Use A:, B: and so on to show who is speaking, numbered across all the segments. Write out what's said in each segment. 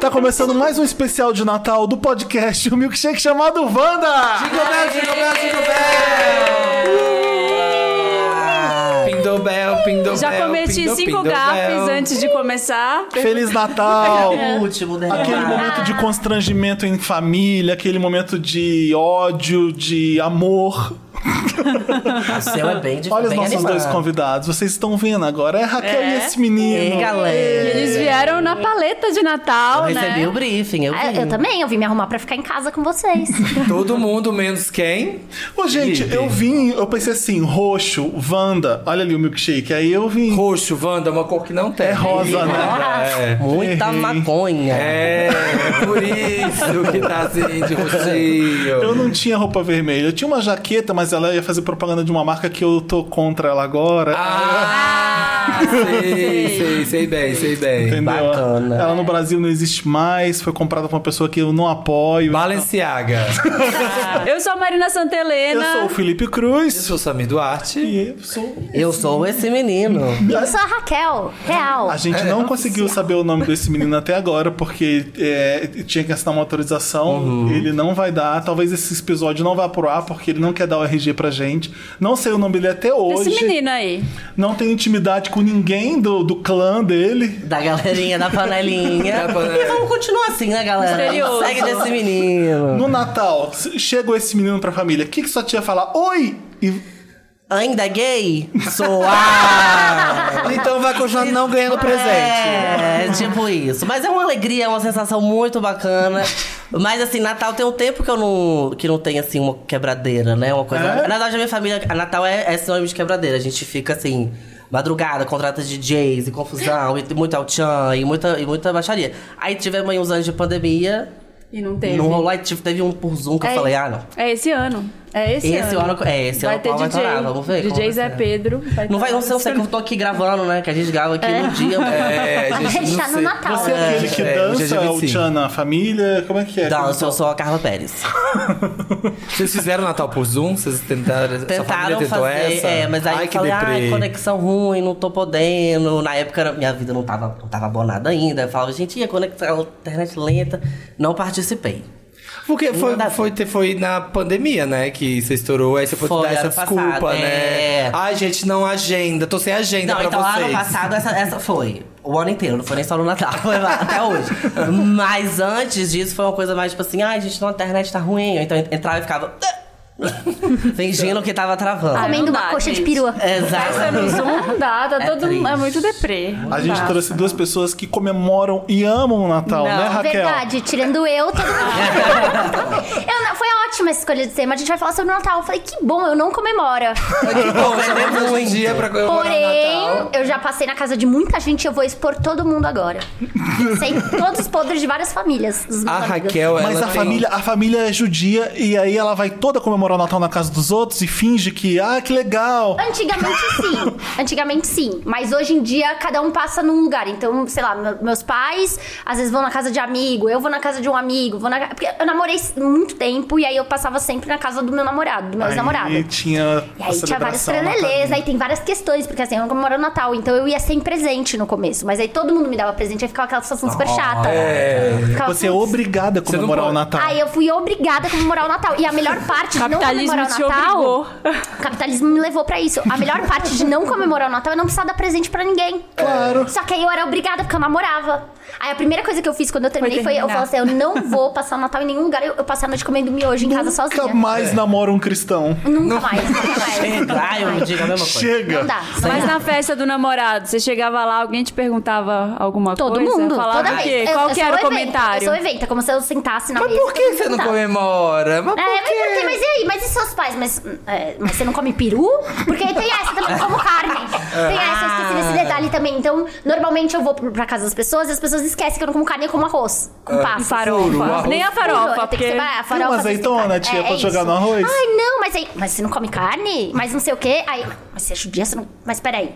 A: Tá começando mais um especial de Natal do podcast O Milkshake chamado Wanda!
B: Jingle bell, jingle bell, jingle bell! Pindou bell, pindou
C: Já
D: Né,
B: bell,
C: cometi
B: pindou,
C: cinco
B: pindou
C: gafes
B: bell.
C: antes de começar.
A: Feliz Natal!
B: O último, né?
D: Ah,
A: Aquele momento de constrangimento em família, aquele momento de ódio, de amor.
B: O seu é bem difícil.
A: Olha os
B: bem
A: nossos
B: animado.
A: dois convidados, vocês estão vendo agora. É Raquel e
C: É.
A: esse menino.
D: Ei, galera.
C: Eles vieram na paleta de
D: Eu
C: Natal,
D: recebi
C: né?
D: o briefing, eu vi.
E: Ah, Eu também, eu vim me arrumar pra ficar em casa com vocês.
B: Todo mundo, menos quem?
A: Ô, gente,
B: Felipe.
A: eu vim, eu pensei assim, roxo, Wanda, olha ali o milkshake. Aí eu vim.
B: Roxo, Wanda, uma cor que não tem.
A: É rosa, né?
D: Muita
A: Errei.
D: maconha.
B: É, por isso que tá assim de
A: Eu
B: roxinho.
A: não tinha roupa vermelha. Eu tinha uma jaqueta, mas ela ia fazer propaganda de uma marca que eu tô contra ela agora.
B: Ah, sei, sei, sei bem, sei bem.
A: Entendeu?
D: bacana.
A: Ela no Brasil não existe mais, foi comprada por uma pessoa que eu não apoio.
B: Balenciaga.
C: Eu sou a Marina
A: Eu
C: Santelena.
A: sou o Felipe Cruz.
B: Eu sou Samir Duarte.
A: E eu sou. um
D: Eu sou esse menino.
E: Eu sou a Raquel, real.
A: A gente não conseguiu saber o nome desse menino até agora, porque é, tinha que assinar uma autorização. Ele não vai dar. Talvez esse episódio não vá pro ar, porque ele não quer dar o RG pra gente. Não sei o nome dele até hoje.
C: Esse menino aí.
A: Não tem intimidade com ninguém do, do clã dele.
D: Da galerinha da panelinha.
B: Da panelinha.
D: E vamos continuar assim, né, galera?
C: Misterioso.
D: Segue desse menino.
A: No Natal, c- chegou esse menino pra família. O que, que sua tia fala? Oi! E
D: Ainda gay? Sou ah!
B: Então vai continuar não ganhando
D: É, tipo isso. Mas é uma alegria, é uma sensação muito bacana. Mas assim, Natal tem um tempo que eu não. que não tem assim uma quebradeira, né? Uma coisa.
A: É?
D: Na verdade, a minha família. A Natal é, é sinônimo de quebradeira. A gente fica assim. Madrugada, contrata DJs e confusão, e muito altian, e muita, e muita baixaria. Aí tivemos aí uns anos de pandemia,
C: E não teve.
D: não rolou, aí tive- teve um por Zoom que eu
C: É.
D: falei, ah, não.
C: É esse ano. É esse,
D: Esse
C: ano.
D: ano- é, esse
C: vai
D: ano
C: ter
D: qual vai
C: DJ.
D: parar? Vamos ver como
C: DJ
D: vai
C: Zé
D: ser.
C: Pedro. Vai tá
D: Não vai, não sei, não sei, que eu tô aqui gravando, né? Que a gente grava aqui no dia. À,
B: É,
E: Mas a
B: gente,
E: gente
B: não
E: tá no
B: sei.
E: Natal,
A: você
E: né?
A: é aquele que
B: É,
A: dança,
B: hoje é
A: é o
B: 25.
A: Tchan na família? Como é que é?
D: Dança, eu sou a Carla Pérez.
B: Vocês fizeram Natal por Zoom? Vocês tentaram. sua família
D: Tentaram
B: tentou
D: fazer,
B: essa?
D: é, mas aí
B: Ai,
D: eu
B: que
D: falei, ai, é
B: deprê.
D: conexão ruim, não tô podendo. Na época era- minha vida não tava, não tava abonada ainda. Eu falava, gente, ia conexão, internet lenta. Não participei.
B: Porque foi,
D: Nada a ver.
B: foi, te- foi na pandemia, né? Que você estourou, aí você foi,
D: Foi,
B: dar essa
D: ano
B: desculpa,
D: passado,
B: né?
D: é.
B: Ai, gente, não agenda. Tô sem agenda
D: não,
B: pra
D: então
B: vocês.
D: ano passado essa, essa foi. O ano inteiro, não foi nem só no Natal, foi lá até hoje. Mas antes disso foi uma coisa mais tipo assim, ai, gente, não, a internet tá ruim. Então eu entrava e ficava. fingindo que tava travando.
C: Ah,
E: Comendo
C: não dá,
E: uma coxa de
C: gente.
E: perua.
C: Essa é no
D: Exato.
C: Zoom não dá, tá
D: É
C: todo mundo. É
D: triste.
C: muito deprê. Tá. Não
A: A gente
C: dá.
A: trouxe duas pessoas que comemoram e amam o Natal,
C: Não,
A: né, Raquel?
E: Verdade, tirando eu, todo mundo. Eu não- foi a ótima essa escolha de tema. A gente vai falar sobre o Natal. Eu falei, que bom, eu não comemora.
B: Que bom, você tem um dia pra comemorar o Natal.
E: Porém, eu já passei na casa de muita gente, eu vou expor todo mundo agora. Sei todos os podres de várias famílias. dos meus
B: A
E: amigos.
B: Raquel, ela
A: Mas a
B: tem-
A: família, a família é judia e aí ela vai toda comemorar o Natal na casa dos outros e finge que, ah, que legal.
E: Antigamente sim. Antigamente sim. Mas hoje em dia cada um passa num lugar. Então, sei lá, me- meus pais às vezes vão na casa de amigo, eu vou na casa de um amigo, vou na ca- Porque eu namorei muito tempo e aí eu passava sempre na casa do meu namorado, do meu
A: Aí
E: ex-namorado. E
A: tinha a
E: aí tinha vários
A: celebração né, na
E: trelelês,
A: família.
E: aí tem várias questões, porque assim, eu não comemoro o Natal, então eu ia sem presente no começo. Mas aí todo mundo me dava presente, aí ficava aquela situação super chata. né? Ficava
A: Você Tá. é
E: putz.
A: obrigada a
B: não
A: comemorar o
B: pode.
A: Natal.
E: Aí eu fui obrigada a comemorar o Natal. E a melhor parte de não
C: Capitalismo
E: comemorar o
C: te
E: Natal.
C: obrigou.
E: Capitalismo me levou pra isso. A melhor parte de não comemorar o Natal é não precisar dar presente pra ninguém. Claro. Só que aí eu era obrigada, porque eu namorava. Aí a primeira coisa que eu fiz quando eu terminei foi, eu
C: terminar.
E: falei assim: eu não vou passar o Natal em nenhum lugar. Eu, eu passei a noite comendo miojo em casa sozinha.
A: Nunca mais namora um cristão.
E: Nunca mais. Nunca mais.
D: Ai, eu digo a mesma coisa.
A: Chega.
E: Não dá.
C: Mas na festa do namorado, você chegava lá, alguém te perguntava alguma
E: Todo
C: coisa?
E: mundo,
C: é, Falava
E: toda
C: o quê?
E: vez. Eu-
C: Qual
E: eu
C: que
E: sou
C: era o
E: evento,
C: comentário?
E: Eu sou evento, é como se eu sentasse na
B: Mas
E: mesa.
B: por que você não
E: perguntava.
B: comemora? Mas por
E: É, mas
B: quê?
E: por quê? Mas e aí? Mas e seus pais? Mas, hum, é, mas você não come peru? Porque aí tem essa também, eu como carne. Tem essa, eu esqueci desse detalhe também. Então, normalmente eu vou pro- pra casa das pessoas e as pessoas esquecem que eu não como carne, eu como arroz. Com
C: E
E: passas.
B: Furo,
C: farofa.
B: arroz
C: Nem a farofa,
E: Tem que
C: porque...
E: ser a farofa,
A: uma
E: tem que ser
A: azeitona,
E: carne.
A: tia, pra jogar
E: é isso.
A: no arroz?
E: Ai, é não, mas aí... Mas você não come carne? Mas não sei o quê? Aí, mas você é judia, você não... Mas peraí.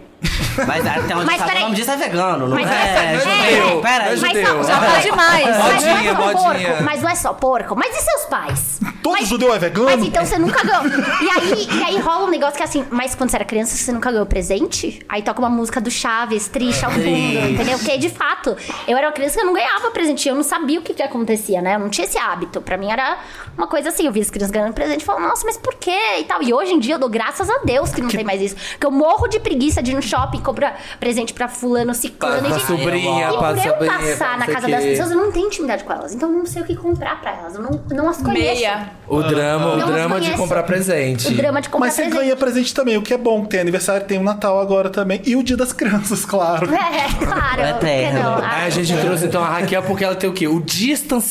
D: Mas até onde
E: Mas
D: eu sabe, o
E: peraí.
D: nome disso é vegano, não
E: Mas
D: é?
E: é
B: judeu,
E: É,
D: pera tipo, aí.
B: é judeu.
E: Mas, só- já tá demais. mas não é
B: Modinha,
E: só
B: modinha.
E: porco. Mas não é só porco. Mas e seus pais?
A: Todo
E: mas,
A: judeu é vegano?
E: Mas então você nunca ganhou. E aí, e aí rola um negócio que é assim, mas quando você era criança, você nunca ganhou presente? Aí toca uma música do Chaves, triste ao fundo, entendeu? Porque, de fato, eu era uma criança que eu não ganhava presente. Eu não sabia o que, que acontecia, né? Eu não tinha esse hábito. Pra mim era uma coisa assim, eu via as crianças ganhando presente e falava, nossa, mas por quê? E tal. E hoje em dia eu dou graças a Deus que não tem mais isso. Porque eu morro de preguiça de ir no shopping comprar presente pra fulano, ciclano.
B: Pra- pra
E: e, gente,
B: sobrinha,
E: e
B: pra
E: por eu
B: sobrinha, pra
E: passar na
B: não sei
E: casa
B: o
E: das
B: quê.
E: pessoas, eu não tenho intimidade com elas. Então eu não sei o que comprar pra elas. Eu não, não as conheço.
C: Meia.
B: O drama, o
E: Não as
B: drama de
E: conheço.
B: comprar presente.
E: O drama de comprar
A: Mas você
E: presente.
A: ganha presente também, o que é bom. Tem aniversário, tem o Natal agora também. E o Dia das Crianças, claro.
E: É, claro.
D: É eterno.
E: que não. ah,
D: Aí
B: Aí a gente trouxe então a Raquel porque ela tem o quê? O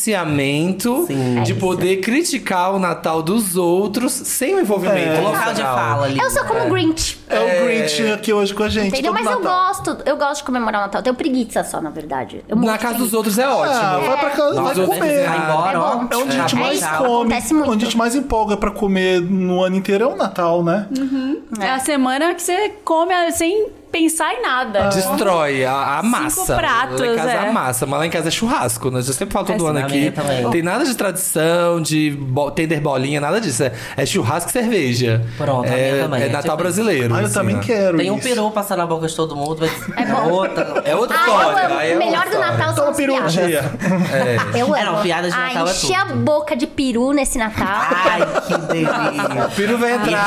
B: distanciamento
D: Sim.
B: de
E: É
B: poder criticar o Natal dos outros sem o envolvimento.
A: É.
D: um Local de
B: emocional.
D: fala ali.
E: Eu sou como o Grinch.
A: É, o Grinch aqui hoje com a gente.
E: Entendeu?
A: todo
E: Mas eu
A: Natal.
E: gosto, eu gosto de comemorar o Natal. Eu tenho preguiça só, na verdade. Eu
B: Na
E: morro de
B: casa dos
E: preguiça.
B: outros é ótimo.
A: Ah, vai pra casa,
B: Nós
A: vai
B: outros
A: comer.
B: cozinhar.
D: Vai embora,
E: É
D: ó.
E: bom.
A: É onde a gente
E: É
A: mais
E: isso,
A: come,
E: acontece muito.
A: onde a gente mais empolga pra comer no ano inteiro é o Natal, né?
C: É a semana que você come ah, sem pensar em
B: Ah.
C: nada.
B: Destrói a, a massa.
C: pratos,
B: lá em casa
C: é.
B: a massa, mas lá em casa é churrasco, né? Eu sempre falo todo
C: É,
B: ano
D: sim, na
B: aqui.
D: minha também.
B: Tem nada de tradição, de bo tender bolinha, nada disso. É, é churrasco e cerveja.
D: Pronto, a minha
B: é,
D: também,
B: é
D: é
B: Natal
D: tipo
B: brasileiro.
A: Ah, eu
B: assim,
A: também
B: né?
A: quero
D: Tem um
A: isso.
D: peru passando na boca de todo mundo, mas é outra.
B: É outra
E: Ah,
B: história.
E: eu assim, amo.
B: aí é
E: o melhor
B: outra
E: do
B: história.
E: Natal são
A: Toma
E: as
A: peru um
E: piadas.
A: dia.
E: Eu amo.
D: É, não, piada de Natal é
E: Ai, enchi
D: tudo. Ah,
E: a boca de peru nesse Natal.
D: Ai, que delícia. é
B: O peru é vai
E: é
B: entrar.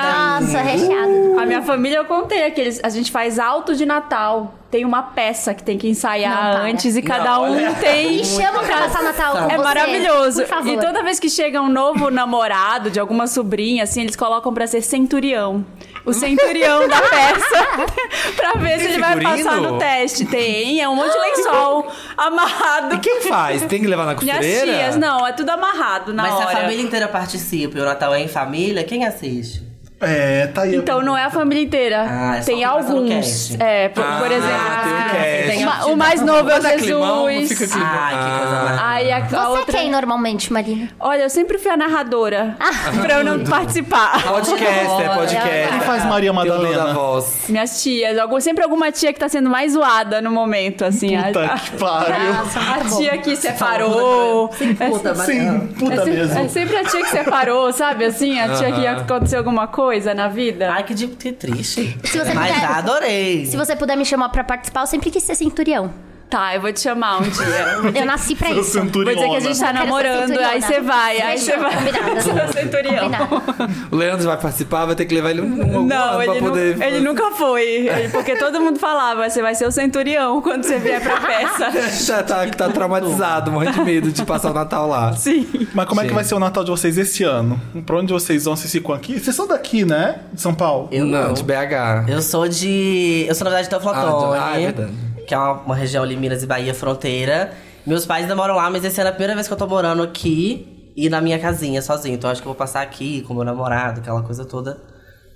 D: tá.
E: Nossa, é recheado.
C: A minha família, eu contei aqueles. A gente faz alto de Natal. Tem uma peça que tem que ensaiar
E: Não, para.
C: antes e cada
B: Não,
C: um
B: olha.
C: tem.
E: Me chama pra passar Natal com
C: É
E: você,
C: maravilhoso.
E: Por favor.
C: E toda vez que chega um novo namorado de alguma sobrinha, assim, eles colocam pra ser centurião. O centurião da peça. pra ver se ele vai
B: figurino?
C: passar no teste. Tem, é um monte de lençol amarrado.
B: E quem faz? Tem que levar na
C: Minhas
B: costureira?
C: tias, não, é tudo amarrado na
D: Mas se
C: hora.
D: a família inteira participa e o Natal é em família, quem assiste?
A: É, tá aí.
C: Então não é a família inteira.
D: Ah, é só
C: tem
D: quem passa no
C: alguns.
D: cast.
C: É, por,
B: Ah,
C: por
B: tem um
C: exemplo.
B: cast.
C: tem uma- o mais novo é o
B: Mas é climão, não fica Ah,
C: Jesus. Ah.
B: climão.
D: Ai, que coisa mais-
C: Aí a, a
E: Você é
C: outra.
E: quem normalmente, Marina?
C: Olha, eu sempre fui a narradora
B: Ah.
C: pra eu não participar.
B: Podcast, é podcast.
A: Quem faz Maria
B: Tem o dono da
A: Madalena?
B: voz.
C: Minhas tias, algum- sempre alguma tia que tá sendo mais zoada no momento, assim. a- a,
A: Puta que pariu.
E: Nossa,
C: a
E: muito Tá bom. né?
C: tia que separou. É-
D: Puta, mas-
A: Sim,
C: é
A: puta
C: se-
A: mesmo.
C: é sempre a tia que separou, sabe? Assim, a tia que
B: Aham.
C: aconteceu alguma coisa na vida.
D: Ai, que, de- que triste.
E: Se você
D: mas tá.
E: puder-
D: adorei.
E: Se você puder me chamar pra participar, eu sempre quis ser centurião.
C: Tá, eu vou te chamar um dia.
E: Eu nasci pra
A: Seu
E: isso.
C: Vou dizer que a
A: centuriona.
C: gente tá
E: Eu quero ser
C: namorando,
E: centuriona.
C: aí você vai, aí
E: Fechou,
C: você vai.
E: combinado.
C: Você é centurião.
E: Combinado.
B: O Leandro vai participar, vai ter que levar ele um, um
C: Não,
B: ano pra
C: ele, nu-
B: poder.
C: ele nunca foi. Ele- porque todo mundo falava, você vai ser o centurião quando você vier pra peça.
B: Já tá, tá traumatizado, morrendo de medo de passar o Natal lá.
C: Sim.
A: Mas como é que
B: Sim.
A: vai ser o Natal de vocês esse ano? Pra onde vocês vão? Vocês ficam aqui? Vocês são daqui, né? De São Paulo.
D: Eu
B: não,
D: não.
B: de BH.
D: Eu sou de. Eu sou, na verdade, de
B: Ah, de-
D: Teoflotone.
B: ah, é verdade.
D: Que é uma, uma região ali, Minas e Bahia, fronteira. Meus pais ainda moram lá, mas essa é a primeira vez que eu tô morando aqui e na minha casinha, sozinho. Então acho que eu vou passar aqui com meu namorado, aquela coisa toda.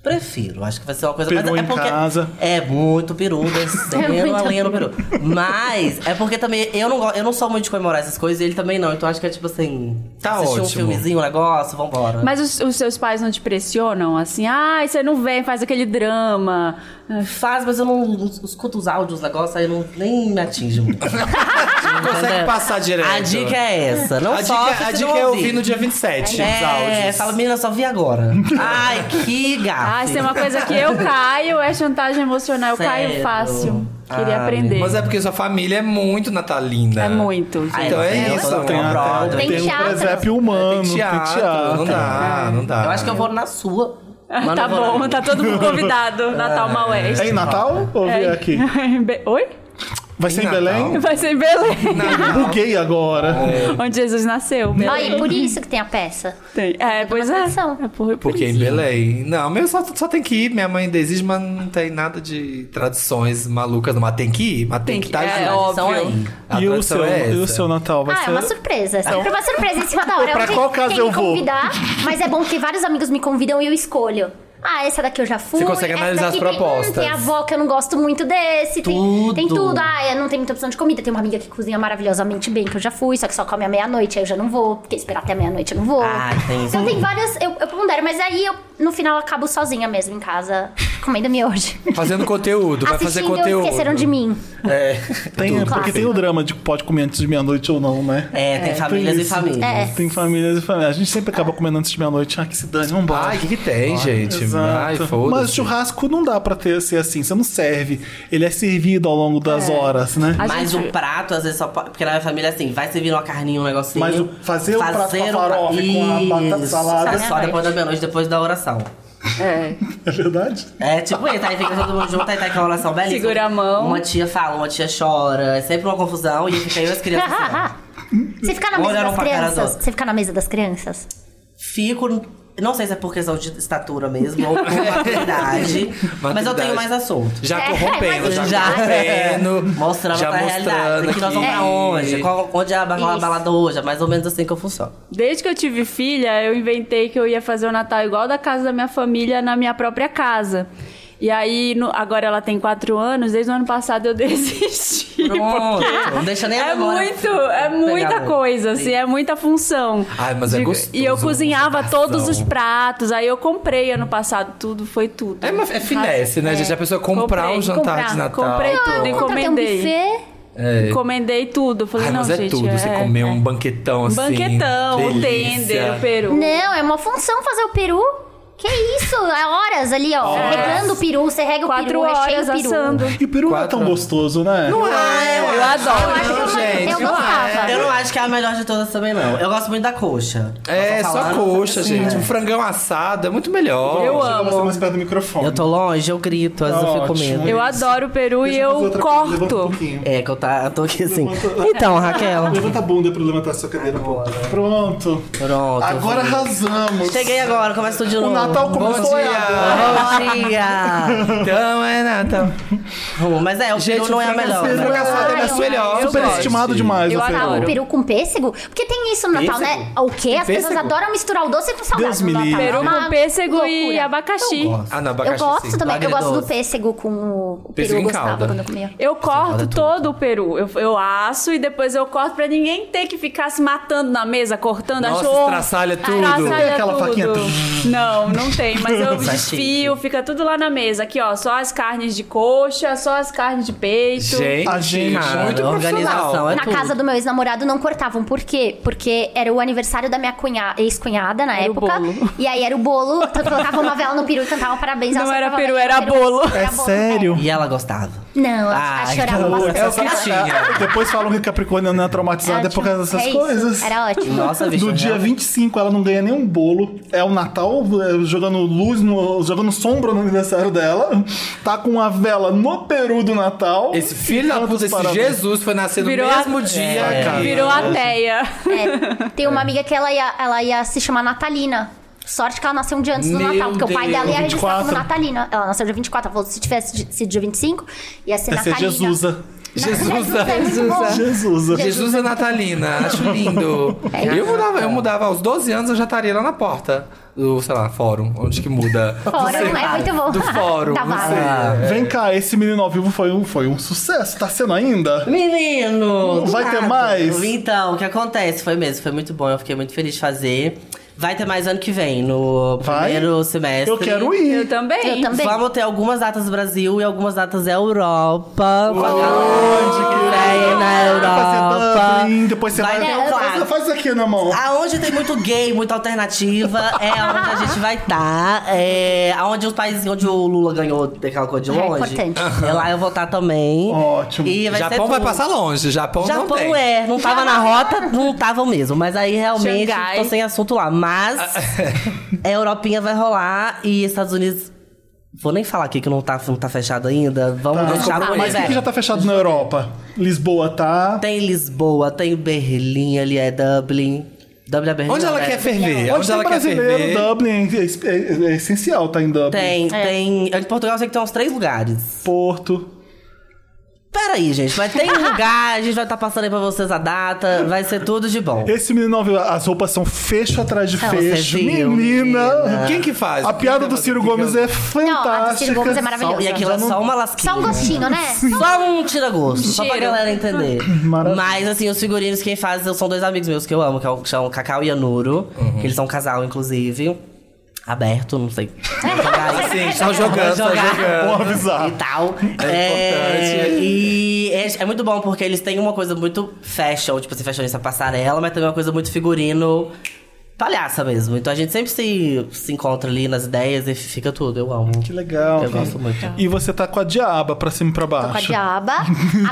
D: Prefiro, acho que vai ser uma coisa
A: Peru
D: é
A: em casa.
D: É muito peru, descendo
E: É muito
D: a linha no peru. Mas é porque também eu não, go- eu não sou muito de comemorar essas coisas e ele também não. Então acho que é tipo assim.
B: Tá
D: assistir um
B: ótimo.
D: filmezinho, um negócio, vambora.
C: Mas os, os seus pais não te pressionam? Assim, ai, você não vem, faz aquele drama.
D: Faz, mas eu não escuto os áudios, os negócios, aí eu não, nem me atinge muito.
B: Não Ah, consegue
D: Entendeu?
B: passar direto.
D: A dica é essa. Não
B: A
D: sofre
B: dica,
D: se
B: a dica
D: não
B: é ouvir no dia 27 os
D: É,
B: áudios.
D: fala, menina, só vi agora. Ai, que gato.
C: Ai, se tem uma coisa que eu caio, é chantagem emocional. Eu caio
D: Sério?
C: fácil. Queria
D: Ah,
C: aprender.
B: Mas é porque sua família é muito natalina.
C: É muito,
E: Ah,
C: gente.
D: Ai,
B: Então é
D: eu
B: isso,
D: sou
A: Tem,
B: uma
D: uma
A: até,
D: brother.
A: tem,
E: Tem
A: um
E: teatro.
A: presépio humano, tem teatro.
B: Não dá, não dá.
D: Eu acho que eu vou na sua.
E: então,
D: Mas
C: tá
D: não vou na
C: bom,
D: minha.
C: tá todo mundo convidado. Natal
A: É
C: Maueste.
A: em Natal ou é. aqui?
C: Em Be- Oi?
A: Vai ser em
B: Em Natal.
A: Belém?
C: Vai ser em Belém.
A: Buguei agora.
C: Onde Jesus nasceu. Belém.
E: Olha, e por isso que tem a peça.
C: Tem. É, pois é.
E: tradição.
C: é por, por
B: Porque em
C: isso.
B: Belém. Não, meu só, só tem que ir. Minha mãe ainda exige, mas não tem nada de tradições malucas. Não. Mas tem que ir, mas tem,
C: Tem
B: que
C: que-
B: estar
C: é,
B: junto.
C: óbvio.
D: São aí.
B: A
A: E o,
B: tradição
A: seu,
B: é
A: e o
B: essa.
A: seu Natal vai
E: Ah,
A: ser.
E: é uma surpresa. É sempre uma surpresa em cima da hora.
A: Pra
E: Quem-
A: qual casa
E: quem
A: eu
E: me
A: vou?
E: convidar, mas é bom que vários amigos me convidam e eu escolho. Ah, essa daqui eu já fui.
B: Você consegue
E: essa
B: analisar
E: daqui
B: as
E: tem- hum,
B: propostas.
E: Tem, a avó que eu não gosto muito desse. Tem
D: Tudo.
E: tudo. Tem tudo. Ah, é, não tem muita opção de comida. Tem uma amiga que cozinha maravilhosamente bem, que eu já fui, só que só come à meia-noite. Aí eu já não vou, porque esperar até meia-noite eu não vou.
D: Ah, tem isso.
E: Então tem várias. Eu, eu pondero, mas aí eu, no final, eu acabo sozinha mesmo em casa. Comendo miojo.
B: Fazendo conteúdo, vai fazer
E: Assistindo
B: conteúdo.
E: Esqueceram de mim.
B: É.
A: Tem-
E: Tudo.
A: porque tem o drama de que pode comer antes de meia-noite ou não, né?
D: É, tem famílias e
A: isso.
D: famílias.
E: É.
A: Tem famílias e famílias. A gente sempre acaba comendo antes de meia-noite. Ah, que se dane, vambora.
B: Ai, o que, que tem, gente? Ai,
A: Exato. Mas
B: foda-se.
A: churrasco não dá pra ter ser assim, você não serve. Ele é servido ao longo das horas, né?
C: É. A
D: Mas
C: gente-
D: o prato, às vezes, só pode. Porque na minha família, assim, vai servir uma carninha, um negocinho. um
A: Mas o- fazer o prato com a
D: pra-
A: farofa e com a batata
D: Isso.
A: salada.
B: é
D: Só depois da meia-noite, depois da oração.
C: É.
A: É verdade?
D: É tipo isso, aí fica todo mundo junto, aí tá aquela oração belíssima.
C: Segura a mão.
D: Uma tia fala, uma tia chora. É sempre uma confusão e fica eu e as crianças. assim.
E: Você fica na mesa
D: Olharam
E: das
D: pra cara
E: crianças?
D: do-
E: Você fica na mesa das crianças?
D: Fico. Não sei se é por questão de estatura mesmo ou por maturidade, mas eu tenho
B: Maturidade.
D: mais assunto.
B: Já
E: É,
B: corrompendo,
E: mas
B: já,
E: já-
B: corrompendo.
D: Mostrando
B: já
D: pra realidade.
B: mostrando
D: Que nós vamos pra
B: que-
D: onde? Qual- onde é a ba- a
C: Isso.
D: balada hoje? É mais ou menos assim que eu funciono.
C: Desde que eu tive filha, eu inventei que eu ia fazer o Natal igual da casa da minha família na minha própria casa. E aí, no- agora ela tem quatro anos, desde o ano passado eu desisti.
D: Pronto,
C: porque
D: não deixa nem a
C: é
D: memória
C: muito, é muita
D: pegar.
C: coisa, assim, é muita função.
B: Ai, mas é
C: De-
B: gostoso,
C: E eu cozinhava
B: gostoso.
C: todos os pratos, aí eu comprei ano passado tudo, foi tudo.
B: É, uma, é finesse, né, gente? A pessoa comprar
C: Comprei,
B: um jantar de
C: comprar.
B: Natal.
C: Comprei tudo,
E: Eu contratei um
C: encomendei.
E: buffet.
B: É.
C: Encomendei tudo. Falei,
B: Ai,
C: não,
B: mas é
C: gente,
B: tudo. Você
C: é,
B: comer
C: é.
B: um banquetão assim.
C: banquetão, o
B: delícia.
C: tender, o peru.
E: Não, é uma função fazer o peru. Que isso? É horas ali, ó. Regando o peru, você rega o
C: Quatro
E: peru, recheia
C: horas
E: o peru.
C: assando.
A: E o peru não é
B: Quatro.
A: tão gostoso, né?
B: Não é,
C: Eu,
E: Eu
C: adoro.
E: acho que eu,
B: gente,
E: eu
B: não
E: gostava.
D: Eu não acho que é a melhor de todas também, não. Eu gosto muito da coxa.
B: É,
D: Posso
B: só
D: falar?
B: coxa,
D: assim, né?
B: gente. Um frangão assado é muito melhor.
C: Eu
A: Chega
C: amo.
A: Você mais perto do microfone.
D: Eu tô longe, eu grito, às vezes eu fico com
A: Ótimo.
D: medo.
C: Eu adoro o peru e
A: Deixa fazer
C: eu
A: outra coisa, levanta um
C: corto.
A: pouquinho.
D: É, que eu, tá, eu tô aqui assim. Então, Raquel.
A: Levanta a bunda pra eu levantar a sua cadeira. pô. Pronto.
D: Pronto.
A: Agora arrasamos.
D: Cheguei agora, começa tudo de
A: O
D: novo.
A: Natal começou
B: dia.
A: agora.
D: Bom dia!
B: Então é Natal.
D: Bom, Mas é, o
B: Gente,
D: peru não é a
B: frango
D: melhor.
B: assado- frango assado é
E: Ai,
B: minha
E: eu
B: melhor.
C: gosto.
A: Superestimado demais
C: Eu
A: o
C: adoro.
A: peru.
E: Ah, O peru com pêssego? Porque tem isso no Natal,
B: Pêssego?
E: né? O quê? As
B: Tem
E: pessoas
B: pêssego?
E: adoram misturar o doce com o salgado
A: Deus
E: no
A: me
E: Natal.
A: livre.
E: É
C: Peru
E: uma
C: com pêssego e
E: loucura.
C: abacaxi.
B: Ah, não,
E: Eu
B: abacaxi
E: gosto
B: sim.
E: também. Eu gosto do
D: agridoce.
E: pêssego com o- o
B: Pêssego
E: peru.
B: em
E: Eu
B: calda.
E: gostava quando eu comia.
C: Eu corto todo o peru. Eu, eu asso e depois eu corto pra ninguém ter que ficar se matando na mesa, cortando
B: Nossa,
C: achou.
B: estraçalha tudo.
A: Tem aquela faquinha?
C: Não, não tem, mas eu
D: Tá
C: desfio, fica tudo lá na mesa. Aqui, ó, só as carnes de coxa, só as carnes de peito.
B: Gente,
A: A gente,
B: cara,
A: muito
B: organização. é
D: profissional.
E: Na
D: é tudo.
E: casa do meu ex-namorado não cortavam. Por quê? Porque era o aniversário da minha cunha- ex-cunhada na
C: Era o
E: época.
C: bolo.
E: E aí era o bolo. Então colocavam uma vela no peru e cantavam parabéns.
C: Não
E: Ela só
C: era
E: tocava
C: peru,
E: vela,
C: era bolo.
E: Era é.
A: É sério?
D: E ela gostava.
E: Não,
D: Ah,
E: ela ela chorava
D: então,
E: bastante.
B: É o que tinha.
A: Depois falam que Capricórnio não é traumatizado é por causa dessas
E: É isso,
A: coisas.
E: Era ótimo.
B: Tá
D: Nossa, bicho.
A: Do dia
D: né?
A: 25 ela não ganha nenhum bolo. É o Natal é, jogando luz, no- jogando sombra no aniversário dela. Tá com uma vela no Peru do Natal.
B: Esse filho da
A: Canta os
B: puta, esse
A: parabéns.
B: Jesus foi nascer no
C: Virou
B: mesmo
C: a-
B: dia,
A: É.
B: cara.
C: Virou ateia.
E: É, tem uma amiga que ela ia, ela ia se chamar Natalina. Sorte que ela nasceu um dia antes do
B: Meu
E: Natal, porque o pai
B: Deus.
E: dela ia registrar
A: 24.
E: como Natalina. Ela nasceu dia 24, ela falou que se tivesse sido dia 25, ia ser
A: Ia ser
E: é Natalina.
A: Jesusa.
B: Jesusa.
E: é muito bom.
A: Jesusa.
B: Jesus é Natalina, acho lindo. eu, mudava, eu mudava, aos 12 anos eu já estaria lá na porta do, sei lá, fórum, onde que muda.
E: Fora,
B: Não sei.
E: não é muito bom. Tá,
B: Do fórum,
E: Da
B: não
E: vara.
B: sei.
A: É. Vem cá, esse menino ao vivo foi um, foi um sucesso. Tá sendo ainda?
D: Menino! do
A: Vai ter
D: nada.
A: mais?
D: Então, o que acontece? Foi mesmo, foi muito bom. Eu fiquei muito feliz de fazer. Vai ter mais ano que vem, no
A: Vai?
D: primeiro semestre.
A: Eu quero ir.
C: Eu também.
E: Eu também.
D: Vamos ter algumas datas no Brasil e algumas datas na Europa. Pra galera que vem na
A: Vai fazer
D: Europa.
A: Dublin, depois você vai.
D: Vai ter um
A: Faz,
D: clássico.
A: faz aqui na mão.
B: Ah,
A: Tá.
D: Aonde Ah, tem muito gay, muita alternativa, é onde a gente vai estar. É, aonde os países onde o Lula ganhou daquela coisa de
E: É
D: longe.
E: importante.
D: É lá eu vou estar também.
A: Ótimo.
D: E vai ser
B: Japão vai
D: tudo.
B: passar longe, Japão, não
D: Japão
B: tem.
D: é, não tava na rota, não tava mesmo. Mas aí realmente
C: Xangai.
D: tô sem assunto lá. Mas
B: Ah,
D: a
B: é.
D: Europinha vai rolar e Estados Unidos. Vou nem falar aqui que não tá, não tá fechado ainda. Vamos deixar o
A: Mas o que, que
D: universo.
A: já tá fechado na Europa? Lisboa tá.
D: Tem Lisboa, tem Berlim, ali é Dublin. Dublin é Berlim.
B: Onde
D: não,
B: ela
D: né?
B: quer ferver?
A: Onde
B: Onde
A: tem
B: ela quer
A: brasileiro,
B: ferver?
A: Dublin é, é- é- é essencial, tá em Dublin.
D: Tem, tem. Em Portugal eu sei que tem uns três lugares.
A: Porto.
D: Peraí, gente, mas tem um lugar, a gente vai estar passando aí pra vocês a data, vai ser tudo de bom.
A: Esse menino não viu, as roupas são fecho atrás de
D: Ah, você
A: fecho.
D: viu,
A: Menina!
B: Quem que faz?
A: A
B: Quem
A: piada
B: que
A: do
B: faz?
A: Ciro
B: Quem que
A: Gomes
B: faz?
A: é fantástica. um-
E: Não, a do Ciro Gomes é
D: Só-
E: maravilhosa.
D: e aquilo é só uma lasquinha.
E: Só um gostinho, né?
D: Só um tira-gosto, só pra
C: Cheiro.
D: galera entender.
A: Maravilha.
D: Mas, assim, os figurinos quem
B: Uhum.
D: faz são dois amigos meus que eu amo, que é o- que são Cacau e Anuro, que eles são um casal, inclusive. aberto, não sei.
B: Sim, só jogando, só
D: Jogar.
B: jogando.
A: Porra, bizarro.
D: e tal.
B: É importante.
D: E é, é muito bom porque eles têm uma coisa muito fashion, tipo assim, fashionista passarela, mas também uma coisa muito figurino palhaça mesmo. Então a gente sempre se, se encontra ali nas ideias e fica tudo. Eu amo.
A: Que legal.
D: Eu
A: cara.
D: gosto muito.
A: E você tá com a diaba pra cima e pra
E: Tô com a
A: baixo.
E: diaba.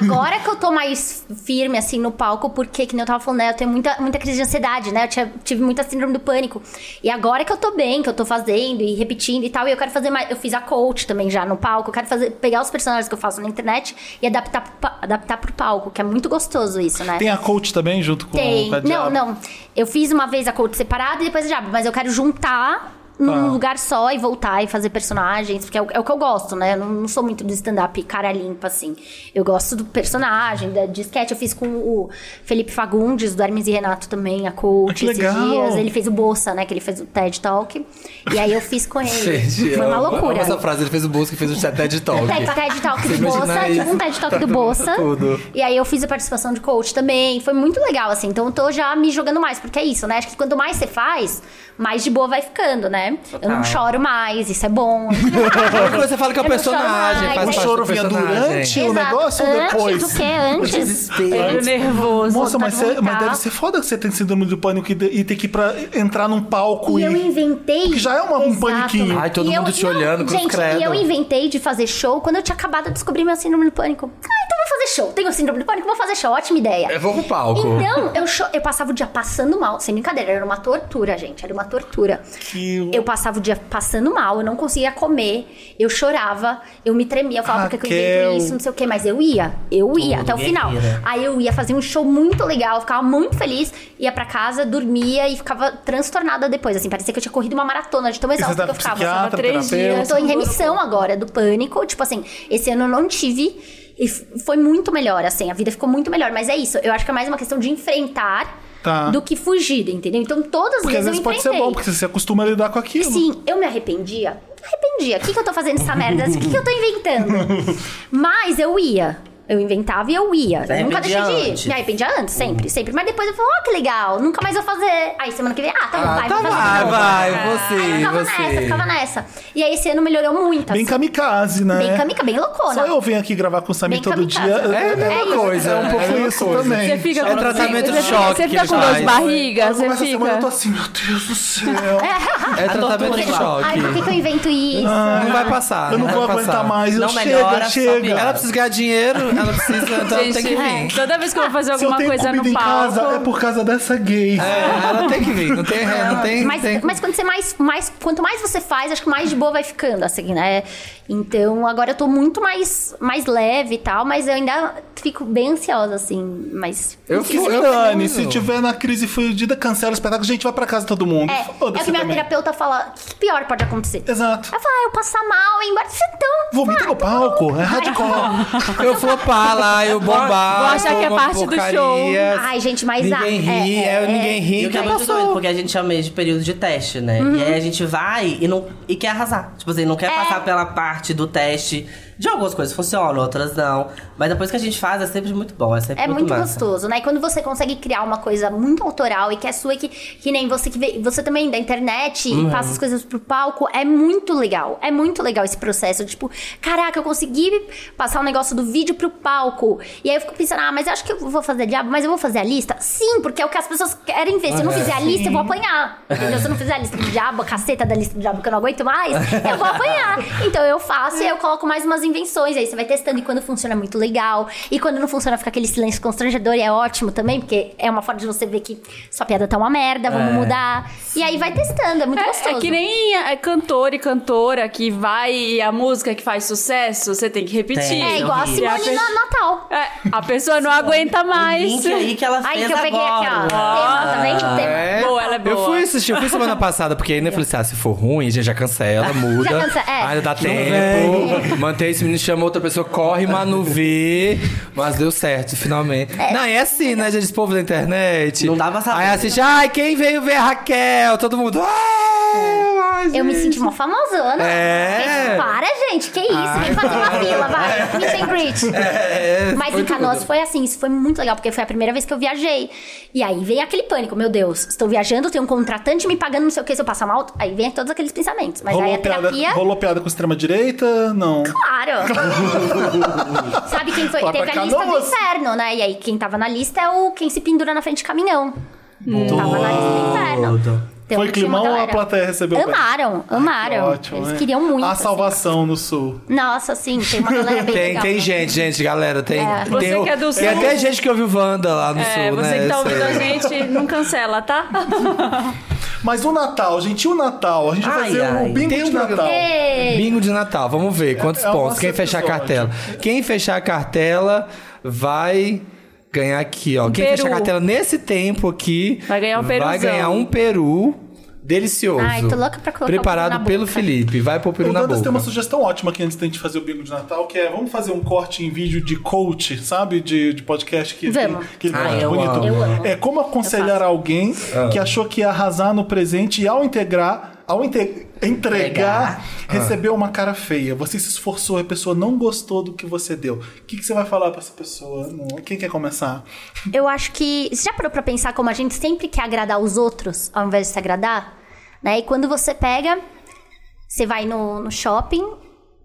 E: Agora que eu tô mais firme, assim, no palco, porque, que nem eu tava falando, né? Eu tenho muita, muita crise de ansiedade, né? Eu tinha- tive muita síndrome do pânico. E agora que eu tô bem, que eu tô fazendo e repetindo e tal, e eu quero fazer mais. Eu fiz a coach também já no palco. Eu quero fazer, pegar os personagens que eu faço na internet e adaptar pro, pa- adaptar pro palco, que é muito gostoso isso, né?
A: Tem a coach também junto com,
E: Tem.
A: com a diaba?
E: Não, não. Eu fiz uma vez a coach separada e depois a diabo, mas eu quero juntar num
A: Tá.
E: lugar só e voltar e fazer personagens, porque é o, é o que eu gosto, né? Eu não, não sou muito do stand-up cara limpa, assim. Eu gosto do personagem, da, de sketch. Eu fiz com o Felipe Fagundes, do Hermes e Renato também, a coach
A: Ah, que
E: esses
A: legal.
E: dias. Ele fez o Bolsa, né? Que ele fez o TED Talk. E aí eu fiz com ele.
B: Gente,
E: Foi
B: eu
E: uma
B: amo
E: loucura.
B: Essa frase, ele fez o busca e fez o TED Talk.
E: TED, TED Talk
B: Você
E: do
B: imagina
E: Bolsa,
B: isso?
E: tipo um TED Talk do Bolsa.
B: Tudo.
E: E aí eu fiz a participação de coach também. Foi muito legal, assim. Então eu tô já me jogando mais, porque é isso, né? Acho que quanto mais você faz, mais de boa vai ficando, né? Eu não choro mais, isso é bom.
B: Quando você fala que é o
E: Eu não choro
B: personagem,
E: mais.
B: faz
E: O
B: parte
A: choro
B: do
A: vinha
B: personagem.
A: durante? Tinha um
E: Exato.
A: negócio ou
E: antes
A: depois?
E: do que antes.
D: é
C: Meio nervoso.
A: Nossa, mas,
E: Vontade de
A: cê- mas
E: vomitar.
A: deve ser foda que você tem síndrome do pânico e, de- e ter que ir pra, entrar num palco
E: E
A: e.
E: eu inventei.
A: Que já é uma- um
E: Exato.
A: paniquinho.
B: Ai, todo
E: E eu-
B: mundo te
E: não,
B: olhando, cruz
E: Gente,
B: credo.
E: e eu inventei de fazer show quando eu tinha acabado de descobrir minha síndrome do pânico. Ah, então vou fazer show. Tenho síndrome do pânico, vou fazer show. Ótima ideia.
B: Eu vou É, pro palco.
E: Então, eu, cho- eu passava o dia passando mal, sem brincadeira, era uma tortura, gente, era uma tortura.
A: Que-
E: Eu passava o dia passando mal, eu não conseguia comer, eu chorava, eu me tremia, eu falava, "Ah, por que que eu
A: Raquel.
E: invento isso, não sei o quê, mas eu ia, eu ia até o final.
D: guerreira.
E: Aí eu ia fazer um show muito legal, eu ficava muito feliz, ia pra casa, dormia e ficava transtornada depois, assim, parecia que eu tinha corrido uma maratona de tão
A: Você
E: exausta
A: tá
E: que eu
A: com
E: ficava.
A: psiquiatra,
C: três
A: terapeuta.
E: Eu tô em remissão agora do pânico. Tipo assim, esse ano eu não tive. E f- foi muito melhor, assim. A vida ficou muito melhor. Mas é isso. Eu acho que é mais uma questão de enfrentar
A: Tá.
E: do que fugir, entendeu? Então todas as
A: Porque às
E: vezes
A: vezes
E: eu
A: pode ser
E: enfrentei.
A: bom, porque você se acostuma a lidar com aquilo.
E: Sim, eu me arrependia. Me arrependia. O que, que eu tô fazendo essa merda? O que, que eu tô inventando? Mas eu ia. Eu inventava e eu ia.
D: Você
E: Eu nunca deixei
D: arrependia
E: de ir.
D: antes?
E: Me arrependia antes, sempre, sempre. Mas depois eu falo, ó, que legal, nunca mais vou fazer. Aí semana que vem, ah, tá bom,
B: Ah,
E: vai,
B: tá,
E: vou fazer de
B: vai,
E: novo.
B: vai,
E: Aí eu
B: você,
E: ficava nessa, ficava
B: você.
E: nessa. E aí esse ano melhorou muito.
A: Bem
E: assim.
A: kamikaze, né?
E: Bem camica, bem loucona.
A: Só eu venho aqui gravar com o Samir
E: Bem
A: todo
E: kamikaze.
A: dia. né?
B: É a
E: É
B: mesma
E: isso.
B: coisa.
A: É um pouco
B: a mesma
A: isso
B: coisa.
A: também.
C: Você fica
B: É
C: com
B: tratamento
C: você-
B: de choque
C: Você
B: que
C: fica
B: ele
C: com dor de
B: faz.
A: Ela
C: barriga, você
A: começa a semana, eu tô
C: fica.
A: assim, meu Deus do céu.
B: É tratamento
D: tortura
B: de
D: igual.
E: tipo, Ai, por que,
B: choque.
E: que eu invento isso?
B: Não vai passar.
A: Eu não
B: vai
A: vou
B: passar.
A: aguentar mais. Eu
D: Não
A: chega,
D: melhora, só
A: chega.
D: piora.
B: Ela precisa ganhar dinheiro, ela precisa. Então tem que
C: Gente, é,
B: vir.
C: toda vez que eu vou fazer
A: Ah, Se eu
C: alguma
A: tenho
C: coisa
A: comida
C: no
A: em casa, é
C: palco.
A: por causa dessa gay.
B: É, ela tem que vir. Não tem ré, não tem.
E: Mas,
B: tem...
E: mas quando você mais, mais, quanto mais você faz, acho que mais de boa vai ficando, assim, né? Então, agora eu tô muito mais, mais leve e tal, mas eu ainda fico bem ansiosa, assim, mas...
B: Eu
A: Que
B: fico.
A: se
B: eu
A: dane,
B: fico-
A: se tipo, tiver na crise fudida, cancela o espetáculo. Gente, vai pra casa todo mundo.
E: É, é o
A: Foda-se
E: que minha
A: também.
E: terapeuta fala, o que pior pode acontecer?
A: Exato.
E: Ela fala, ah, eu passar mal, hein? Bora, então...
A: Vomita no palco, é hardcore.
B: Eu flopar lá, eu bombar.
C: Vou achar que é
B: eu
C: parte do
B: porcarias.
C: show.
E: Ai, gente, mas a-
B: Ninguém ri,
E: é, é,
B: é, ninguém
E: é.
B: ri.
D: E o que é
B: já
D: muito doido,
B: passou.
D: porque a gente chama isso de período de teste, né? E aí a gente vai e, não, e quer arrasar. Tipo assim, não quer
E: É.
D: passar pela parte do teste. De algumas coisas funcionam, outras não. Mas depois que a gente faz, é sempre muito bom. É sempre
E: É muito
D: massa.
E: gostoso, né? E quando você consegue criar uma coisa muito autoral e que é sua, e que, que nem você que vê, você também da internet
D: Uhum.
E: e passa as coisas pro palco, é muito legal. É muito legal esse processo. Tipo, caraca, eu consegui passar o negócio do vídeo pro palco. E aí eu fico pensando, ah, mas eu acho que eu vou fazer diabo, mas eu vou fazer a lista? Sim, porque é o que as pessoas querem ver. Se eu não
B: É,
E: fizer a lista, eu vou apanhar. Entendeu? Se eu não fizer a lista do diabo, a caceta da lista do diabo que eu não aguento mais, eu vou apanhar. Então eu faço e eu coloco mais umas invenções. Aí você vai testando e quando funciona é muito legal. E quando não funciona, fica aquele silêncio constrangedor e é ótimo também, porque é uma forma de você ver que sua piada tá uma merda, vamos mudar. E aí vai testando, é muito
C: É,
E: gostoso.
C: é que nem é, cantor e cantora que vai e a múnica que faz sucesso, você tem que repetir.
D: Tem.
E: É igual a
D: horrível.
E: Simone no Natal.
C: É, a pessoa não aguenta mais.
D: Link aí que ela fez
E: Aí que eu peguei aqui, ó.
D: agora.
E: Tema, tá vendo? Tema.
B: É.
C: Boa, ela é boa.
B: Eu fui assistir, eu fui semana passada, porque ainda falei assim: ah, se for ruim, a gente já cancela, muda.
E: cancela, é.
B: Ainda dá tempo. Mantém esse menino, chama outra pessoa, corre, Manu vê. Mas deu certo, finalmente. Não, é assim, né, gente? Esse povo da internet.
D: Não dá pra saber. né?
B: Aí assiste, ai, quem veio ver a Raquel? Todo mundo. "Ah, demais.
E: Eu me
B: gente.
E: senti uma famosona.
B: É.
E: Gente, Para, gente, que isso? Vem fazer uma fila, vai. Me sem bridge.
B: É,
E: Mas
B: foi
E: em Canoas
B: tudo.
E: foi assim, isso foi muito legal, porque foi a primeira vez que eu viajei. E aí vem aquele pânico, meu Deus, estou viajando, tem um contratante me pagando, não sei o que, se eu passar mal, aí vem todos aqueles pensamentos. Mas aí
A: Rolou
E: a
B: né?
A: piada,
E: terapia.
A: rolou piada com extrema-direita? Não.
E: Claro! Sabe quem foi?
A: Lá pra
E: Teve a lista do
A: Canoas.
E: inferno, né? E aí quem tava na lista é o quem se pendura na frente do caminhão. Tava na lista do inferno. Então,
A: Foi
E: tinha uma
A: climão ou a
E: galera.
A: plateia recebeu bem?
E: Amaram, amaram.
A: Ótimo,
E: Eles
A: né?
E: queriam muito.
A: A
E: assim.
A: salvação no sul.
E: Nossa, sim, tem uma galera bem
B: Tem,
E: legal.
B: tem gente, gente, galera. Tem,
E: É.
B: tem,
C: Você
B: o-
C: que é do
B: tem
C: sul.
B: até gente que ouve o Wanda lá no
C: É,
B: sul,
C: você
B: né?
C: que tá
B: Isso
C: ouvindo
B: aí.
C: a gente, não cancela, tá?
A: Mas o Natal, gente, e o Natal? A gente vai
D: Ai,
A: fazer
D: ai.
A: um bingo
B: Tem
A: de
B: um programa.
A: Natal.
E: Ei,
B: Bingo de Natal, vamos ver quantos
A: É, é o
B: pontos.
A: nosso
B: Quem fechar a
A: episódio.
B: cartela. Quem fechar a cartela vai ganhar aqui, ó. Quem
C: peru.
B: fechar a cartela nesse tempo aqui
C: Vai ganhar um
B: Vai
C: peruzão.
B: ganhar um peru delicioso.
E: Ai, tô louca pra colocar o peru
B: Preparado
E: na boca.
B: pelo Felipe. Vai pôr o peru
A: O
B: na
A: Dantas
B: boca.
A: tem uma sugestão ótima aqui antes da gente fazer o bingo de Natal, que é vamos fazer um corte em vídeo de coach, sabe? De, de podcast que
E: Vamos.
A: que ele
D: Ah,
A: corte
D: eu
A: bonito.
D: amo. Ah.
E: Eu amo.
A: É como aconselhar alguém que achou que ia arrasar no presente e ao integrar, ao inte- entregar,
D: Ah.
A: recebeu uma cara feia. Você se esforçou, a pessoa não gostou do que você deu. O que, que você vai falar pra essa pessoa? Não, Quem quer começar?
E: Eu acho que. Você já parou pra pensar como a gente sempre quer agradar os outros ao invés de se agradar? Né? E quando você pega, você vai no, no shopping,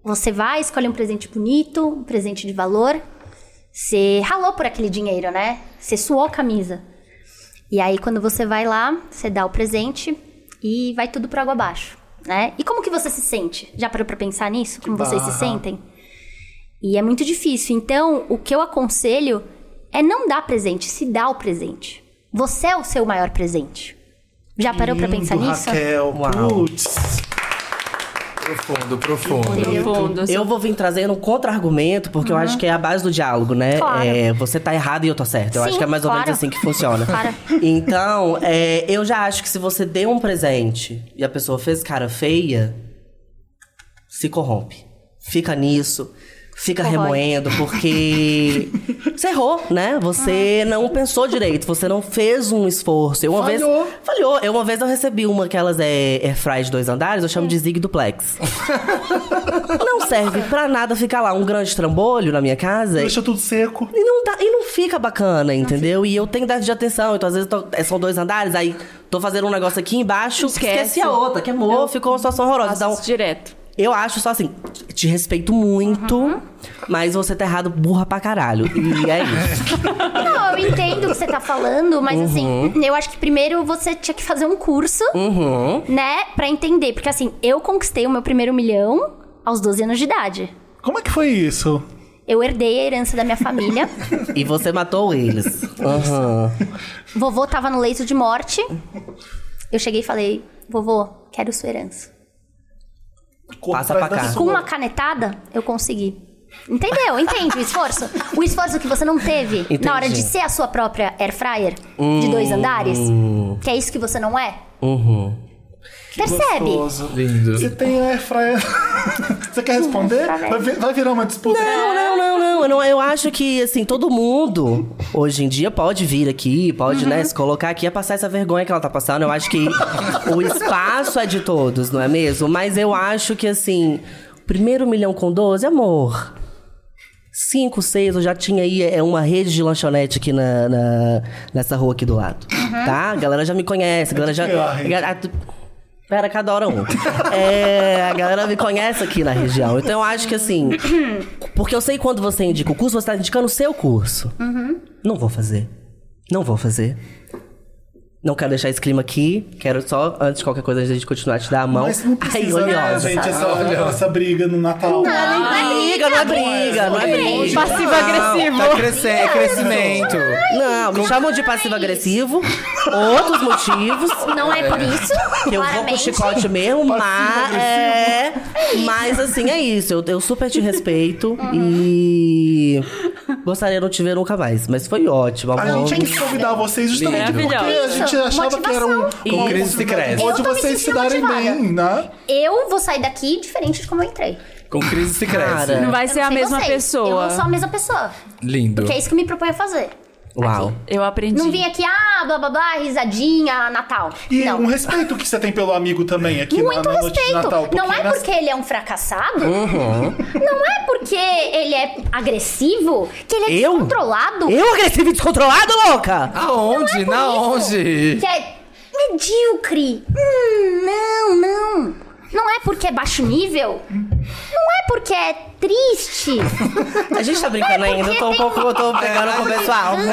E: você vai, escolhe um presente bonito, um presente de valor. Você ralou por aquele dinheiro, né? Você suou a camisa. E aí, quando você vai lá, você dá o presente e vai tudo por água abaixo, né? E como que você se sente? Já parou pra pensar nisso? Como vocês se
A: barra.
E: sentem? E é muito difícil. Então, o que eu aconselho é não dar presente, se dá o presente. Você é o seu maior presente. Já parou pra pensar
A: Lindo,
E: nisso?
A: Raquel,
D: Uau.
A: putz.
B: Profundo, profundo.
C: Profundo.
D: Eu vou vir trazendo um contra-argumento, porque eu acho que é a base do diálogo, né?
E: Uhum. Claro.
D: É, você tá errado e eu tô certo. Eu
E: Sim,
D: acho que é mais ou
E: claro.
D: menos assim que funciona.
E: Claro.
D: Então, é, eu já acho que se você deu um presente e a pessoa fez cara feia, se corrompe. Fica nisso. Fica
E: Corrói.
D: remoendo, porque você errou, né? Você não pensou direito, você não fez um esforço. Eu uma
A: Falhou.
D: vez. Falhou. Eu uma vez eu recebi uma aquelas é, air fry de dois andares, eu
E: Hum.
D: chamo de Zig Duplex. Não serve pra nada ficar lá um grande trambolho na minha casa.
A: Deixa tudo seco.
D: E não, dá, e não fica bacana, entendeu? E eu tenho déficit de atenção, então às vezes tô- são dois andares, aí tô fazendo um negócio aqui embaixo,
C: Esquece.
D: esqueci a outra, queimou, ficou uma situação horrorosa.
C: Faço
D: Então,
C: isso direto.
D: eu acho só assim, te respeito muito, mas você tá errado, burra pra caralho. E é isso.
E: Não, eu entendo o que você tá falando, mas
A: Uhum.
E: assim, eu acho que primeiro você tinha que fazer um curso, né? Pra entender. Porque assim, eu conquistei o meu primeiro milhão aos 12 anos de idade.
A: Como é que foi isso?
E: Eu herdei a herança da minha família.
D: e você matou eles. Uhum.
E: vovô tava no leito de morte. Eu cheguei e falei, vovô, quero sua herança.
A: Corre
D: Passa
A: atrás
D: pra
A: da
D: cá.
E: Com
A: sua.
E: uma canetada, eu consegui. Entendeu? Entende o esforço? O esforço que você não teve
D: Entendi. Uh.
E: na hora de ser a sua própria air fryer de dois andares, que é isso que você não é.
D: Uhum.
E: Percebe?
A: Gostoso.
B: Lindo.
A: Você tem a airfryer. Você quer responder?
E: Tá
A: Vai, vi- vai virar uma disputa.
D: Não, não, não, não. Eu, não- eu acho que, assim, todo mundo hoje em dia pode vir aqui, pode, né, se colocar aqui e passar essa vergonha que ela tá passando. Eu acho que o espaço é de todos, não é mesmo? Mas eu acho que, assim, primeiro milhão com 12, amor. Cinco, seis, eu já tinha aí é uma rede de lanchonete aqui na, na- nessa rua aqui do lado. Tá? A galera já me conhece, a galera já.
A: que é a rede?
D: a- Pera, cada hora um. É, a galera me conhece aqui na região. Então eu acho que assim. Porque eu sei quando você indica o curso, você tá indicando o seu curso. Não vou fazer. Não vou fazer. Não quero deixar esse clima aqui. Quero só, antes de qualquer coisa, a gente continuar a te dar a mão.
A: Mas não
D: Aí,
A: precisa, né,
D: oleosa.
A: gente,
D: sabe?
A: essa, essa briga no Natal.
D: Não é briga, não é briga, não é briga.
C: Passivo-agressivo.
B: Tá crescendo, é crescimento.
D: Não, me chamam de passivo-agressivo. Outros motivos.
E: é Não é por isso,
D: Que eu vou com o
E: claramente.
D: chicote mesmo, mas. É, mas assim, é isso. Eu, eu super te respeito
E: Uhum.
D: e. Gostaria de não te ver nunca mais. Mas foi ótimo,
A: A
D: amor.
A: gente é quis convidar vocês justamente
C: Lindo.
A: porque a
E: Maravilhoso.
A: gente achava que era um,
D: Isso,
A: uma
B: cresce e
A: oportunidade
B: cresce.
A: boa
E: Eu
A: de
E: tô me
A: vocês se
E: sentindo
A: darem
E: motivada.
A: bem, né?
E: Eu vou sair daqui diferente de como eu entrei.
B: Com crise se cresce.
D: Cara.
C: Não vai
E: Eu
C: ser
E: não
C: é a
E: sei
C: mesma
E: vocês, Eu
C: pessoa.
E: não sou a mesma pessoa.
B: Lindo.
E: Que é isso que eu me proponho a fazer.
D: Uau.
C: Eu aprendi.
E: Não vim aqui, ah, blá blá blá, risadinha, Natal.
A: E
E: não.
A: um respeito que você tem pelo amigo também aqui
F: é
A: na-
E: Muito
A: na, noite de
E: respeito.
A: Natal.
E: não é
A: nas-
E: porque ele é um fracassado.
F: Uhum.
E: Não é porque ele é agressivo que ele é
D: Eu?
E: descontrolado.
D: Eu agressivo e descontrolado, louca?
B: Aonde?
E: Não é por
B: Na
E: isso
B: onde?
E: Que é medíocre. Hum, não, não. Não é porque é baixo nível. Não é porque é triste.
D: A gente tá brincando ainda, eu tô um pouco, eu tô pegando com o pessoal.
E: Uhum.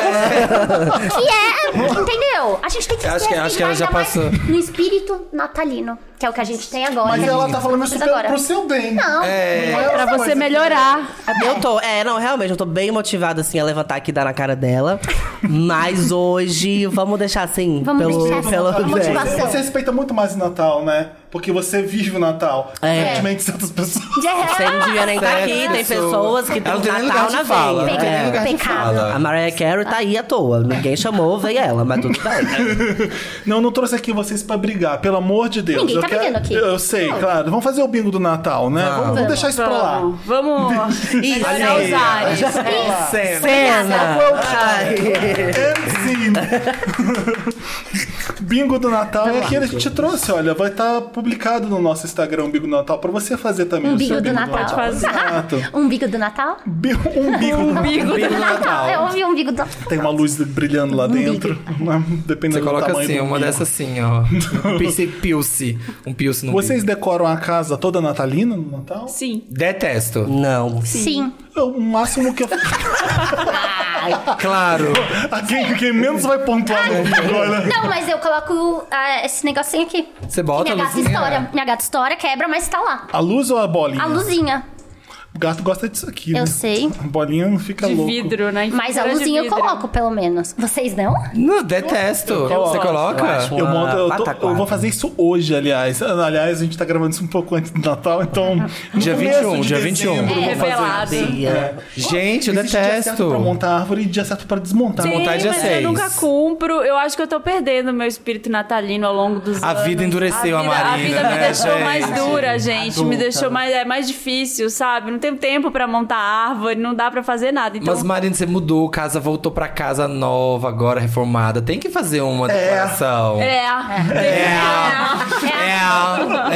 E: Que é. Entendeu? A gente tem que
B: Eu acho que-
E: respeitar
B: acho que ela já
E: ainda mais
B: passou.
E: No espírito natalino, que é o que a gente tem agora.
F: Mas
E: que a
F: ela
E: gente
F: tá falando
E: faz
F: isso pelo,
E: agora.
F: pro seu bem.
E: Não.
B: É.
C: Pra você melhorar.
D: Eu tô, é, não, realmente, eu tô bem motivada, assim, a levantar aqui e dar na cara dela. Mas hoje, vamos deixar assim,
E: Vamos
D: pelo...
E: deixar assim,
D: pelo
E: vamos motivar.
A: Você, você respeita muito mais o Natal, né? Porque você vive o Natal.
D: É.
A: Diferentemente de certas pessoas.
E: De
D: Você não devia nem estar aqui,
B: Certas
D: tem pessoas que
B: Ela não tem
D: têm
B: É nem
D: Natal
B: lugar
D: na
B: de fala. né? Não
D: veia.
B: tem nem
D: É.
B: lugar de
E: Pecado.
B: fala.
D: A Mariah Carey tá aí à toa. Ninguém chamou, veio ela, mas tudo bem.
A: Não, eu não trouxe aqui vocês pra brigar, pelo amor de Deus.
E: Ninguém
A: eu
E: tá brigando aqui.
A: Eu sei, claro. Vamos fazer o bingo do Natal, né? Vamos, vamos deixar isso pra lá.
C: Vamos. Vamos.
D: Isso,
C: Olhar os ares.
B: Cena.
D: cena.
A: Sim. Bingo do Natal
E: Tá
A: é aquele que a gente trouxe, olha. Vai estar publicado no nosso Instagram o Bingo do Natal pra você fazer também
E: Um
A: o seu
F: é
E: bico do
A: Natal.
E: Natal.
C: fazer.
A: Exato.
E: Um bico do Natal?
A: Bi- Um Bingo do Natal.
C: Comigo.
B: Brilho no
E: Eu
B: Natal.
E: ouvi um bico do Natal.
A: Tem uma luz brilhando
E: Um
A: lá dentro. né? Dependendo
B: Você
A: do
B: coloca
A: tamanho
B: assim,
A: do
B: uma
A: bingo.
B: dessas assim, ó. Um pilce, pilce. Um pilce no
A: Vocês
B: bico.
A: decoram a casa toda natalina no Natal?
C: Sim.
B: Detesto.
D: Não.
E: Sim.
A: Eu- O máximo que eu.
B: Claro.
A: a quem, quem menos vai pontuar no bingo,
C: né?
A: olha.
E: Ah, Não, mas eu coloco ah, esse negocinho aqui.
B: Você bota
E: Que minha
B: a
E: gata
B: luzinha?
E: estoura. Minha gata estoura, quebra, mas tá lá.
A: A luz ou a bolinha?
E: A luzinha.
A: O gato gosta disso aqui, né?
E: Eu sei.
A: A bolinha não
B: Tá
A: fica
C: De
A: louco.
C: vidro, né?
E: Mas a
C: Infusora de
E: luzinha eu
C: vidro. Ah.
E: coloco, pelo menos. Vocês não?
B: Não, detesto. Você
D: Eu
B: coloca?
D: acho.
A: Eu,
D: Uma
A: monto, eu, tô-
D: pataquada.
A: eu vou fazer isso hoje, aliás. Aliás, a gente tá gravando isso um pouco antes do Natal, então. no
B: Dia
A: começo
B: 21,
A: de
B: dia
A: dezembro,
B: 21.
A: eu
C: É,
A: vou fazer
C: revelado.
D: um
B: É. Gente, eu
A: Existe Dia certo pra
B: detesto.
A: montar árvore e dia certo pra desmontar.
C: Sim,
B: Vontade é
C: mas
B: seis.
C: eu nunca cumpro. Eu acho que eu tô perdendo meu espírito natalino ao longo dos
B: A
C: anos.
B: vida endureceu a
C: vida- A
B: Marina,
C: vida me
B: né,
C: deixou
B: gente? né?
C: mais dura, gente. Me deixou mais, é, mais difícil, sabe? Não tenho tempo pra montar árvore, não dá pra fazer nada. Então,
B: Mas Marina, você mudou, casa voltou pra casa nova, agora reformada. Tem que fazer uma decoração.
C: é,
B: É. É. É.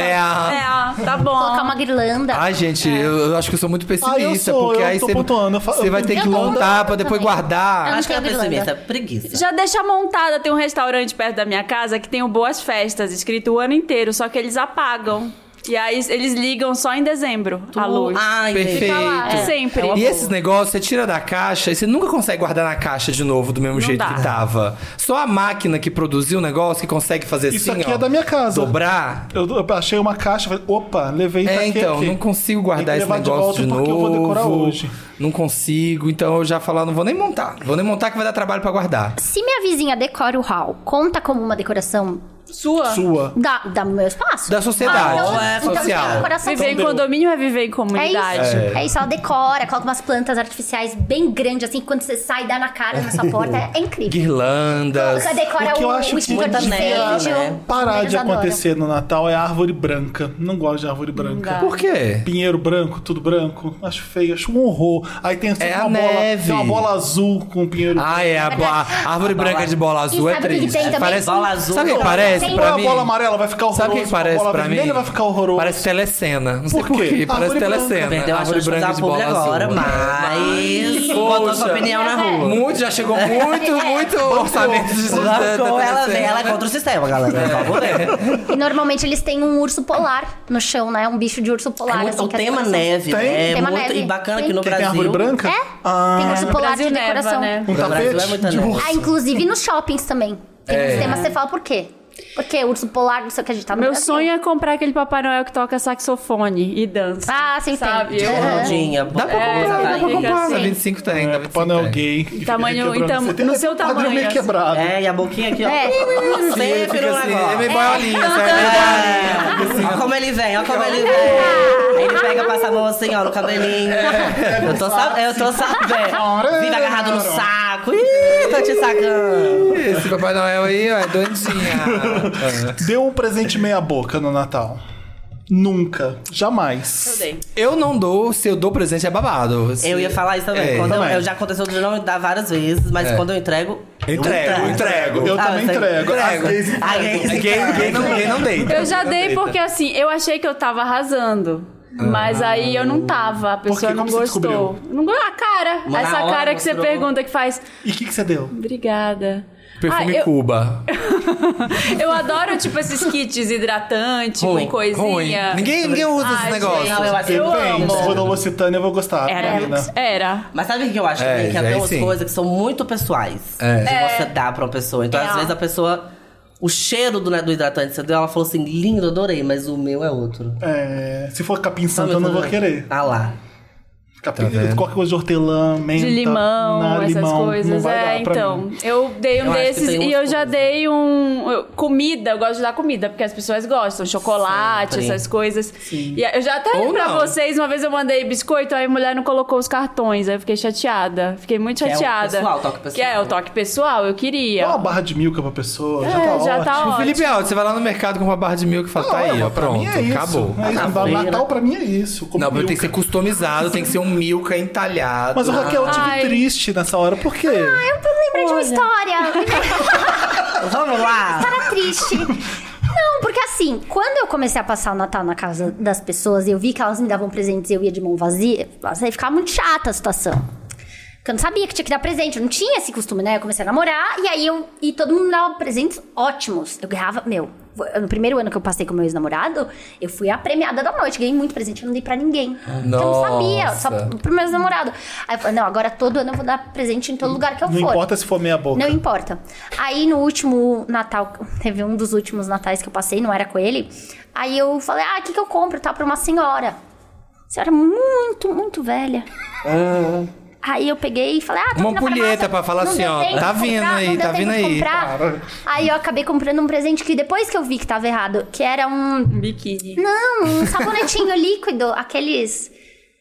C: é, tá
E: Colocar
C: bom.
E: uma guirlanda.
B: Ai, gente, eu, eu acho que eu sou muito pessimista,
A: Ah, eu sou,
B: porque
A: eu
B: aí
A: tô
B: você,
A: pontuando, eu fa-
B: você vai ter
A: eu
B: que
E: tô-
B: montar pra depois
E: também.
B: guardar.
D: Acho que é
E: Não tem
D: pessimista. Preguiça.
C: Já deixa montada, tem um restaurante perto da minha casa que tem o Boas Festas, escrito o ano inteiro, só que eles apagam. E aí eles ligam só em dezembro a luz.
E: Ah,
D: Ai,
B: Perfeito.
D: gente.
C: lá, é. Sempre.
D: uma
B: E
D: boa.
B: esses negócios, você tira da caixa e você nunca consegue guardar na caixa de novo do mesmo
C: Não
B: jeito
C: dá.
B: que tava. Só a máquina que produziu o negócio que consegue fazer
A: Isso
B: assim,
A: aqui
B: ó,
A: é da minha casa.
B: Dobrar.
A: Eu, eu achei uma caixa, falei, opa, levei tá
B: É,
A: aqui,
B: então,
A: aqui.
B: não consigo guardar
A: Tem que
B: esse
A: levar de
B: negócio de,
A: volta porque
B: novo.
A: eu vou decorar hoje.
B: Não consigo, então eu já falar, não vou nem montar. Vou nem montar que vai dar trabalho pra guardar.
E: Se minha vizinha decora o hall, conta como uma decoração
C: Sua.
A: Sua.
E: da, da meu espaço?
B: Da sociedade,
E: então,
B: é,
E: então
B: social.
E: tem decoração
C: Viver em
E: toda.
C: condomínio é viver em
E: É
C: comunidade.
E: isso, é. isso, ela decora, coloca umas plantas artificiais bem grandes, assim, que quando você sai, dá na cara na sua porta, é, é incrível.
B: Guirlandas.
E: Você decora
A: O que eu
E: o,
A: acho
E: o
A: que é
E: extintor de
D: muita neve,
E: incêndio.
D: né?
A: Parar
E: Eles
A: de
E: adoram.
A: acontecer no Natal é árvore branca. Não gosto de árvore
C: dá.
A: branca.
B: Por quê?
A: Pinheiro branco, tudo branco. Acho feio, acho um horror. Aí tem assim,
B: É a
A: uma, bola,
B: neve.
A: tem uma bola azul com pinheiro
B: Ah, é. A, bo- a árvore branca de bola azul
E: E
B: é
E: sabe o que que
B: triste.
E: tem também?
B: parece, um-
D: Bola azul.
B: Sabe o que
D: Tem
B: parece
E: uma
B: pra
A: a
B: mim?
A: bola amarela vai ficar horroroso.
B: Sabe o que que parece
A: a bola
B: pra mim?
A: vermelha vai ficar horroroso.
B: Parece telecena. Não sei
A: Por
B: por
A: quê?
B: quê. Parece
A: Árvore branca.
B: telecena.
D: Perdeu a
B: árvore
D: chance de
B: branca
D: dar
B: de
D: publi
B: bola azul. né?
D: agora, mas... Botou sua
B: Poxa.
D: opinião na rua.
B: Muito, já chegou muito, muito orçamento de
D: Bancou, ela,
B: telecena.
D: ela é contra o sistema, galera. Por favor,
B: É.
D: né?
E: E normalmente eles têm um urso polar no chão, né? Um bicho de urso
D: É
E: polar.
D: muito-
E: assim,
D: o
E: que é
D: tema
E: decoração.
D: neve,
A: Tem?
D: né? É
E: Tema
D: muito
E: neve.
D: e bacana que no
E: Tem.
A: Quem tem
D: Brasil.
A: árvore branca?
E: É? Tem urso polar
C: Brasil
E: de
C: neva,
E: decoração.
C: né?
A: Um
D: No Brasil
A: tapete
D: é muita
A: de
D: neve.
A: urso.
E: Ah, inclusive nos shoppings também. Tem
B: É.
E: uns temas que você fala por quê? Porque urso polar, não sei o que a gente tá no
C: Meu
E: Brasil.
C: sonho é comprar aquele Papai Noel que toca saxofone e dança.
E: Ah, sim,
C: Sabe,
E: tem.
C: eu-
E: Aham.
D: Tadinha,
B: Dá pra
D: é,
B: comprar, né? dá pra
D: tadinha.
C: fica
B: comprar. Na
C: assim.
B: 25 tem. na
A: É,
B: 25
A: Papai Noel
B: tem.
A: gay. e fica
C: Tamanho-
A: quebrando.
C: então,
A: Você tem
C: no seu
A: um quadril
C: tamanho,
A: meio
C: assim.
A: quebrado.
D: É, e a boquinha aqui, ó.
E: É.
D: Sempre
B: Fica
D: no
B: assim,
D: negócio.
B: é meio boiolinha, sabe? É meio boiolinha.
D: Olha É, como ele vem, olha como ele vem. Aí Ele pega, passa a mão assim, ó, no cabelinho. Eu tô, sa- eu tô sabendo. Vive agarrado no saco. Ih, tô te sacando.
B: Esse Papai Noel aí, ó, é doidinha.
A: Deu um presente meia boca no Natal. Nunca. Jamais.
C: Eu dei.
B: Eu não dou, se eu dou presente é babado. Se-
D: Eu ia falar isso também.
B: É,
D: quando eu-
A: também.
D: Eu, já aconteceu de não dar várias vezes, mas
B: É.
D: quando eu entrego.
B: Entrego, entrego.
A: Eu
D: Ah,
A: também
D: você-
A: entrego.
B: Entrego.
A: Às vezes
D: Ah,
A: entrego.
D: é.
B: É Gay, gay, não, gay não deita.
C: Eu já
B: Não
C: dei
B: deita.
C: porque assim, eu achei que eu tava arrasando.
D: Ah.
C: Mas aí eu não tava, a pessoa
A: quê?
C: não
A: Como você
C: gostou. Não gostou. A cara,
D: Na
C: essa
D: hora
C: cara que você
D: mostrou.
C: pergunta, que faz,
A: E o que, que você deu?
C: obrigada.
B: Perfume
C: Ah, eu,
B: Cuba.
C: eu adoro, tipo, esses kits hidratantes,
D: Ruim,
C: com Tipo, coisinha.
B: Ruim. Ninguém, ninguém usa
C: Ai,
B: esse negócio.
C: gente, é
D: eu acho que eu
A: Depende. Se for
D: amo.
A: da Lucitânia, eu vou gostar. né?
C: Era.
A: Marina.
C: Era.
D: Mas sabe o que eu acho também?
B: É,
D: que
B: aí
D: tem umas
B: sim.
D: coisas que são muito pessoais.
B: É.
D: Que você dá pra uma pessoa. Então,
C: É.
D: às vezes, a pessoa. O cheiro do, do hidratante que você deu, ela falou assim: lindo, adorei, mas o meu é outro.
A: É, se for capim
D: Ah,
A: santo,
D: mas
A: eu não vou
D: tudo bem.
A: querer.
D: Ah lá.
A: Capim,
B: Tá vendo?
A: qualquer coisa de hortelã, menta,
C: De limão,
A: Então, na-
C: essas
A: limão, não
C: coisas.
A: vai
C: É,
A: dar pra
C: então.
A: mim.
C: Eu dei um
D: Eu acho que
C: desses
D: tem
C: e
D: umas
C: eu já
D: coisas.
C: dei um. eu- Comida, eu gosto de dar comida, porque as pessoas gostam. Chocolate,
D: Sempre.
C: essas coisas. E eu já até
B: Ou
C: falei pra
B: não.
C: vocês, uma vez eu mandei biscoito, aí a mulher não colocou os cartões. Aí eu fiquei chateada. Fiquei muito
D: é o
C: chateada.
D: pessoal, o toque pessoal.
C: Que é o toque pessoal, eu queria.
A: Dá uma barra de milka pra pessoa, já
C: É,
A: tá
C: já
A: ótimo.
C: tá
B: O Felipe Alves, você vai lá no mercado com uma barra de milk e fala, tá aí, ó,
A: pra
B: pronto,
A: mim é isso.
B: acabou.
A: É isso.
D: Acabou.
A: Natal pra mim é isso. como
B: Não, mas tem que
A: milka.
B: ser customizado, tem que ser um milka entalhado.
A: Mas o Raquel, eu tive
C: Ai.
A: triste nessa hora, por quê?
E: Eu lembrei de uma história.
D: Vamos lá!
E: Cara triste. Não, porque assim, quando eu comecei a passar o Natal na casa das pessoas e eu vi que elas me davam presentes e eu ia de mão vazia, nossa, aí ficava muito chata a situação. Porque eu não sabia que tinha que dar presente, eu não tinha esse costume, né? Eu comecei a namorar e aí eu. E todo mundo me dava presentes ótimos. Eu ganhava, meu, no primeiro ano que eu passei com meu ex-namorado, eu fui a premiada da noite, ganhei muito presente, eu não dei pra ninguém. Porque eu não sabia, só
B: Nossa.
E: pro meu ex-namorado. Aí eu falei, não, agora todo ano eu vou dar presente em todo lugar que eu
A: Não
E: for.
A: importa se for meia boca.
E: Não importa. Aí no último Natal, teve um dos últimos Natais que eu passei, não era com ele. Aí eu falei, ah, o que, que eu compro? Tá, pra uma senhora. Senhora muito, muito velha. Aí eu peguei e falei, ah, tá
B: Ah. Uma
E: vindo na
B: polheta
E: farmácia.
B: pra falar
E: Não
B: assim,
E: deu
B: ó,
E: tempo
B: tá
E: de
B: vindo
E: comprar,
B: aí,
E: não deu
B: tá
E: tempo
B: vindo
E: de
B: aí.
E: comprar. Aí eu acabei comprando um presente que depois que eu vi que tava errado, que era um
C: Um biquíni.
E: não, um sabonetinho líquido, aqueles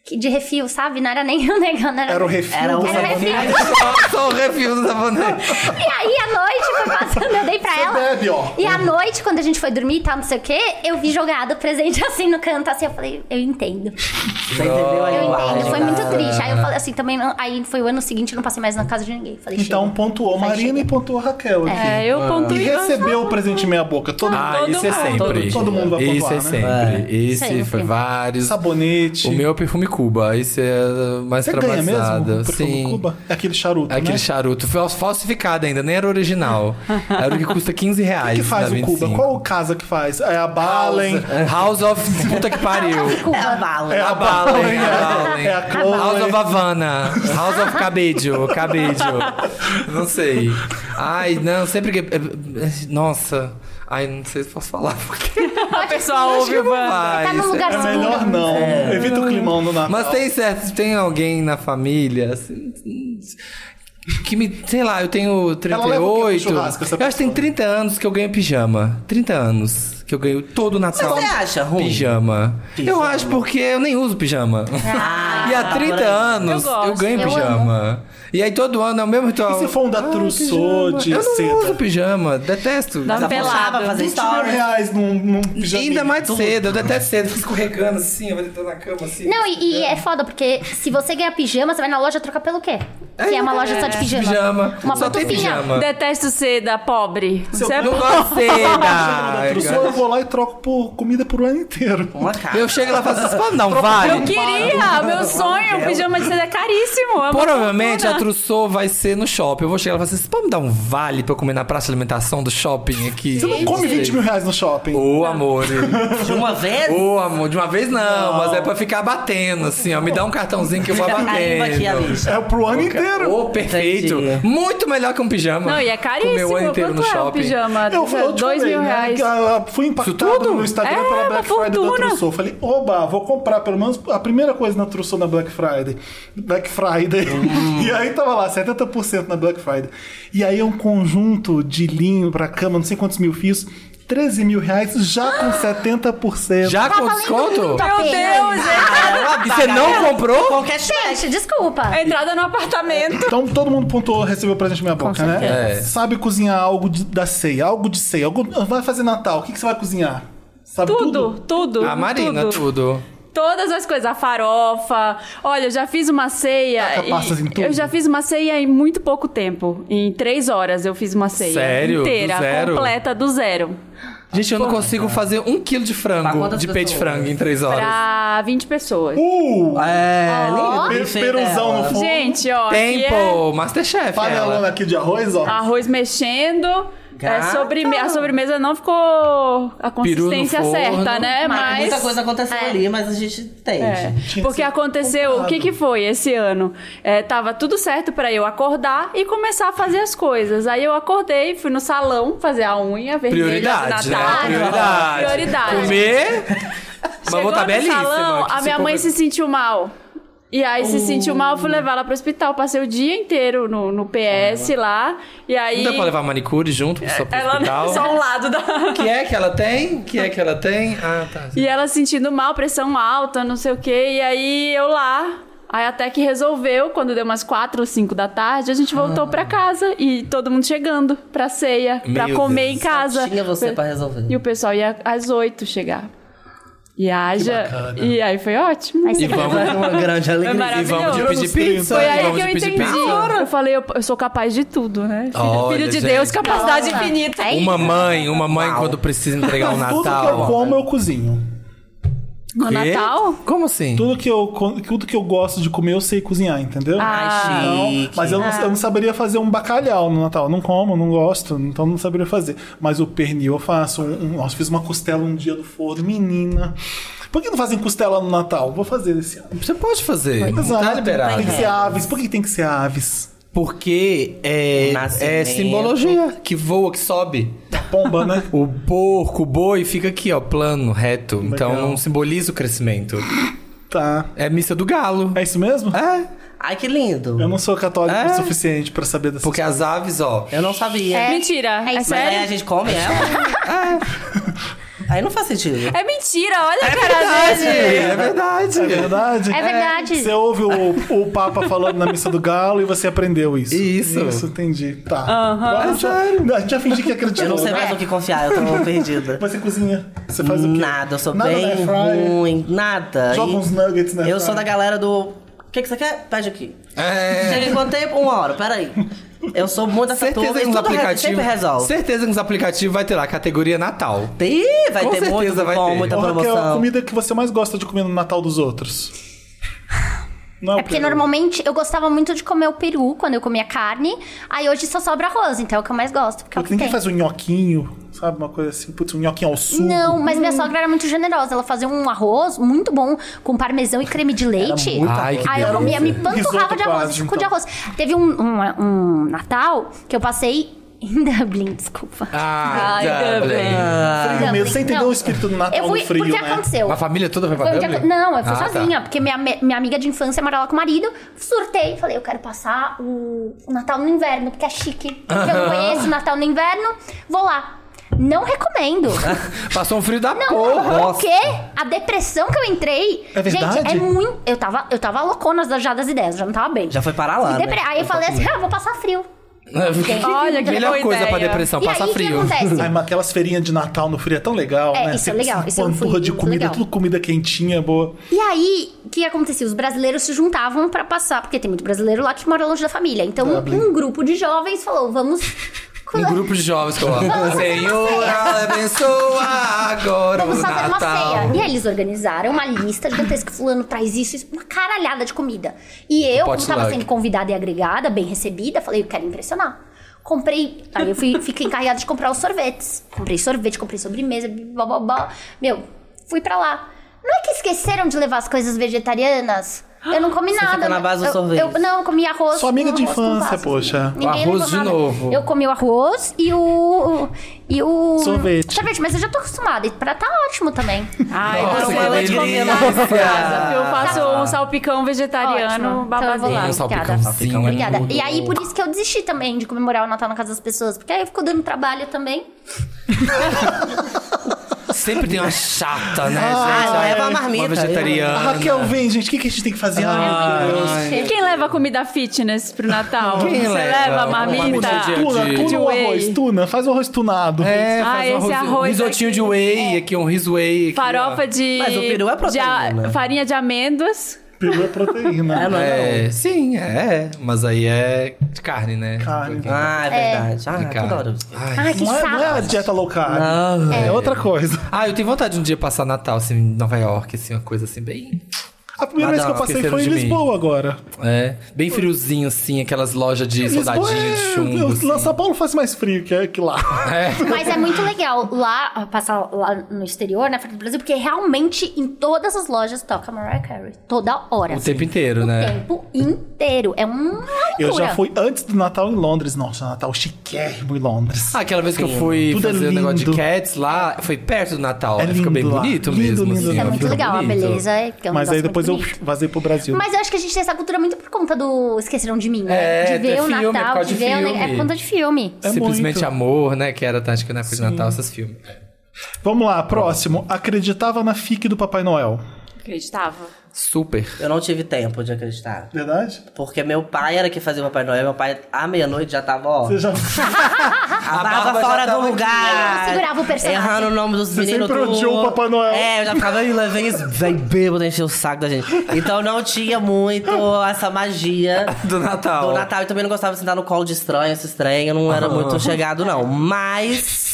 E: que- de refil, sabe? Não era nem o negócio, não
A: Era o refil
D: Era
A: do
D: o
E: Era um- o
A: sabonete.
E: refil.
B: Só- Só o refil do sabonete.
E: E aí, à noite, foi passando, eu dei pra ela.
A: bebe, ó.
E: E à noite, quando a gente foi dormir e tal, não sei o quê, eu vi jogado o presente assim no canto, assim, eu falei, eu entendo.
D: Você entendeu aí?
E: Eu
D: Laura?
E: entendo, foi muito triste. Aí eu falei assim, também não- aí foi o ano seguinte, eu não passei mais na casa de ninguém. Falei,
A: Então
E: chega.
A: pontuou
E: Vai,
A: Marina
E: chega.
A: e pontuou Raquel aqui.
C: É, eu
A: E
C: pontuei.
A: recebeu o presente meia boca. Todo
B: Ah,
C: Todo
B: isso é
C: mundo.
B: sempre.
A: Todo- todo mundo vai
B: Isso é
A: pontuar, né?
B: sempre. Esse
E: Sempre.
B: foi vários.
A: sabonete.
B: O meu é perfume Cuba. Esse é mais
A: Você ganha
B: traumatizado.
A: mesmo? Perfume
B: Sim.
A: Cuba? É aquele charuto,
B: Aquele
A: né?
B: charuto fal- falsificado ainda, nem era original. Era o que custa 15
A: O
B: reais.
A: que faz
B: na
A: o Cuba?
B: 25.
A: Qual casa que faz? É a Balen,
B: House of. Puta que pariu.
D: É a bala.
A: É a
B: A Balen,
A: Balen,
B: a Balen.
A: é a Chloe.
B: House of Havana. House of Cabedio. Cabedio. Não sei. Ai, não, sempre que. eh, Nossa. Ai, não sei se posso falar porque.
C: A pessoa ouve o bando.
E: Tá
B: Ai,
E: num lugar
A: É
E: seguro.
A: melhor não.
B: É.
A: Evita o climão no Natal.
B: Mas tem certo, tem alguém na família assim, que me, sei lá, eu tenho
A: Ela leva o quê pro
B: 38. Eu acho
A: churrasco, essa
B: que tem 30 anos que eu ganho pijama. 30 anos que eu ganho todo Natal.
D: Mas você acha ruim?
B: Pijama. Eu
D: Pijama.
B: acho porque eu nem uso pijama.
D: Ah,
B: e há 30
D: por aí.
B: anos
C: Eu
B: eu,
C: gosto,
B: ganho
E: eu
B: pijama. E aí todo ano é o mesmo
A: E
B: ritual.
A: se for um da Trousseau de
B: eu não
A: seda?
B: uso pijama, detesto.
C: Dá
D: Dá pra
C: Pelado.
D: puxar pra fazer
A: 20 mil
D: stories.
A: reais num, num
B: E
A: pijaminha.
B: Ainda mais
A: Tudo.
B: cedo, eu detesto cedo, fico escorregando assim, eu vou deitar na cama assim.
E: Não, e, e é foda, porque se você ganhar pijama, você vai na loja trocar pelo quê? Se é uma loja só de pijama.
B: Pijama.
E: Uma
B: Só tem
E: pantufinha.
B: pijama.
C: Detesto seda, pobre. Você é
B: Não
C: pobre.
B: gosto de
A: Da Trousseau eu
B: seda.
A: vou lá e troco por comida por um ano inteiro.
D: Uma cara.
B: Eu chego lá e assim, faço isso, não um vale.
C: Eu queria, meu sonho, o pijama de seda é caríssimo. é uma
B: Provavelmente a
C: fortuna.
B: Trussô vai ser no shopping. Eu vou chegar lá e falar assim: você pode me dar um vale pra eu comer na praça de alimentação do shopping aqui?
A: Você não come 20 mil reais no shopping.
B: Ô, amor.
D: De uma vez?
B: Ô, amor. De uma vez não, mas é pra ficar batendo, assim, ó. Me dá um cartãozinho que eu vou
D: Caiu aqui a
B: batendo.
D: lista.
A: É pro ano inteiro.
B: Ô, perfeito.
D: Entendi.
B: Muito melhor que um pijama.
C: Não, e
B: Comer
C: é caríssimo.
B: o ano
C: Quanto
B: inteiro no
C: é o
B: shopping.
C: pijama?
A: Eu, eu te
C: Dois
A: falei,
C: mil
A: né,
C: reais.
A: que ela- Fui
B: Isso
A: impactado
B: tudo?
A: no Instagram
C: É,
A: pela
C: uma
A: Black Friday da
C: fortuna.
A: Trussou. Falei, oba, vou comprar pelo menos a primeira coisa na Trussou na Black Friday. Black Friday. E aí tava lá, 70% na Black Friday. E aí é um conjunto de linho pra cama, não sei quantos mil fios, 13 mil reais, já com 70%.
B: Já
E: Tá
B: com
E: valendo
B: desconto?
E: muito a
C: Meu
E: pena.
C: Deus, é
B: E você não comprou?
D: Qualquer chance.
E: Gente, desculpa.
C: a entrada no apartamento.
A: Então todo mundo pontuou, recebeu presente na minha boca, né?
B: certeza. É.
A: Sabe cozinhar algo de- da ceia, algo de ceia. Algo, vai fazer Natal, o que, que você vai cozinhar? Sabe
C: Tudo, tudo.
B: A Marina, tudo.
C: Todas as coisas, a farofa. Olha, eu já fiz uma ceia.
A: Taca passas em tudo.
C: Eu já fiz uma ceia em muito pouco tempo. Em três horas eu fiz uma ceia.
B: Sério? Do
C: Inteira,
B: zero?
C: completa, do zero.
B: Gente, eu não consigo fazer um quilo de
D: Pra
B: frango,
D: quantas
B: de peito de
D: pessoas?
B: frango em três horas.
C: Tá, Pra 20 pessoas.
B: Uhum.
A: Uh!
D: É,
E: Ó.
D: nem
A: Pe-
D: é,
A: Peruzão no fundo.
C: Gente, ó. aqui é
B: Tempo, Masterchef.
A: Panelona
B: Ela.
A: aqui de arroz,
B: Tá.
A: ó.
C: arroz mexendo. É,
D: Gata.
C: sobreme- a sobremesa não ficou a
B: Peru no
C: consistência
B: forno.
C: certa, né? Mas.
D: Muita coisa aconteceu
E: É.
D: ali, mas a gente entende.
C: É,
A: Tinha que
C: porque
A: ser
C: aconteceu, o
A: comprado.
C: que que foi esse ano? É, tava tudo certo pra eu acordar e começar a fazer as coisas. Aí eu acordei, fui no salão fazer a unha vermelha
B: Prioridade,
C: de
B: né?
C: Natal.
B: Prioridade.
C: Prioridade.
B: Comer. Mas
C: Chegou
B: vou tá
C: no
B: belíssima.
C: salão,
B: que
C: a minha mãe
B: come-
C: se sentiu mal. E aí se sentiu mal, eu
B: Oh.
C: fui levar ela pro hospital. Passei o dia inteiro no, no PS lá. E aí.
B: Não dá pra levar manicure junto pro, pro
C: ela
B: hospital?
C: só um lado da.
B: O que é que ela tem? O que é que ela tem? Ah, tá.
C: E ela sentindo mal, pressão alta, não sei o quê. E aí eu lá. Aí até que resolveu, quando deu umas quatro ou cinco da tarde, a gente voltou pra casa e todo mundo chegando pra ceia, pra
B: Meu
C: comer
B: Deus.
C: em casa.
D: Tinha você pra resolver.
C: E o pessoal ia às oito chegar. E, haja... e aí foi ótimo.
E: Aí você
B: E vamos,
D: Uma grande
C: Foi
D: alegria.
B: e vamos de
C: maravilhoso.
B: pedir pizza.
C: Foi
B: e
C: aí
B: vamos
C: que eu
B: de pedir
C: entendi.
B: pizza.
C: Eu falei, eu, eu sou capaz de tudo, né? Filho,
B: Olha,
C: filho de
B: gente.
C: Deus, capacidade
E: Nossa.
C: infinita.
E: É
B: Uma mãe, uma mãe quando precisa entregar o
A: Tudo que eu
B: Natal.
A: como, eu cozinho.
C: No
B: Quê?
C: Natal?
B: Como assim?
A: Tudo que eu, co- tudo que eu gosto de comer, eu sei cozinhar, entendeu?
D: Ai,
A: Então,
D: chique.
A: mas eu não, eu não saberia fazer um bacalhau no Natal. Eu Não como, não gosto, então não saberia fazer. Mas o pernil eu faço. Um, um, nossa, fiz uma costela um dia do forno. Menina. Por que não fazem costela no Natal? Vou fazer esse ano.
B: Você pode fazer.
A: Exato.
B: Tá liberado.
C: é.
A: Tem que ser aves. Por que tem que ser aves?
B: Porque é, é
D: Nascimento.
B: simbologia que voa, que sobe.
A: Pomba, né?
B: O porco, o boi fica aqui, ó, plano, reto. Então não simboliza o crescimento.
A: Tá.
B: É missa do galo.
A: É isso mesmo?
B: É,
D: Ai, que lindo.
A: Eu não sou católico
B: É.
A: o suficiente pra saber dessa
B: porque as aves, ó.
D: Eu não sabia.
E: É.
C: Mentira.
E: É
C: É,
E: isso.
D: Mas aí
C: sério?
D: a gente come ela? Aí não faz sentido.
C: É mentira, olha a cara dele.
B: É verdade.
A: É verdade?
E: É verdade.
A: Você ouve o, o Papa falando na missa do Galo e você aprendeu isso.
B: Isso.
A: Isso, entendi. Tá. Agora
B: É
A: já-
B: sério.
A: A gente já fingi que acreditou.
D: Eu não sei mais o que confiar, eu tô perdida.
A: Você cozinha. Você faz o quê?
D: Nada, eu sou
A: Nada na
D: bem
A: air fryer?
D: ruim, nada.
A: Joga
D: E
A: uns nuggets na air
D: Eu sou da
A: fryer.
D: galera do. O que, que você quer? Pede aqui.
B: É.
D: Chega em quanto tempo? Uma hora, peraí. Eu sou muito dessa
B: Certeza
D: turma
B: que
D: e
B: nos
D: tudo re-
B: aplicativos.
D: sempre resolve.
B: Certeza que nos aplicativos vai ter lá a categoria Natal.
D: Ih, vai
B: Com
D: ter muito
B: certeza vai
D: cupom,
B: ter.
D: muita
A: Ô, Raquel, a
D: promoção.
A: comida que você mais gosta de comer no Natal dos outros? Não
E: É porque
A: peru.
E: normalmente eu gostava muito de comer o peru quando eu comia carne. Aí hoje só sobra arroz, então é o que eu mais gosto. Porque é o
A: Porque
E: que
A: ninguém
E: tem.
A: faz um nhoquinho, sabe? Uma coisa assim, putz, um nhoquinho ao sugo.
E: Não, mas
B: hum.
E: minha sogra era muito generosa. Ela fazia um arroz muito bom com parmesão e creme de leite.
A: muito
B: Ai, que
E: Aí eu
B: delícia.
E: comia, me
A: Risoto
E: panturrava de arroz,
A: quase,
E: tipo de
A: então.
E: arroz. Teve um, um- um Natal que eu passei em Dublin, desculpa.
B: Ah,
C: Ai,
B: Dublin.
A: Frio mesmo. Você entendeu o espírito do Natal
E: Eu fui,
A: no frio,
E: porque
A: né?
E: aconteceu.
B: A família toda vai pra
E: Foi um dia
B: Dublin?
E: que- Não, eu fui
B: Ah, tá.
E: sozinha, porque minha, me- minha amiga de infância mora lá com o marido. Surtei, falei, eu quero passar o, o Natal no inverno, porque é chique. Eu não conheço o Natal no inverno, vou lá. Não recomendo.
B: Passou um frio da
E: Não,
B: porra.
E: porque a depressão que eu entrei.
A: É verdade?
E: Gente, é muito. Eu tava, eu tava loucona já das ideias, já não tava bem.
D: Já foi parar lá.
E: Depre-
D: Né?
E: Aí eu falei assim: ah, vou passar frio.
C: Olha que
B: Melhor
C: boa
B: coisa pra
C: ideia.
D: Então,
B: depressão,
E: e
B: passa
E: aí,
B: frio.
E: o que
A: Ai,
E: acontece?
A: mas aquelas feirinhas de Natal no frio é tão legal,
E: É,
A: né?
E: isso é legal, isso eu
A: Uma
E: fui,
A: porra de
E: muito
A: comida,
E: legal.
A: tudo comida quentinha, boa.
E: E aí, o que acontecia? Os brasileiros se juntavam pra passar, porque tem muito brasileiro lá que mora longe da família. Então, um, grupo de jovens falou: vamos.
B: Um grupo de jovens que eu amo. Ah, Senhor, abençoa agora
E: Vamos
B: o
E: fazer uma
B: Natal.
E: ceia. E aí eles organizaram uma lista gigantesca. Fulano traz isso, isso, uma caralhada de comida. E eu, como tava
B: potluck.
E: sendo convidada e agregada, bem recebida, falei, eu quero impressionar. Comprei. Aí eu fui, fiquei encarregada de comprar os sorvetes. Comprei sorvete, comprei sobremesa, blá blá blá. Meu, fui pra lá. Não é que esqueceram de levar as coisas vegetarianas? Eu não comi nada. né?
D: fica na base do
E: Eu-
D: sorvete.
E: Eu, não, eu comi arroz.
A: Sua amiga
E: um
A: de
E: arroz com
A: infância,
E: passas.
A: poxa.
E: Ninguém
B: Arroz
E: levou
B: de
E: nada.
B: novo.
E: Eu comi o arroz e o. E o.
A: Sorvete.
E: Sorvete, mas eu já tô acostumada. E pra tá ótimo também.
C: Ai,
B: Nossa,
C: não,
B: que
C: eu vou te
B: delícia.
C: convidar pra casa. Eu faço um salpicão vegetariano
E: Tá Ótimo. Então eu vou lá.
C: babadeiro.
B: Tem um
E: Obrigada.
B: salpicãozinho,
E: Obrigada.
B: né?
E: E aí, por isso que eu desisti também de comemorar o Natal na casa das pessoas. Porque aí eu fico dando trabalho também.
B: Sempre tem uma chata, né,
D: Ah,
B: gente?
D: leva
B: é
D: a marmita,
B: Uma
A: A
B: vegetariana.
A: Ah, Raquel vem, gente. O que, que a gente tem que fazer?
B: Ah,
A: Ai,
B: é
A: meu Deus.
C: Quem leva comida fitness pro Natal?
B: Quem
C: Você
B: leva?
C: leva a
B: Uma
C: marmita?
B: comida de-
A: Tuna,
B: de
A: tuna o
C: whey.
A: arroz, tuna. Faz o arroz tunado.
B: É,
C: Ah,
B: faz um
C: esse
B: arroz-
C: arroz
B: risotinho
C: aqui.
B: de
E: É.
B: whey, aqui um riso whey. aqui, ó.
C: Farofa de.
D: Mas o peru é proteína.
C: de a- farinha de amêndoas.
A: Pegou a proteína.
D: É, não é,
B: É, sim, é. Mas aí é de carne, né?
A: Carne.
D: não. Ah, é verdade. Ah,
B: Cara.
D: adoro.
B: Ai.
E: Ai, Ah, que
A: não, é, não é a
E: saco.
A: dieta low carb. É. outra coisa.
B: Ah, eu tenho vontade de um dia passar Natal, assim, em Nova York, assim, uma coisa assim, bem.
A: A primeira
B: Nada,
A: vez que eu passei
B: esqueceram
A: foi em
B: de mim.
A: Lisboa agora.
B: É, bem friozinho, assim, aquelas lojas de
A: Lisboa
B: soldadinho, de chumbo.
A: é-
B: assim.
A: São Paulo faz mais frio que, que lá.
E: Mas é muito legal lá, passar lá no exterior, né, fora do Brasil, porque realmente em todas as lojas toca Mariah Carey. Toda hora.
B: O tempo inteiro,
E: O
B: né?
E: tempo inteiro. É uma loucura.
A: Eu já fui antes do Natal em Londres. Nossa, Natal chiquérrimo em Londres.
B: Ah, aquela vez que eu fui
A: Tudo é
B: fazer o negócio de
A: lindo.
B: Cats lá, foi perto do Natal.
A: É
B: né? Fica bem
A: lindo lá.
B: bonito
A: Lindo,
B: mesmo,
A: lindo,
B: assim.
A: lindo.
E: É
B: ó,
E: muito
B: fica
E: legal a
B: bonito.
E: beleza. é que é um
A: Mas aí
E: negócio
A: depois eu
E: muito bonito.
A: vazei pro Brasil.
E: Mas eu acho que a gente tem essa cultura muito por conta do Esqueceram de Mim,
B: É,
E: né? de ver
B: é
E: o
B: filme, é por
E: Natal,
B: causa
E: de
B: de
E: ver o... ne- É
B: filme.
E: por conta de filme.
A: É
B: Simplesmente
A: muito.
B: Amor, né? Que era tática na época de Natal, esses filmes.
A: Vamos lá, próximo. Acreditava na FIC do Papai Noel.
C: Acreditava.
B: Super.
D: Eu não tive tempo de acreditar.
A: Verdade?
D: Porque meu pai era que fazia o Papai Noel. Meu pai, à meia-noite, já tava, ó.
A: Você já
D: A,
B: barba
D: barba,
B: já tava
D: fora do
B: aqui.
D: lugar.
E: Eu segurava o personagem.
D: Errando o nome dos meninos.
A: sempre
D: tudo.
A: odiou o Papai Noel.
D: É, eu já ficava, "Ih, lá vem esse velho bêbado encher o saco da gente. Então não tinha muito essa magia
B: Do Natal.
D: do Natal. Eu também não gostava de sentar no colo de estranho, esse estranho. Eu não era muito chegado, não. Mas.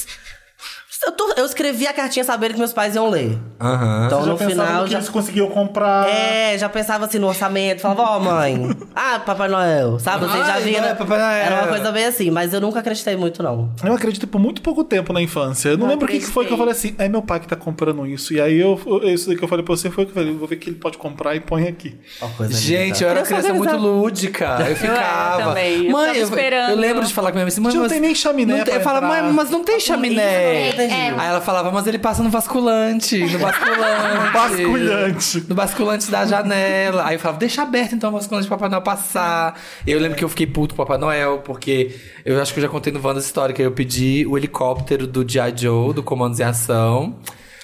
D: Eu, tô- eu escrevi a cartinha sabendo que meus pais iam ler.
B: Aham.
D: Então
A: Ah. já
D: no
A: pensava
D: final
A: que
D: já.
A: eles conseguiam comprar.
D: É, já pensava assim no orçamento, falava, ó, mãe, ah, Papai Noel, sabe? Você já
B: Ai,
D: via.
B: não é
D: né?
B: Papai Noel.
D: Era uma coisa bem assim, mas eu nunca acreditei muito, não.
A: Eu acredito por muito pouco tempo na infância. Eu não,
C: Não
A: lembro o que, que foi que eu falei assim: é meu pai que tá comprando isso. E aí eu, eu- isso daí que eu falei pra você foi que eu falei: vou ver o que ele pode comprar e põe aqui.
D: Uma coisa
A: Então,
B: Gente, eu era uma criança muito lúdica. Eu ficava.
C: é, também, eu
B: mãe,
C: ficava esperando.
B: eu lembro de falar com a minha mãe assim, mãe,
A: Não
B: mas
A: tem nem chaminé
B: não tem- Eu
A: pra
B: falava,
A: entrar.
B: mãe, mas não tem chaminé.
E: não tem, é.
B: Aí ela falava, mas ele passa no basculante. No basculante.
A: Basculhante.
B: No basculante da janela. Aí eu falava, deixa aberto então o basculante pro Papai Noel passar. Eu lembro que eu fiquei puto com o Papai Noel, porque eu acho que eu já contei no Wanda história que eu pedi o helicóptero do G.I. Joe, do Comandos em Ação.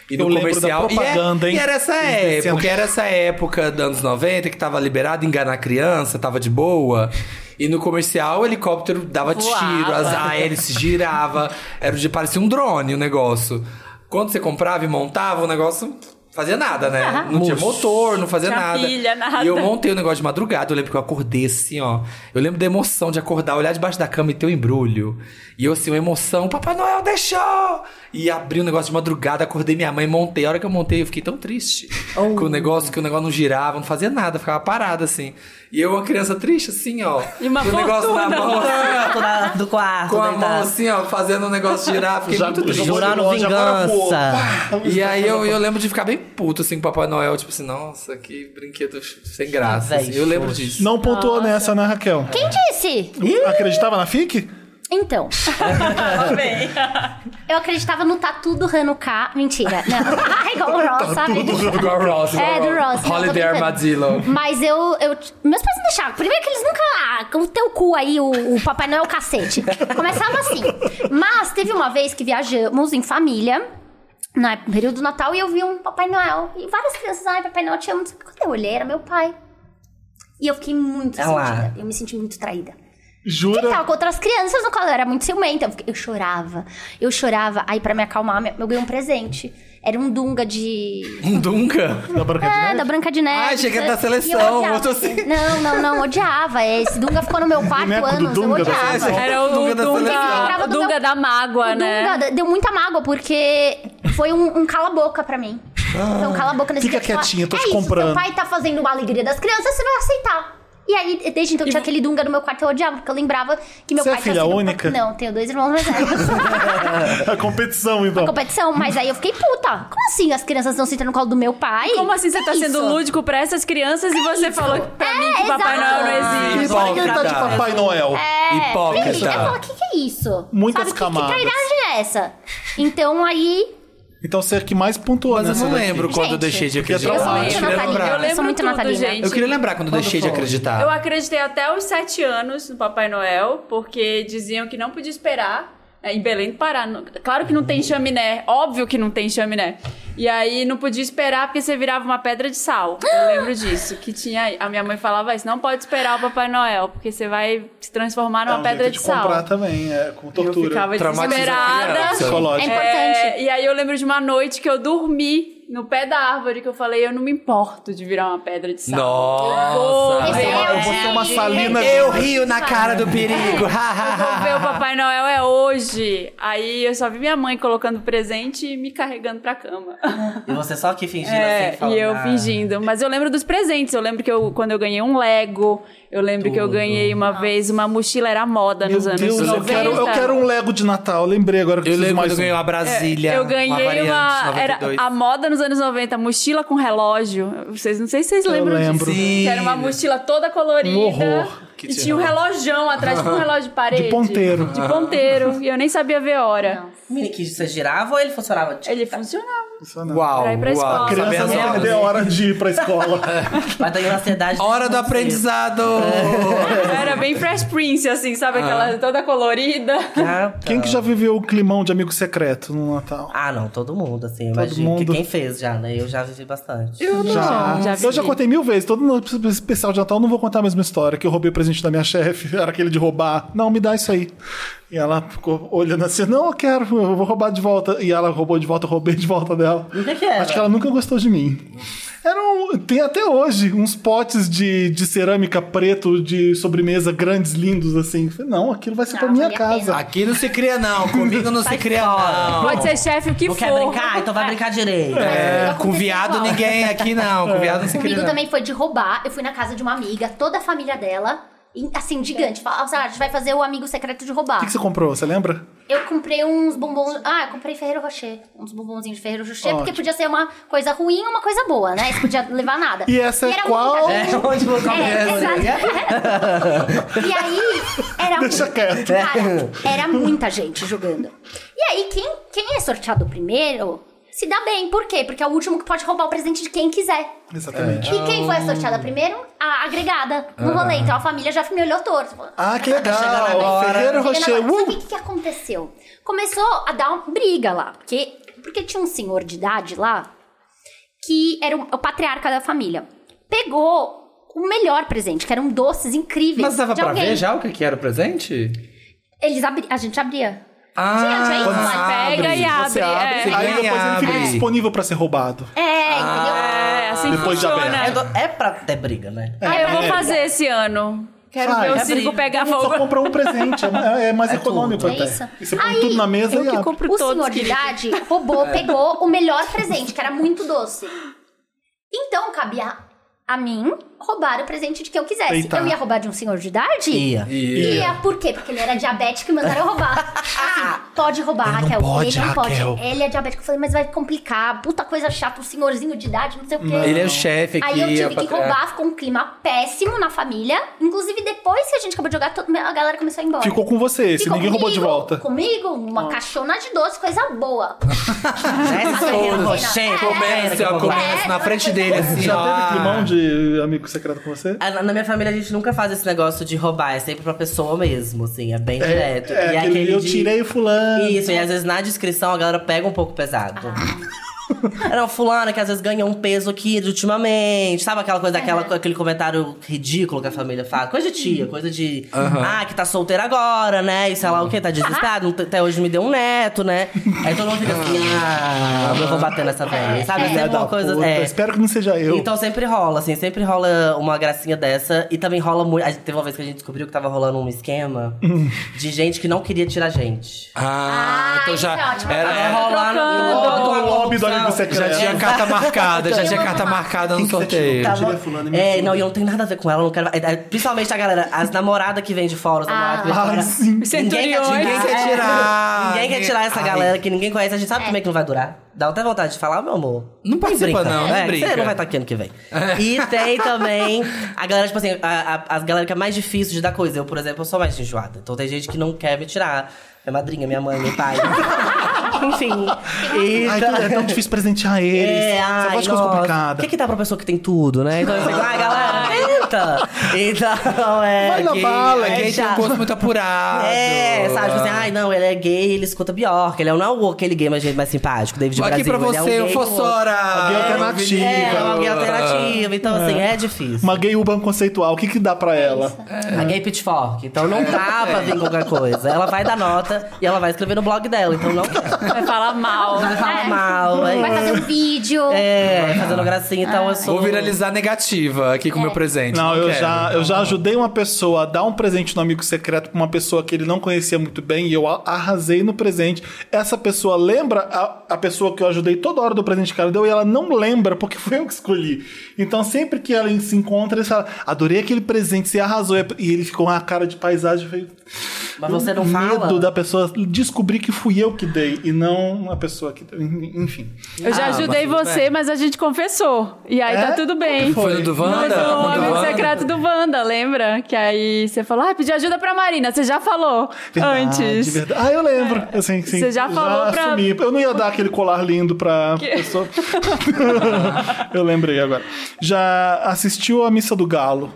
B: E
A: Eu
B: do
A: lembro da
B: comercial. E é-
A: propaganda, hein?
B: E era essa
A: Eles descendo.
B: época. Porque era essa época dos anos 90 que tava liberado enganar a criança, tava de boa. E no comercial o helicóptero dava
C: Voava.
B: tiro, as, a hélice girava. Era de parecia um drone o negócio. Quando você comprava e montava, o negócio fazia nada, né? Não tinha motor, não fazia
C: Ah. Tinha
B: nada.
C: pilha, nada.
B: E eu montei o negócio de madrugada, eu lembro que eu acordei assim, ó. Eu lembro da emoção de acordar, olhar debaixo da cama e ter o embrulho. E eu assim, uma emoção, Papai Noel deixou! E abri o negócio de madrugada, acordei minha mãe, montei. A hora que eu montei, eu fiquei tão triste.
C: Oh.
B: Com o negócio, que o negócio não girava, não fazia nada, ficava parado assim. E eu, uma criança triste, assim, ó.
C: E uma
B: com o negócio na
C: fortuna.
B: mão, assim,
D: Tô na- do
B: ó,
D: quarto,
B: com a mão
D: deitado.
B: assim, ó, fazendo o negócio girar. Fiquei é muito triste.
D: jurando
A: foi longe, agora voou.
D: vingança.
A: Pá!
B: E aí eu, eu lembro de ficar bem puto assim com o Papai Noel, tipo assim, nossa, que brinquedo sem graça.
D: Ah,
B: assim.
D: véi,
B: Eu lembro
D: xoxo.
B: disso.
A: Não pontuou nessa, né, Raquel?
E: Quem disse?
A: Acreditava na FIC?
E: Então,
C: Tava bem.
E: eu acreditava no Tá tatu do Hanukkah. Mentira. Não. Ai, igual o Ross, sabe?
B: Tá Igual o Ross. igual
E: É, do É, Ross, não, tô
B: Holiday
E: brincando.
B: Armadillo.
E: Mas eu, eu. Meus pais não deixavam. Primeiro que eles nunca. Ah, o teu cu aí, o, o Papai Noel é o cacete. Começava assim. Mas teve uma vez que viajamos em família. Na no período do Natal e eu vi um Papai Noel. E várias crianças, ai, Papai Noel te amo. não sei o quê. Quando eu olhei, era meu pai. E eu fiquei muito
D: Ah lá.
E: sentida. Eu me senti muito traída. Eu
A: Jura?
E: tava com outras crianças no colo, eu era muito ciumenta. Eu, fiquei- eu chorava, eu chorava. Aí, pra me acalmar, me- eu ganhei um presente. Era um dunga de...
B: Um Dunga?
A: Da Branca de
E: Ah,
A: Neve?
E: da Branca de Neve.
B: Ah, achei que era da
E: E eu
B: seleção,
E: odiava.
B: eu tô assim.
E: Não, não, não, odiava. Esse dunga ficou no meu quarto
A: Boneco do
E: ano, eu
A: é Dunga,
E: odiava.
A: você-
C: Era o
B: Dunga
C: Dunga,
B: da
E: seleção.
C: o Dunga da mágoa,
E: O
C: né?
E: Dunga deu muita mágoa, porque foi um, um cala-boca pra mim. Foi um
B: Ah,
E: cala-boca nesse
A: Fica
E: dia de falar,
A: quietinha, tô
E: é
A: te
E: isso,
A: comprando."
E: Seu pai tá fazendo a alegria das crianças, você vai aceitar. E aí, desde então, tinha aquele dunga no meu quarto, eu odiava, porque eu lembrava que meu
A: Você é
E: pai... tinha
A: filha
E: sido um-
A: única?
E: Não, tenho dois irmãos mais velhos.
A: A competição, então.
E: competição, mas aí eu fiquei puta. Como assim as crianças não sentam no colo do meu pai?
C: Como assim você
E: Que
C: tá sendo
E: isso? É,
C: lúdico pra essas crianças e você falou pra mim que o Papai
E: exato.
C: Noel não
A: E
C: existe?
A: por que ele tá de
B: Hipócrita.
A: Papai Noel?
E: É,
B: Hipócrita.
E: Feliz. Eu falo, o que, que é isso?
A: tá Muitas
E: Sabe, que-
A: camadas.
E: Que trairagem é essa? Então aí.
A: Então você é que mais pontuou
B: Mas eu
A: nessa
B: não
A: daqui.
B: lembro quando eu
E: Gente,
B: deixei de
A: porque é
B: acreditar.
A: traumático.
B: Eu
E: Eu
B: queria
E: sou muito
B: lembrar.
E: natalina.
C: Eu
E: sou
C: lembro
E: muito
C: tudo,
E: natalina.
C: gente.
B: Eu queria lembrar quando eu deixei de
D: foi?
B: acreditar.
C: Eu acreditei até os sete anos no Papai Noel, porque diziam que não podia esperar. é, em Belém do Pará. No- Claro que não tem chaminé, óbvio que não tem chaminé. E aí não podia esperar porque você virava uma pedra de sal. Eu lembro disso, que tinha a minha mãe falava isso, não pode esperar o Papai Noel, porque você vai se transformar numa
A: É um
C: pedra
A: jeito
C: de,
A: de
C: sal.
A: comprar também, é, com
C: eu
A: tortura.
C: ficava
B: Traumatiza a
C: desesperada.
B: criança.
E: É
A: Psicológico.
E: importante.
C: É, e aí eu lembro de uma noite que eu dormi no pé da árvore que eu falei, eu não me importo de virar uma pedra de sal.
B: Nossa!
E: Esse é
A: Eu vou
E: o-
A: ter uma salina.
B: Eu rio na cara do perigo!
C: Eu vou ver o Papai Noel é hoje. Aí eu só vi minha mãe colocando presente e me carregando pra cama.
D: E você só que fingindo
C: É,
D: assim. falando,
C: e eu
D: "Ah,
C: fingindo. Mas eu lembro dos presentes. Eu lembro que eu, quando eu ganhei um Lego, eu lembro que eu
D: Tudo.
C: ganhei uma vez uma mochila, era moda
A: Meu
C: nos anos
A: Deus,
C: 90.
A: eu quero, eu quero um Lego de Natal. Lembrei agora que
B: Eu
A: preciso
B: lembro
A: mais
B: quando eu ganhei
A: um.
B: uma Brasília.
C: É, Eu ganhei
B: variante,
C: uma. era
B: 92.
C: a moda nos anos 90, mochila com relógio. Vocês não sei se vocês lembram
A: lembro.
C: disso. Que era uma
B: Sim.
C: mochila toda colorida.
A: Um horror.
B: Que
C: e
B: tinha
C: tinha um relógio atrás, tipo um relógio de parede.
A: De ponteiro.
C: De ponteiro. E eu nem sabia ver a hora.
D: Mini que você girava ou ele funcionava? Tipo,
C: Ele funcionava.
A: Isso não.
B: Uau,
C: Pra ir pra
B: uau.
C: escola.
B: Saber
A: Criança
B: as
A: não
B: horas.
A: perder a hora de ir pra escola.
D: Mas daí na ansiedade.
B: Hora do
D: Não sei.
B: aprendizado!
C: Era bem Fresh Prince, assim, sabe? Aquela toda colorida.
D: Gata.
A: Quem que já viveu o climão de amigo secreto no Natal?
D: Ah, não, todo mundo, assim.
A: Todo
D: imagino
A: mundo.
D: que quem fez já, né? Eu já vivi bastante.
A: já.
C: já
A: eu já
C: vivi.
A: contei mil vezes. Todo no especial de Natal eu não vou contar a mesma história. Que eu roubei o presente da minha chefe. Era aquele de roubar. Não, me dá isso aí. E ela ficou olhando assim. Não, eu quero. Eu vou roubar de volta. E ela roubou de volta. Eu roubei de volta dela.
D: O que que era?
A: Acho que ela nunca gostou de mim. Era um- tem até hoje uns potes de, de cerâmica preto de sobremesa grandes, lindos, assim. Eu falei, Não, aquilo vai ser pra
E: Não,
A: minha
E: vale a pena.
A: casa.
B: Aqui não se cria, não. Comigo não se cria, não.
C: Pode ser chefe o que
D: Não
C: for.
D: quer brincar? Então vai brincar direito.
B: É,
E: Comigo
B: com viado
E: aconteceu igual.
B: ninguém aqui, não. Com viado não se
A: né?
B: cria,
E: Comigo
B: não.
E: também foi de roubar. Eu fui na casa de uma amiga, toda a família dela, em- assim, gigante. Fala, "Ah, a gente vai fazer o amigo secreto de roubar.
A: O que, que você comprou? Você lembra?
E: Eu comprei uns bombons. Ah, eu comprei Ferreiro Rocher. Uns bombonzinhos de Ferreiro Rocher, porque
A: Ótimo.
E: podia ser uma coisa ruim ou uma coisa boa, né? Isso podia levar nada.
A: E essa é
E: era
A: qual?
E: muita
D: É,
E: gente.
D: onde você
E: É, exato. e aí, era
A: Deixa
E: muita-
A: quieto.
E: Cara, era muita gente jogando. E aí, quem, quem é sorteado primeiro se dá bem. Por quê? Porque é o último que pode roubar o presente de quem quiser.
A: Exatamente.
E: E quem foi a sorteada primeiro? A agregada no rolê. Então a família já me olhou torto. Falou,
A: Ah, que
D: chegando
A: legal!
D: agora.
A: Ferreiro
E: Chegando
A: Rocher.
E: agora, Só que
A: Uh!
E: o que, que aconteceu? Começou a dar uma briga lá, porque, porque tinha um senhor de idade lá que era o, o patriarca da família. Pegou o melhor presente, que eram doces incríveis
B: Mas dava
E: de
B: pra
E: alguém.
B: ver já o que, que era o presente?
E: Eles abri... A gente abria.
B: Ah,
E: Gente, é isso, mas
B: abre.
C: pega e abre.
A: Você abre,
C: é.
A: você ganha,
B: Ninguém
A: depois ele fica
B: abre.
A: disponível pra ser roubado.
E: É, entendeu?
C: É, assim
A: Depois de
C: funciona.
A: aberto.
D: É, do- é pra ter briga, né?
C: Ah, eu vou
A: É.
C: fazer esse ano. Quero
A: Vai,
C: ver o
A: é
C: circo
D: brilho.
C: pegar
A: Só
C: fogo.
A: compra um presente, é, é mais
D: É
A: econômico
D: tudo.
E: É
A: até.
E: isso.
A: E você põe
E: Aí,
A: tudo na mesa
C: eu
A: e
C: que
A: abre.
C: compro
E: O
C: todos,
E: senhor de
C: querido.
E: idade roubou, pegou o melhor presente, que era muito doce. Então, cabia a mim roubar o presente de quem eu quisesse.
A: Eita.
E: Eu ia roubar de um senhor de idade?
D: Ia. né?
E: Ia.
B: é.
E: por quê? Porque ele era diabético e mandaram eu roubar. Assim, pode roubar, Raquel.
A: pode,
E: ele não
A: Raquel.
E: pode. Ele é diabético. Eu falei, mas vai complicar. Puta coisa chata, um senhorzinho de idade, não sei o quê.
B: Ele é o chefe aqui.
E: Aí eu tive
B: é
E: que
B: pra-
E: roubar, ficou um clima péssimo na família. Inclusive, depois que a gente acabou de jogar, todo- a galera começou a ir embora.
A: Ficou com você esse,
E: Ficou
A: ninguém roubou de
E: comigo,
A: volta.
E: Comigo, uma caixona de doce, coisa boa.
D: Esse Ferreiro Rocher,
E: Começa,
D: Ferreiro que eu vou-
E: começa.
B: Começo na frente dele, assim,
A: Já
B: ó.
A: teve climão de amigo secreto com você?
D: Ah, Na na minha família a gente nunca faz esse negócio de roubar, é sempre pra pessoa mesmo, assim, é bem direto.
A: é
D: e é
A: aquele, eu
D: de-
A: tirei o fulano.
D: Isso, e às vezes na descrição a galera pega um pouco pesado. Era um fulano que às vezes ganha um peso aqui de ultimamente, sabe aquela coisa, aquela, aquele comentário ridículo que a família faz? Coisa de tia, coisa de. Ah, que tá solteira agora, né? E sei lá o que, tá desesperado, não- até hoje me deu um neto, né? Aí todo mundo fica assim, ah, eu vou bater nessa velha, sabe? É,
A: Ah, Filha
D: sempre
A: da
D: uma coisa.
A: puta,
D: é.
A: Espero que não seja eu.
D: Então sempre rola, assim, sempre rola uma gracinha dessa. E também rola muito. a gente- Teve uma vez que a gente descobriu que tava rolando um esquema
A: Hum.
D: de gente que não queria tirar gente.
B: Ah, então
E: Ah,
B: já.
E: isso é ótimo.
B: era,
D: Tava
B: era-
D: rolando
A: Todo
B: Tá
A: o lobby do amigo
B: já
A: secreto.
B: tinha carta marcada, já
E: Eu
B: tinha
E: amo
B: carta
E: mais.
B: marcada no
A: Tá Tem que ser tipo,
B: sorteio.
A: tá
D: Tava-
A: Tira fulano e me
D: é,
A: fura.
D: não, e eu não tenho nada a ver com ela, eu não quero. é, é, principalmente a galera, as namoradas que vêm de fora, os namorados que vêm de
A: Ah,
D: fora.
A: sim.
C: Os
D: Ninguém quer, tirar,
C: centuriões.
B: Ninguém quer tirar.
D: Ninguém quer tirar essa
B: Ai.
D: galera que ninguém conhece. A gente sabe como é que não vai durar. Dá até vontade de falar, meu amor.
B: Não
D: nem
B: participa não, nem
D: né?
B: brinca. É.
D: Você não vai estar aqui ano que vem. E tem também a galera, tipo assim, a- a- as galera que é mais difícil de dar coisa. Eu, por exemplo, eu sou mais enjoada. Então tem gente que não quer me tirar. Minha madrinha, minha mãe, meu pai. Enfim. E
A: Ai,
D: tá-
A: é tão difícil presentear eles.
D: é,
A: Você
D: ai,
A: gosta de coisa
D: nossa.
A: complicada.
D: O que, que dá pra pessoa que tem tudo, né? Então, assim, ai, galera, adulta. Então, é.
A: Vai na
D: gay,
A: bala,
D: é
B: Alguém tem um
D: chato.
B: gosto muito apurado.
D: É, sabe? Tipo assim, ai, não, ele é gay, ele escuta Bjork. Ele não é o- aquele gay mais, mais simpático, David
B: Aqui
D: Brasil.
B: pra
D: ele é um
B: você, eu
D: gay
B: fosse
D: com-
B: hora.
A: Alguém alternativa.
D: É, uma gay
A: Ah.
D: alternativa. Então, assim, é difícil.
A: Uma gay urban conceitual, o que que dá
D: É
A: pra ela?
D: A gay pitchfork. Então não dá pra vir qualquer coisa. Ela vai dar nota e ela vai escrever no blog dela. Então não quer.
C: Vai falar mal.
D: Vai falar
E: É.
D: mal.
E: Vai
D: É,
E: fazer um vídeo.
D: é fazendo gracinha. Então eu sou...
B: Vou viralizar negativa aqui com o meu presente.
A: Não, eu
B: quero.
A: já, eu já ajudei uma pessoa a dar um presente no amigo secreto pra uma pessoa que ele não conhecia muito bem e eu a- arrasei no presente. Essa pessoa lembra a, a pessoa que eu ajudei toda hora do presente que ela deu e ela não lembra porque foi eu que escolhi. Então sempre que ela se encontra, eles falam: Adorei aquele presente, você arrasou. E ele ficou com a cara de paisagem. Eu falei,
D: Mas você não
A: um medo
D: fala?
A: da pessoa descobrir que fui eu que dei e não a pessoa que deu. Enfim.
C: Eu já
B: Ah,
C: ajudei
B: mas tudo
C: você,
B: bem.
C: mas a gente confessou. E aí
A: É?
C: tá tudo bem.
A: Foi
B: Foi no do
C: Mas
B: Wanda?
C: o
B: No do
C: amigo
B: Wanda?
C: secreto do Wanda, lembra? Que aí você falou, ah, pedi ajuda pra Marina. Você já falou
A: Verdade,
C: antes.
A: verdade. Ah, eu lembro. Assim, sim.
C: Você já falou pra-
A: assumi. Eu não ia dar aquele colar lindo pra pessoa. eu lembrei agora. Já assistiu a Missa do Galo?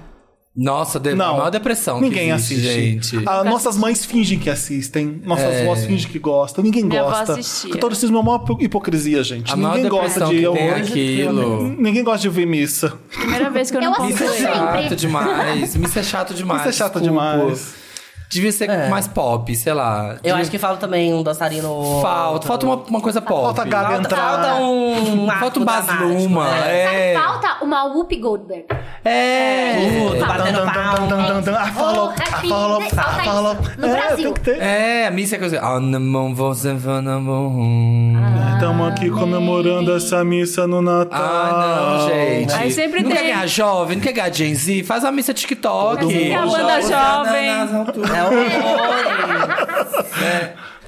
B: Nossa, de...
A: Não.
B: a maior depressão.
A: Ninguém
B: que existe,
A: assiste.
B: gente.
A: Ah, nossas mães fingem que assistem. Nossas
B: É.
A: vós fingem que gostam. Ninguém
C: Minha avó
A: gosta.
C: assistia.
A: Catolicismo é a maior hipocrisia, gente.
B: A maior
A: Ninguém gosta
B: depressão
A: de.
B: que
A: eu-
B: tem aquilo.
A: Ninguém gosta de ver missa.
C: Primeira vez que eu não
E: Eu
C: posso
E: assisti.
B: Isso é
C: ler.
B: chato
E: Sempre.
B: demais. Isso é chato demais.
A: Isso é chato
B: desculpa.
A: demais.
B: Devia ser mais pop, sei lá.
D: Eu
B: Devia-
D: acho que falta também um dançarino...
B: Falta, falta uma, uma coisa pop.
A: Falta a Gaga
D: Falta-
A: entrar.
D: falta
B: Falta
D: um
B: um
D: marco dramático,
B: Basluma.
D: né?
B: É.
E: Falta uma Whoopi Goldberg.
B: É.
D: Puta, batendo palma.
A: I follow, I follow, I follow.
E: No
A: É,
E: Brasil.
A: tem que ter.
B: É, a missa é coisa. Ah, na mão, você vai na mão.
A: Estamos aqui comemorando essa missa no Natal.
B: Ah, não, gente.
C: Aí sempre
B: não
C: tem.
B: quer ganhar jovem, não quer ganhar Gen Z, faz a missa TikTok.
A: Todo mundo.
C: a banda jovem.
D: É o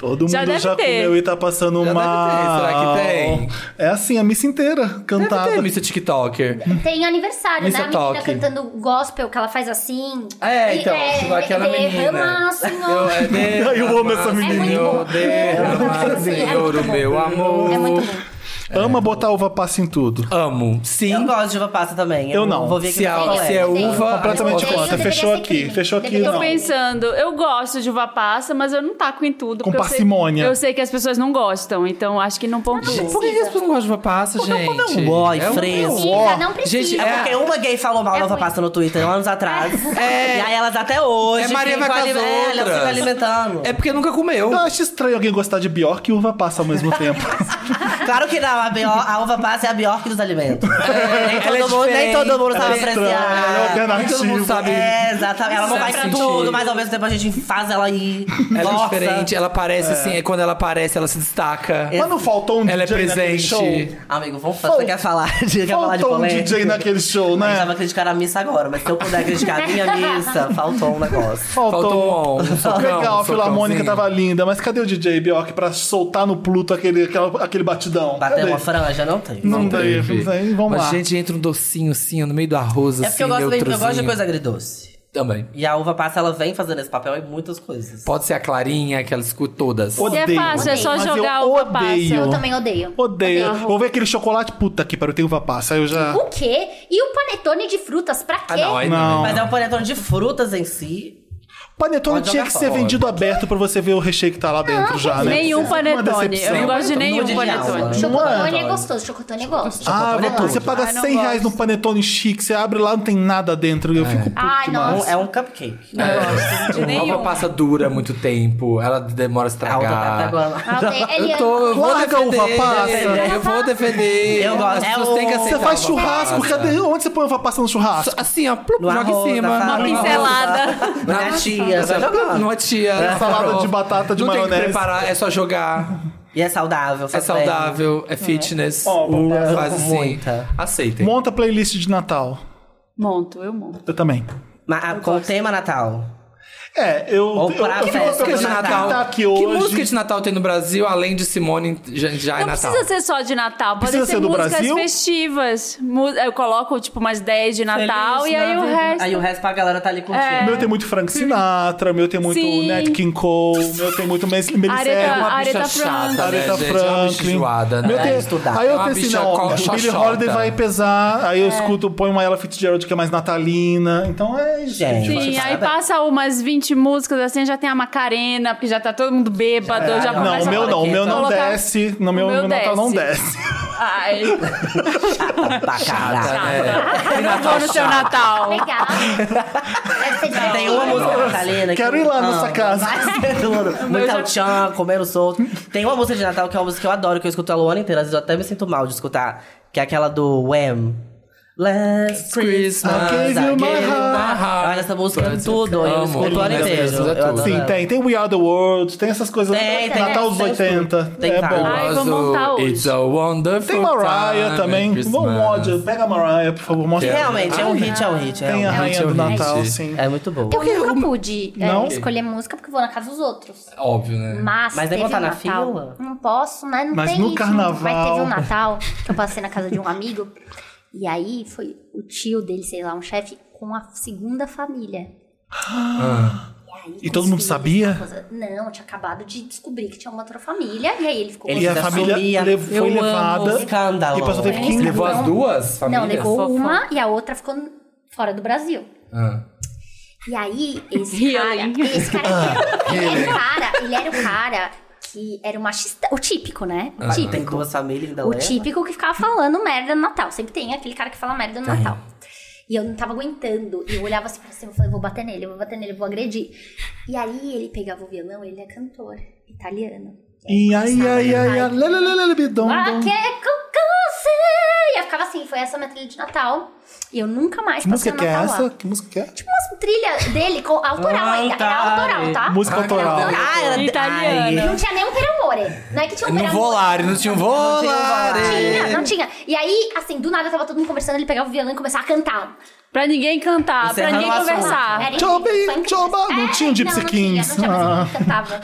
A: Todo
C: Já
A: mundo
C: deve
A: já
C: ter.
A: comeu e tá passando
B: Já deve ter,
A: mal.
B: será que tem?
A: É assim, a missa inteira
B: Deve ter
A: cantada.
B: missa TikToker.
E: Tem aniversário,
B: Missa
E: né? A menina
B: Toque.
E: cantando gospel, que ela faz assim.
B: É,
E: E-
B: então, tipo, aquela menina.
E: derrama, assim, Senhor.
B: é derrama,
A: Eu amo essa menina.
B: Senhor, derrama,
E: Sim, é muito
B: Senhor, o
E: bom.
B: meu amor.
E: É muito bom.
A: Ama
B: É.
A: botar uva passa em tudo.
B: Amo, sim.
D: Eu gosto de uva passa também.
A: Eu não.
D: Vou ver aqui
B: Se
D: no
B: a-
D: qual
B: se é
E: Eu odeio.
B: uva,
A: Completamente
E: Eu odeio,
A: contra.
E: deveria
A: Fechou
E: ser
A: aqui,
E: crime.
A: fechou aqui,
E: Deveria
A: não.
E: ser
C: Tô
E: crime.
C: pensando, eu gosto de uva passa, mas eu não taco em tudo.
A: Com
C: porque eu sei-
A: parcimônia.
C: Eu sei, que as pessoas não gostam, então acho que não pontua.
B: Por que que as pessoas não gostam de uva passa, gente?
D: como é um boy
B: É um-
D: fresco.
E: Precisa, não precisa.
B: Gente,
D: É porque uma gay falou mal
E: É
D: da uva
E: ruim.
D: passa no Twitter anos atrás.
B: É.
D: E aí elas até hoje.
B: É Maria vai
D: ficam
B: com as
D: ali- é, elas
B: outras.
D: ficam alimentando.
B: É porque nunca comeu.
A: Eu acho estranho alguém gostar de Bjork e uva passa ao mesmo tempo.
D: Claro que não, a, Bio- a uva passa é a Bjork dos alimentos. nem,
B: ela é
D: todo mundo, nem
B: diferente,
D: todo mundo
B: ela
D: sabe
B: é
A: estranha, ela é
D: apreciar.
A: alternativa.
B: Nem todo mundo sabe.
D: É, exatamente. Ela não
B: Sabe
D: vai com
B: sentir.
D: tudo, mas ao mesmo tempo a gente faz ela aí.
B: Ela
D: Nossa.
B: é diferente, ela aparece assim, e quando ela aparece, ela se destaca.
A: Mas não faltou um
B: Ela é
A: DJ naquele
B: presente.
A: show?
D: Amigo, vamos falar. Você quer falar de, quer falar de
A: Faltou um
D: polêmica?
A: DJ naquele show,
D: A gente
A: né?
D: tava criticar a missa agora, mas se eu puder criticar a minha missa, faltou um negócio.
B: Faltou um on, um socão,
A: Ah, Legal,
B: um
A: a Filarmônica
B: socãozinho.
A: tava linda, mas cadê o DJ Bjork pra soltar no Pluto aquele, aquela- aquele batidão?
D: Bater
A: Cadê?
D: uma franja, não tem. É
A: Não daí,
B: Teve.
A: vamos
B: Mas,
A: lá.
B: gente, entra um docinho assim, ó, no meio do arroz,
D: É
B: assim,
D: porque eu gosto, de, eu gosto de
B: neutrozinho.
D: coisa agridoce.
B: Também.
D: E a uva passa, ela vem fazendo esse papel em muitas coisas.
B: Pode ser a clarinha, aquela escuta todas.
C: Se é fácil, é só
A: mas
C: jogar
A: eu
C: uva passa.
A: odeio.
E: Eu também odeio.
A: Odeio. Vou ver aquele chocolate puta aqui para eu ter uva passa. Aí eu já.
C: Uhum.
E: O quê? E o panetone de frutas, pra quê?
B: Ah, não, aí
A: Não.
D: Mas é um panetone de frutas em si.
A: Panetone
D: Pode
A: tinha
D: jogar
A: que ser
D: fora.
A: vendido aberto pra você ver o recheio que tá lá dentro já, né?
C: Nenhum
A: Uma
C: panetone. Eu
A: decepção.
C: não gosto de nenhum
D: Nude de
C: um
D: alma.
A: né?
C: panetone.
E: Chocotone é
D: Não.
E: gostoso, chocotone é gostoso.
A: Ah,
D: Panetone é
A: você
D: tudo.
A: paga
C: Ai, não
A: 100 reais num
C: gosto.
A: panetone chique, você abre lá, não tem nada dentro. Eu fico puto
E: Ai,
A: demais.
E: nossa.
D: É um cupcake.
C: Não gosto de
B: A
C: nenhum.
B: uva passa dura muito tempo, ela demora a
D: A uva tá até
B: estragar.
D: agora.
E: Ah, ok. Ele
B: eu tô, eu vou
A: Larga a uva
B: defender,
A: passa.
B: Eu vou defender.
D: Eu gosto.
B: As pessoas
D: É o-
B: têm que aceitar
A: Você faz
B: a uva
A: churrasco,
B: passa.
A: cadê? Onde você põe uva passa no
B: Só-
A: churrasco?
B: Assim, ó, plup,
D: No
B: joga
D: arroz,
B: em cima.
D: na farofa.
C: Uma pincelada.
D: Na tia, vai jogando.
B: Numa tia. na
A: É. Salada
B: farofa.
A: de batata de
B: é Não tem
A: maionese.
B: que preparar, é só jogar.
D: E é saudável.
B: É
D: faz bem.
B: saudável, é fitness.
A: Ó, vou
B: Uh,
A: pegar
B: faz assim.
D: muita.
B: Aceitem.
A: Monta a playlist de Natal.
C: Monto, eu monto.
A: Eu também.
D: Mas, ah, com o tema Natal.
A: É, eu.
D: Ou
A: eu,
D: pra
A: eu fico
D: festa
B: Música
A: pensando,
B: de
D: Natal.
A: quem tá
B: Natal.
A: aqui
B: né, Que
A: hoje-
B: música de Natal tem no Brasil, além de Simone, já, já é
C: Não
B: Natal?
C: precisa ser só de Natal, podem
A: Precisa
C: ser
A: ser do
C: músicas
A: Brasil?
C: festivas. Mu- Eu coloco, tipo, umas 10 de Natal
D: Feliz
C: e aí o
D: Navidad.
C: resto.
D: Aí o resto pra galera tá ali curtindo.
A: O meu tem muito Frank Sinatra, o meu tem muito
C: Sim.
A: Nat King Cole, o meu tem muito Mes- Melissa
C: Aretha-
B: É uma bicha
C: Aretha
B: chata,
C: Franklin.
B: né,
A: Aretha
B: gente? É uma bicha
A: Franklin.
B: enjoada, né?
A: Meu
D: tem-
A: Deus.
D: estudar.
A: Aí
B: É
A: eu
B: uma
A: pensei,
B: bicha
A: não,
B: co-
A: olha, Billie
B: xoxota.
A: Holiday vai pesar, aí eu escuto, põe uma Ella Fitzgerald que é mais natalina, então é isso.
D: Gente.
A: gente.
C: Sim,
D: Parabéns.
C: aí passa umas 20 músicas, assim, já tem a Macarena, porque já tá todo mundo bêbado,
A: É.
C: já
A: Não,
C: começa
A: o
C: a
A: meu não, o meu não
C: colocar-
A: desce, no meu,
C: O meu
A: meu Natal não
C: desce.
A: desce.
C: Ai,
D: Pra
A: Ah,
D: caralho.
B: É. E
C: não vou no seu Natal.
E: Legal. Deve ser divertido.
D: Tem uma música da Natalina.
A: Quero ir lá nessa casa.
D: Muita tchan, comendo solto. Tem uma música de Natal que é uma música que eu adoro, que eu escuto ela o ano inteiro. Às vezes eu até me sinto mal de escutar. Que é aquela do Wham. Last Christmas.
A: Ah,
B: I gave
A: you my
D: I gave you
A: heart.
D: Olha, essa música é
B: Mas eu
D: tudo. Eu
B: amo.
D: escuto o ano
B: Last
D: inteiro.
B: Christmas é
D: Eu
B: tudo.
D: adoro
A: Sim,
D: ela.
A: tem. Tem We Are The World, tem essas coisas. né?
D: Tem, tem,
A: Natal dos
D: tem
A: 80.
D: Tem
A: é
D: tá.
A: bom.
C: Ai, vou montar hoje.
B: It's a wonderful
A: Tem Mariah
B: time
A: também.
B: at
A: Não
B: Christmas.
A: mod, pega a Mariah, por favor,
D: Que
A: mostra.
D: Realmente, é um hit, é um hit. É,
A: Tem a Rainha
D: um...
A: do
B: Realmente é um
A: Natal,
B: hit.
A: sim.
D: é muito bom.
E: Eu nunca pude é,
A: Não?
E: escolher música porque eu vou na casa dos outros.
B: Óbvio, né?
E: Mas,
D: Mas nem
E: teve
D: botar
E: um
D: na
E: Natal-
D: fila?
E: Não posso, né? Não
A: Mas
E: tem
A: no
E: isso.
A: carnaval-
E: Mas teve um Natal que eu passei na casa de um amigo. E aí foi o tio dele, sei lá, um chefe, com a segunda família. E, aí,
A: E
E: com
A: todo
E: os
A: mundo
E: filhos,
A: sabia?
E: aquela coisa- Não, eu tinha acabado de descobrir que tinha uma outra família. E aí ele ficou.
A: E
D: Ele
A: a
D: ainda
A: família
D: sumia.
A: lev- foi
D: Eu amo
A: levada
D: escândalo.
A: e passou teve
E: É,
A: que um- ir-
B: Levou as
E: Não.
B: duas
E: Não,
B: famílias?
E: levou um.
C: Fofa.
E: uma e a outra ficou fora do Brasil.
B: Ah.
E: E aí, esse cara.
C: Healing.
E: Esse cara,
A: Ah,
E: ele era o cara. Ele era o cara que era o machista. O típico, né?
A: Ah,
E: O típico.
D: Tem duas famílias então, né? ainda
E: O
A: é?
D: leva.
E: típico que ficava falando merda no Natal. Sempre tem aquele cara que fala merda no Natal. E eu não tava aguentando. E eu olhava assim pra cima e falei, vou bater nele, eu vou bater nele, eu vou agredir. E aí ele pegava o violão, ele é cantor italiano.
A: E aí, aí, aí, aí, lê, lê, lê, lê, lê, bidom,
E: Ah,
A: dom.
E: que é com você! E eu ficava assim, foi essa minha trilha de Natal. E eu nunca mais
A: Que
E: passei
A: música
E: o
A: que é
E: Natal
A: essa?
E: lá.
A: Que música que é?
E: Tipo umas trilhas dele, com, autoral ainda. Era autoral, Ah, tá?
A: Música autoral.
D: Ah, era
C: Italiana.
E: Não tinha nem um peramore. Não é que tinha um
B: No
E: peramore.
B: volare, não tinha um volare.
E: Tinha, não tinha. E aí, assim, do nada tava todo mundo conversando, ele pegava o violão e começava a cantar.
C: Pra ninguém cantar, pra
D: Encerrando
C: ninguém
D: o assunto.
C: conversar.
E: Era
A: Tchau,
E: incrível,
A: bem,
E: foi incrível.
A: tchau, ba- não tinha um Gypsy
E: É, não, não tinha,
A: Kings.
E: Não tinha,
A: Ah.
E: mas ele cantava.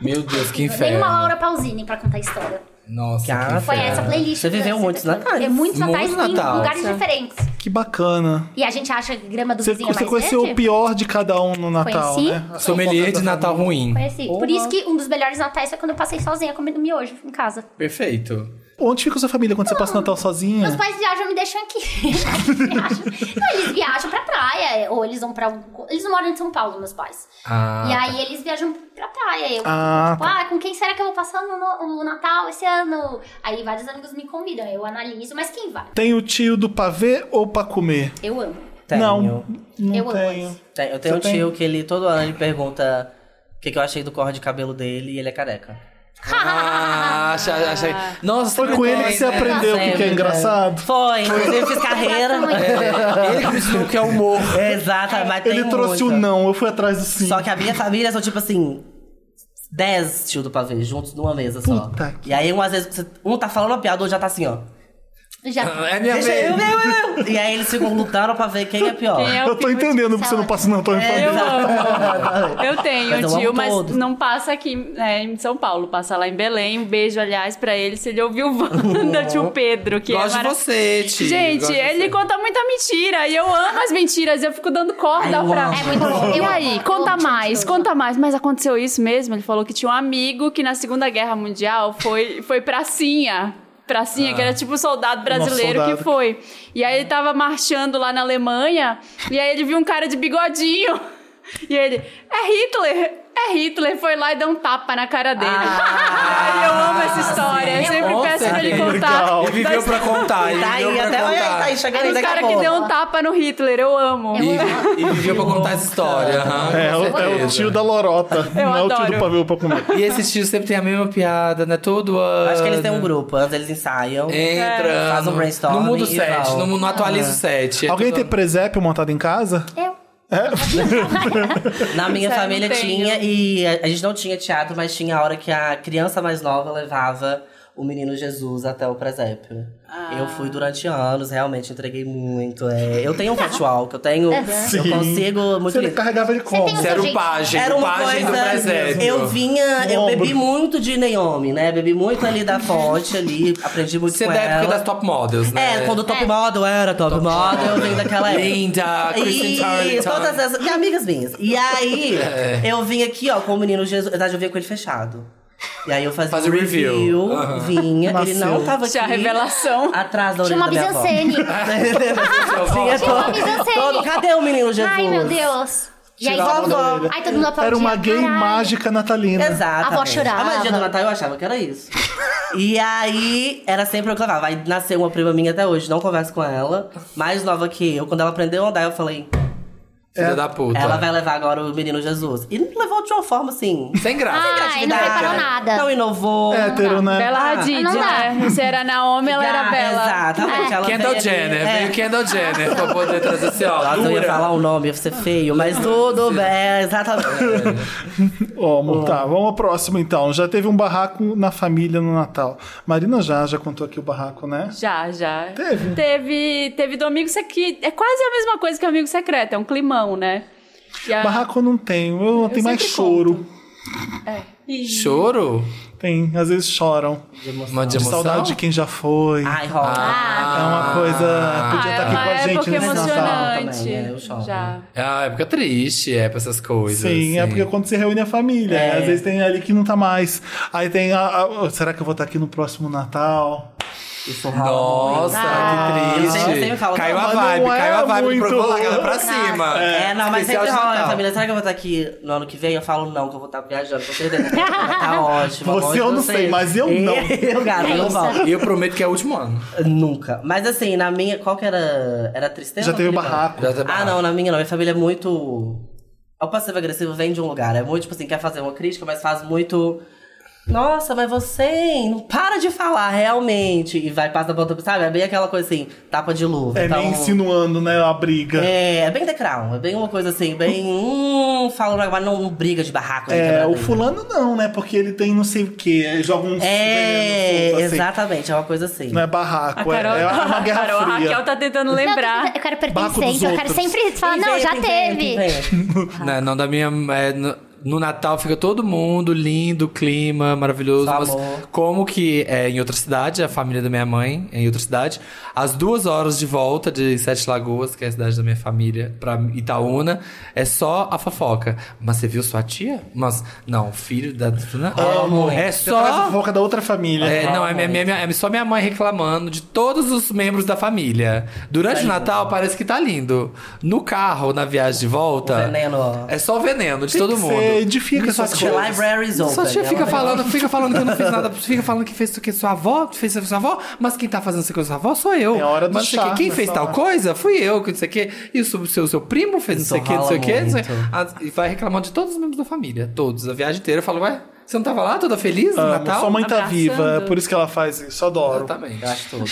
B: Meu Deus, que
E: Nem
B: inferno.
E: uma Laura Pausini pra contar a história.
B: Nossa, que
D: Cara,
B: inferno.
E: Foi essa playlist.
D: Você
E: que eu
D: viveu
E: fiz,
D: muitos
E: né?
D: natais.
E: É, Muitos natais
B: Muitos
E: em
B: natais.
E: lugares
C: Nossa.
E: diferentes.
A: Que bacana.
E: E a gente acha que grama do
A: Você,
E: vizinho é
A: você
E: mais
A: conheceu
E: verde?
A: o pior de cada um no Natal,
E: Conheci.
A: né?
B: Sommelier de Natal ruim.
E: Conheci. Por
D: Porra.
E: isso que um dos melhores natais foi quando eu passei sozinha comendo miojo em casa.
B: Perfeito.
A: Onde fica sua família quando você passa o Natal sozinha?
E: Meus pais viajam e me deixam aqui. Eles viajam. Não, eles viajam pra praia, ou eles vão pra. algum- Eles moram em São Paulo, meus pais.
B: Ah,
E: e aí eles viajam pra praia. Eu,
A: tá. Ah,
E: tipo, ah, com quem será que eu vou passar no- no- o Natal esse ano? Aí vários amigos me convidam, eu analiso, mas quem vai?
A: Tem o tio do pavê ou pra comer?
E: Eu amo.
D: Tenho.
A: Não, não
E: Eu amo
A: tenho.
E: esse.
D: Tem- eu tenho
A: Você
D: um
A: tem?
D: tio que ele todo ano ele pergunta o que, que eu achei do corte de cabelo dele e ele é careca.
B: Ah, achei, achei. Nossa,
A: Foi
B: sempre
A: com ele
B: tem,
A: que você
B: né?
C: Tá
A: aprendeu o que que é
D: Sempre,
A: engraçado.
D: Foi, inclusive fiz carreira.
C: né?
B: Ele que me ensinou o que é humor.
D: Exato, mas tem
A: Ele trouxe o
D: muito.
A: não, eu fui atrás do sim.
D: Só que a minha família são tipo assim. 10 tio do pavê, juntos numa mesa só.
A: Puta que-
D: E aí, um, às vezes, você- um tá falando uma piada, o outro já tá assim, ó.
E: Já.
B: É minha
D: Deixa
B: vez.
D: eu, eu, eu, eu. E aí eles ficam lutando pra ver quem é pior.
C: Quem é o
A: Eu tô entendendo porque você não passa o Natal em
D: É,
A: família.
C: Eu amo. Eu
D: Mas
C: tenho,
D: eu amo
C: tio, mas
D: todos.
C: não passa aqui né, em São Paulo, passa lá em Belém. Um beijo, aliás, pra ele, se ele ouviu Wanda, tio Pedro, que
B: Gosto
C: é
B: de
C: mara-
B: você, tio.
C: Gente,
B: Gosto de
C: ele
B: você.
C: conta muita mentira e eu amo as mentiras, eu fico dando corda
D: Eu
C: pra.
D: amo.
E: É muito bom.
C: E
E: Eu
C: aí,
E: amo, eu
C: conta
E: amo,
C: mais,
E: gente, eu amo.
C: conta mais. Mas aconteceu isso mesmo? Ele falou que tinha um amigo que na Segunda Guerra Mundial foi, foi pracinha. Pracinha, que era tipo um soldado brasileiro
A: Nosso soldado.
C: que foi. E aí ele tava marchando lá na Alemanha e aí ele viu um cara de bigodinho. E ele, é Hitler! É Hitler, foi lá e deu um tapa na cara dele.
D: Ah,
C: Ai, eu amo essa história. eu
D: sim.
C: sempre
B: Com
C: peço pra ele
B: certeza.
C: contar.
A: Legal.
B: Ele viveu pra contar. Ele
D: Tá
B: viveu
D: aí,
B: pra
D: até olha,
B: contar.
D: tá aí, chegando
C: É
D: aí
C: dos
D: daqui a
C: caras que
D: pouco.
C: deu um tapa no Hitler, eu amo.
B: E, e viveu pra contar essa história. aham,
A: É,
B: com
A: o- é o
B: certeza.
A: tio da lorota, não é o tio
C: adoro.
A: do pavê ou pra comer.
B: E esses tios sempre tem a mesma piada, né? Todo ano.
D: Acho que eles têm um grupo, antes eles ensaiam.
B: É, Entra.
D: Faz um
B: no-
D: brainstorm
B: No mundo
D: e
B: 7,
D: tal. É.
B: no, mundo- no atualiza o É 7.
A: Alguém tem presépio montado em casa? É?
E: Eu.
D: Na minha
C: Sério,
D: família
C: não tenho.
D: tinha, e a, a gente não tinha teatro, mas tinha a hora que a criança mais nova levava o menino Jesus até o presépio.
C: Ah.
D: Eu fui durante anos, realmente entreguei muito. é. Eu tenho um
C: Tá.
D: ritual, que eu tenho. Eu consigo muito.
A: Você
D: bem.
A: carregava ele como?
E: tem um
B: Você era um o pajem, o pajem do presépio.
D: Eu vinha, eu
A: No
D: bebi
A: ombro.
D: muito de Naomi, né? Bebi muito ali da fonte ali, aprendi muito
B: Você é
D: com
B: da época
D: ela.
B: das top models, né?
D: É, quando o top model era top, model, eu venho daquela época.
B: Linda, Kristen
D: E
B: Tarleton.
D: todas essas. E amigas minhas. E aí,
B: É.
D: eu vim aqui, ó, com o menino Jesus. Na verdade, eu vim com ele fechado. E aí eu fazia
B: Fazia
D: um
B: review. Aham.
D: vinha. Ele
A: Nasceu.
D: não tava aqui.
C: Tinha a revelação.
D: Atrás da
E: Tinha
D: orelha
E: uma
D: da minha avó.
E: bisancene.
D: Tinha
E: Tinha uma
D: todo-
E: mise-en-scène.
D: todo- Cadê o menino Jesus?
E: Ai, meu Deus. E aí,
D: Tirava
E: todo
D: da
E: mundo-
D: orelha.
E: aí todo mundo aplaudia.
A: Era uma gay
E: Caralho.
A: mágica natalina.
D: Exato.
E: A avó chorava.
D: A magia do Natal eu achava que era isso. e aí, era sempre eu que levava. Aí nasceu uma prima minha até hoje, não converso com ela. Mais nova que eu. Quando ela aprendeu a andar, eu falei,
B: Filha da puta.
D: ela vai levar agora o menino Jesus. E levou de uma forma assim.
B: Sem graça.
E: Ah, Ai, não preparou
D: criatividade,
E: nada.
D: Não inovou.
A: Hétero, né?
C: Bela
D: Ah,
C: Hadid,
E: não dá.
C: né? Se era Naomi, ela era
D: Ah,
C: Bela.
E: É.
D: Exatamente. Ela
B: Kendall
D: veio ali,
B: Jenner,
D: é.
B: veio Kendall Jenner pra poder trazer assim, ó,
D: Nossa, eu ia
B: dura.
A: um
D: falar o nome, ia ser feio, mas tudo bem, exatamente.
A: Ó, tá, vamos ao próximo então. Já teve um barraco na família no Natal. Marina já, já contou aqui o barraco, né?
C: Já, já.
A: Teve?
C: Teve, teve do amigo secreto. É quase a mesma coisa que o amigo secreto, é um climão, né? E a-
A: Barraco eu não tenho, eu, tenho mais
C: sempre
A: choro.
B: Choro?
A: Tem, às vezes choram.
B: Uma de
A: De
B: emoção?
A: saudade de quem já foi.
D: Ai, rola. Ah,
A: é uma coisa.
C: Ah,
A: Podia
C: é
D: tá-
A: estar
C: uma
A: tá aqui com a gente né?
C: época
A: nesse Natal.
C: emocionante.
D: também, né? Eu choro.
C: Já.
B: É uma época triste, é, pra essas coisas.
A: Sim, é
B: assim.
A: porque quando se reúne a família.
D: É.
A: Às vezes tem ali que não tá mais. Aí tem a, a- será que eu vou estar aqui no próximo Natal?
D: Isso rola.
B: Nossa, que
D: Ah, eu
B: triste.
D: sempre- sempre falo,
B: caiu
D: não,
B: a
A: mas não
B: vibe,
A: é
B: caiu a vibe.
A: muito-
B: Pro vou largar ela pra cima.
D: É, não, mas
B: Especial
D: sempre
B: de
D: rola minha
B: Natal.
D: família. Será que eu vou estar aqui no ano que vem? Eu falo, não, que eu vou estar viajando, com certeza. Tá ótimo.
A: Você
D: longe
A: eu
D: de
A: não
D: vocês.
A: sei, mas eu não.
D: Eu, gato, eu não
E: Nossa.
D: volto.
B: E eu prometo que é o último ano.
D: Nunca. Mas assim, na minha, qual que era? Era tristeza?
A: Já
D: ou
A: teve o
D: climão?
A: barraco.
B: Já tá
D: Ah, não, na minha não. Minha família é muito. O passivo agressivo vem de um lugar. É muito, tipo assim, quer fazer uma crítica, mas faz muito. Nossa, mas você hein, não para de falar, realmente. E vai passa a ponta, sabe? É bem aquela coisa assim, tapa de luva.
A: É
D: então,
A: nem insinuando, né? A briga.
D: É, é bem The Crown. É bem uma coisa assim, bem. Hum, fala, mas não, não briga de barraco. de
A: É,
D: quebrar
A: o
D: briga.
A: fulano não, né? Porque ele tem não sei o quê, joga um
D: É,
A: veneno solto, assim.
D: exatamente, é uma coisa assim.
A: Não é barraco, é, é uma guerra
C: a Carol, a
A: fria.
C: Raquel tá tentando
E: Não, é,
C: lembrar.
E: eu tô- eu quero
A: Barraco dos
E: pertencente, eu quero
A: outros.
E: sempre falar, Ah, não,
D: Inventa,
E: já
D: inventa,
E: teve.
D: inventa.
B: Não, não, da minha. é, no, no Natal fica todo mundo lindo, clima maravilhoso.
D: Só
B: mas
D: amor.
B: como que é em outra cidade, a família da minha mãe é em outra cidade, às duas horas de volta de Sete Lagoas, que é a cidade da minha família, pra Itaúna, é só a fofoca. Mas você viu sua tia? Mas não, filho da. né?
D: Amo.
B: É
A: Você traz tá a
B: só.
A: fofoca da outra família.
B: É, não, é, minha- minha- minha- é só minha mãe reclamando de todos os membros da família. Durante o Natal, parece que tá lindo. No carro, na viagem de
A: Tá.
B: volta.
D: Veneno.
B: É só o veneno de
A: Tem
B: todo
A: que
B: mundo.
A: Você edifica essas
D: The
A: coisas.
D: libraries open. né?
B: Só tia
D: Ela
B: fica
D: vai-
B: falando, fica falando que eu não fiz nada, fica falando que fez o que sua avó, fez isso com sua avó, mas quem tá fazendo isso com sua avó sou eu.
A: É a hora do
B: mas não sei o quê.
A: chá,
B: Quem
A: né,
B: fez
A: só
B: tal
A: lá.
B: coisa? Fui eu, que não sei o quê. E o seu, seu primo fez não
D: Isso
B: sei o quê, não sei o
D: rola
B: quê. não sei o quê.
D: muito.
B: Ah, E vai reclamando de todos os membros da família, todos, a viagem inteira. Eu falo, ué, você não tava lá toda feliz no
A: Amo,
B: Natal?
A: Sua mãe tá
C: Abraçando.
A: viva, é por isso que ela faz isso. Adoro.
B: Exatamente.
D: Eu acho tudo.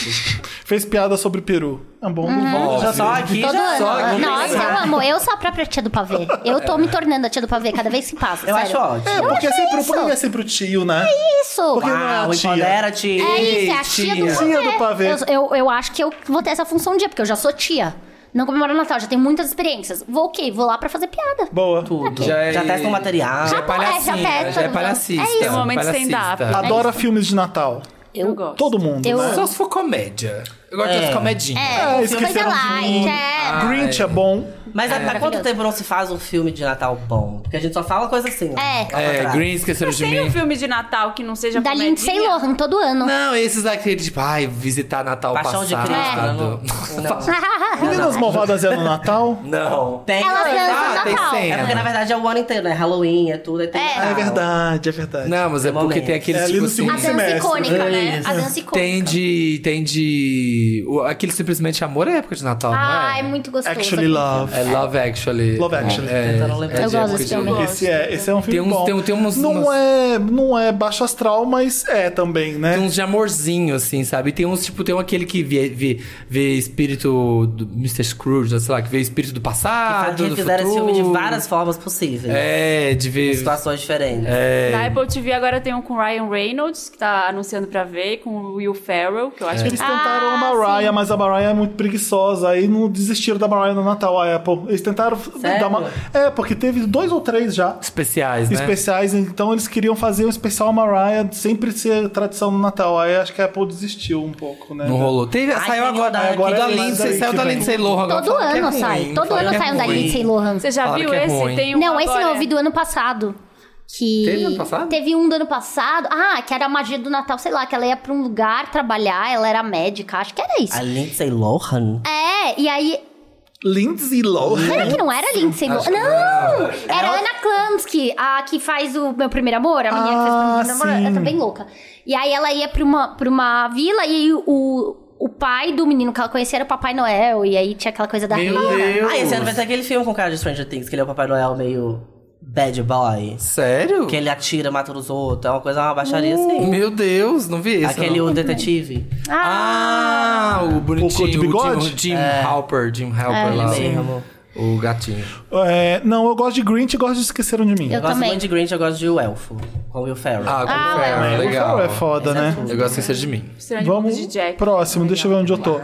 A: Fez piada sobre peru. É bom,
C: Uhum.
A: bom.
B: Óbvio.
A: Já
D: Só aqui
B: Todo
D: já- é.
B: ano.
D: só aqui.
E: Nossa, eu amo. Eu sou a própria tia do pavê. Eu tô me tornando a tia do pavê cada vez que passa.
D: Eu
E: sério.
D: acho ótimo.
A: É, porque é sempre,
E: isso.
A: por que é sempre o tio, né?
E: Isso.
A: Porque não é a
D: Uau,
A: tia.
D: empodera-te.
E: É isso, é a tia do
B: Tia.
E: pavê.
A: Tia do pavê.
E: Eu, eu, eu acho que eu vou ter essa função um dia, porque eu já sou tia. Não comemoro o Natal, já tenho muitas experiências. Vou o quê? Vou lá pra fazer piada.
A: Boa.
D: Tudo.
B: Já é-
D: Já testa o material.
B: Já é palhacinha,
E: É,
A: né?
E: já testa,
B: já é
E: não-
B: palhacista.
E: É isso.
C: Tem um momento
B: palhacista.
C: stand-up.
A: Adora filmes de Natal.
C: Eu, gosto.
A: Todo mundo.
E: É Eu-
A: né?
B: Só se for comédia. Eu gosto
D: É.
B: das comedinhas.
E: É,
A: isso que
E: coisa
A: será
E: light,
A: de-
E: é.
A: Grinch é bom.
D: Mas há há quanto
E: Maravilhoso.
D: tempo não se faz um filme de Natal bom? Porque a gente só fala coisa assim.
E: É.
B: É, Green esqueceram de
C: Tem
B: mim.
C: um filme de Natal que não seja
E: Da
C: comedinha?
E: Lindsay Lohan, todo ano.
B: Não, esses daquele tipo, ai, visitar Natal
D: Paixão de né,
B: passado. É.
D: Cristo. Não.
A: Meninas Malvadas é no Natal?
B: Não.
D: Tem
E: Elas
D: coisa-
E: dançam
B: Ah, tem
D: É
E: Natal.
D: porque, na
B: cena.
D: verdade, é o ano inteiro, né? Halloween, é tudo. Aí tem
E: É.
D: Natal.
A: É verdade, é verdade.
B: Não, mas é porque
D: Momento.
B: tem aqueles
A: É ali
B: tipo
A: no
B: assim.
E: A
A: segundo
E: dança
A: Semestre.
E: icônica, né?
D: Isso.
E: A dança icônica.
B: Tem de. Tem de. o- Aquele simplesmente amor é época de Natal,
E: Ah,
B: não é?
E: é muito gostoso.
A: Actually
E: aquele
A: Love.
B: É Love Actually.
A: Love Actually.
B: É,
D: Tentando lembrar.
B: é
E: Eu
B: de
E: gosto
B: época
E: desse
B: de-
E: filme.
A: Esse é, esse é um filme
B: Tem uns-
A: bom.
B: tem- tem uns-
A: não,
B: umas-
A: é, não é baixo astral, mas é também, né?
B: Tem um- uns de amorzinho, assim, sabe? Tem uns, tipo, tem um aquele que vê, vê, vê espírito do Mr. Scrooge, né, sei lá, que vê espírito do
D: Faz-
B: passado. do
D: Fizeram esse
B: futuro.
D: filme de várias formas possíveis.
B: É, de ver.
D: Situações diferentes.
C: É. Na Apple TV agora tem um com Ryan Reynolds, que tá anunciando pra ver, com o Will Ferrell, que eu acho que
A: É. Eles tentaram
E: Ah,
A: a Mariah, mas a Mariah é muito preguiçosa. Aí não desistiram da Mariah no Natal, a Apple. Eles tentaram dar uma. É, porque teve dois ou três já
B: Especiais, né?
A: especiais, então eles queriam fazer um especial Mariah, sempre ser tradição no Natal. Aí acho que a Apple desistiu um pouco, né?
B: Não rolou. Teve,
D: Ai,
B: saiu
D: tem
B: agora,
D: que rodar,
A: tem
B: agora da
A: que rodar
B: Lindsay,
A: aí
B: saiu
A: que
B: da
A: vem.
B: Lindsay Lohan. agora
E: Todo
B: fala que é
E: ano
B: ruim,
E: sai. Todo
B: fala
E: ano
B: que é
E: sai um da
B: ruim.
E: Lindsay Lohan.
C: Você já
B: Fala
C: viu
B: que é
C: esse?
B: ruim.
C: Tem um
E: Não, esse
C: agora.
E: não, eu vi do ano passado. Que
B: Teve ano passado?
E: Teve um do ano passado. Ah, que era a magia do Natal, sei lá, que ela ia pra um lugar trabalhar, ela era médica, acho que era isso.
D: A Lindsay Lohan?
E: É, e aí.
A: Lindsay Lohan.
E: Será que não era Lindsay Lohan? Não! Era a Ana Klansky, a que faz o Meu Primeiro Amor, a menina
A: Ah,
E: que faz o Meu Primeiro
A: sim.
E: Amor. Ela tá bem louca. E aí ela ia pra uma, pra uma vila e aí o, o pai do menino que ela conhecia era o Papai Noel. E aí tinha aquela coisa da
B: Meu
E: renda.
B: Deus.
D: Ah, esse ano vai ter aquele filme com o cara de Stranger Things, que ele é o Papai Noel meio bad boy.
B: Sério?
D: Que ele atira, mata os outros. É uma coisa, uma baixaria assim.
B: Uh, Meu Deus, não vi esse.
D: Aquele
B: não.
D: o detetive.
B: Ah, o
A: O de
B: bonitinho. O,
A: bigode?
B: Jim, Jim
D: É.
B: Halper, Jim Halper
E: É,
B: lá.
D: ele mesmo.
B: O gatinho.
A: É, não, eu gosto de Grinch e gosto de Esqueceram de Mim.
E: Eu
D: Eu gosto
E: também.
D: muito de Grinch, eu gosto de O Elfo. Com o Will Ferrell.
B: Ah, com
E: Ah,
B: o Ferro,
E: é,
B: legal.
A: É foda,
D: Esse é
A: né?
D: tudo.
B: Eu gosto que seja de mim.
C: Estranho
A: Vamos,
C: Mundo de Jack.
A: próximo, deixa eu ver onde eu tô.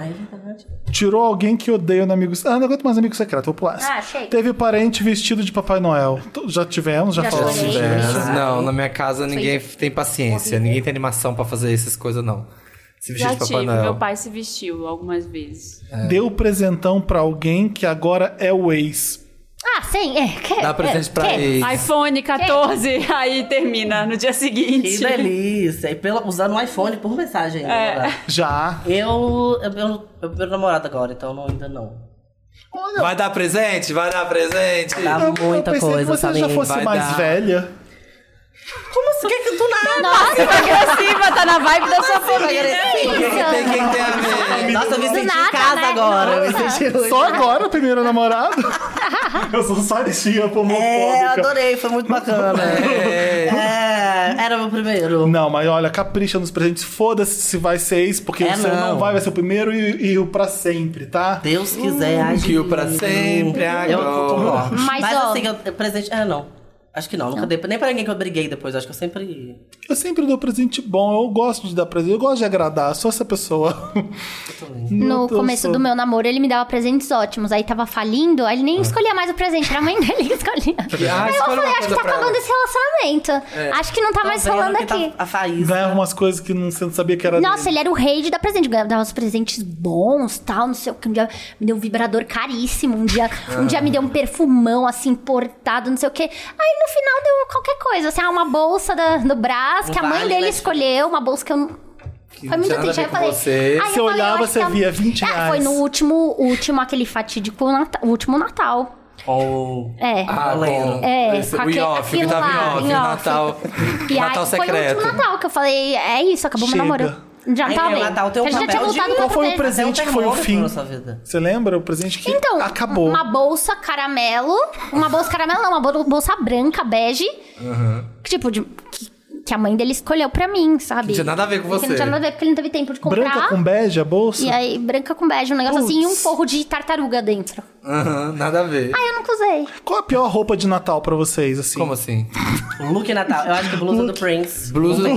A: Tirou alguém que odeia no Amigos... Ah, não aguento mais Amigo Secreto, vou pular. essa.
E: Ah, chega.
A: Teve parente vestido de Papai Noel. T- Já tivemos, já,
E: Já
A: falamos.
E: tivemos.
A: disso.
E: Sim.
B: é, Não, na minha casa ninguém tem paciência. Ninguém tem animação pra fazer essas coisas, não. Se vestir
C: Já
B: de Papai
C: tive,
B: Noel.
C: meu pai se vestiu algumas vezes.
B: É.
A: Deu presentão pra alguém que agora é o ex.
E: Ah, sim. É, que,
B: Dá presente pra
E: que-
B: ele.
C: iPhone 14, aí termina no dia seguinte.
D: Que delícia. E pela, usando um iPhone por mensagem.
E: É.
D: agora.
A: Já.
D: Eu, eu, eu, eu meu namorado agora, então não, ainda não.
B: Vai dar presente? Vai dar presente?
D: Dá
A: Eu-
D: muita
A: eu pensei
D: coisa,
A: que você
D: sabe?
A: já fosse
B: Vai
A: mais
B: dar.
A: velha.
D: Como assim? Que que tu nada?
C: Passiva agressiva, tá na vibe da sua
E: Isso.
B: Porque tem quem tem a ver.
D: Nossa, eu me
E: Do
D: senti em
E: nada,
D: casa
E: né?
D: agora.
A: Tá.
D: Eu me
E: Nossa.
D: senti muito.
A: Só agora, primeiro namorado? eu sou saristinha homofóbica.
D: É, eu adorei, foi muito bacana.
B: É.
D: É, era meu primeiro.
A: Não, mas olha, capricha nos presentes. Foda-se se vai ser ex, porque
D: É,
A: o seu não.
D: não.
A: vai, vai ser o primeiro e, e o pra sempre, tá?
D: Deus quiser, ai,
B: que o pra
D: lindo.
B: sempre
D: Eu
B: agora.
D: concordo.
E: Mas,
D: Mas,
E: ó-
D: assim, eu, presente. Ah, não. Acho que não, nunca dei. Nem pra ninguém que eu briguei depois, acho que eu sempre.
A: Eu sempre dou presente bom, eu gosto de dar presente, eu gosto de agradar, sou essa pessoa.
E: No
A: Eu
D: Então,
A: tô-
E: começo
A: sou-
E: do meu namoro, ele me dava presentes ótimos. Aí tava falindo, aí ele
D: Ah.
E: nem escolhia mais o presente. Era a mãe dele que escolhia.
B: Ah,
E: aí eu
B: escolhe uma
E: falei, acho que
B: coisa
E: tá
B: pra
E: acabando
B: ela.
E: esse relacionamento. Acho que não tá
D: Tô
E: mais
D: vendo
E: falando
D: que É, tá
E: aqui.
D: a faísca.
A: Ganhava umas coisas que não, você não sabia que era
E: Nossa,
A: dele.
E: ele era o rei de dar presente. Ganhava- Dava uns presentes bons, tal, não sei o que. Um dia me deu um vibrador caríssimo. Um dia, um dia
D: Ah.
E: me deu um perfumão, assim, importado, não sei o que. Aí no final deu qualquer coisa. Assim, ah, uma bolsa da- do Brás,
D: Um
E: que a mãe
D: vale,
E: dele
D: né?
E: escolheu. Uma bolsa que eu... não- Foi muito
B: tinha nada a ver
E: triste.
B: tá
E: Aí eu
B: com
E: falei...
B: você.
E: aí eu
A: Você
E: falei,
A: olhava,
E: eu acho
A: você
E: que a-
A: via 20
E: É, foi no
A: reais.
E: último, último aquele fatídico Natal, o último Natal.
D: Ou.
E: É.
B: Ah, bom.
E: É,
B: Esse,
E: com
B: o
E: aque-
B: Ioff, que
E: aquilo
B: tava
E: lá,
B: em off,
E: em off.
B: Natal.
E: E aí,
B: Natal
E: Foi o
B: secreto.
E: último Natal que eu falei, é isso, acabou
A: Chega.
E: meu namoro. Já
A: é
D: Aí,
E: tava
D: meu
E: bem.
D: Natal tem um
E: Porque a gente já tinha
D: papel de-
E: voltado
A: Qual
E: pra
A: foi o
E: fazer-
D: Até um
A: presente que foi o
D: termômetro
A: fim?
D: na sua vida.
A: Você lembra o presente que
E: Então,
A: acabou?
E: uma bolsa caramelo, uma bolsa caramelo não, uma bol- bolsa branca, bege, que, tipo, de- que, que a mãe dele escolheu pra mim, sabe?
B: Não tinha nada a ver com
E: Porque
B: você.
E: Não tinha nada a ver, porque ele não teve tempo de comprar.
A: Branca com bege, a bolsa?
E: E aí, branca com bege, um negócio assim, e um forro de tartaruga dentro.
B: Aham, nada a ver.
E: Aí eu nunca usei.
A: Qual a pior roupa de Natal pra vocês, assim?
B: Como assim?
D: Look Natal. Eu acho que blusa do Prince.
B: Blusa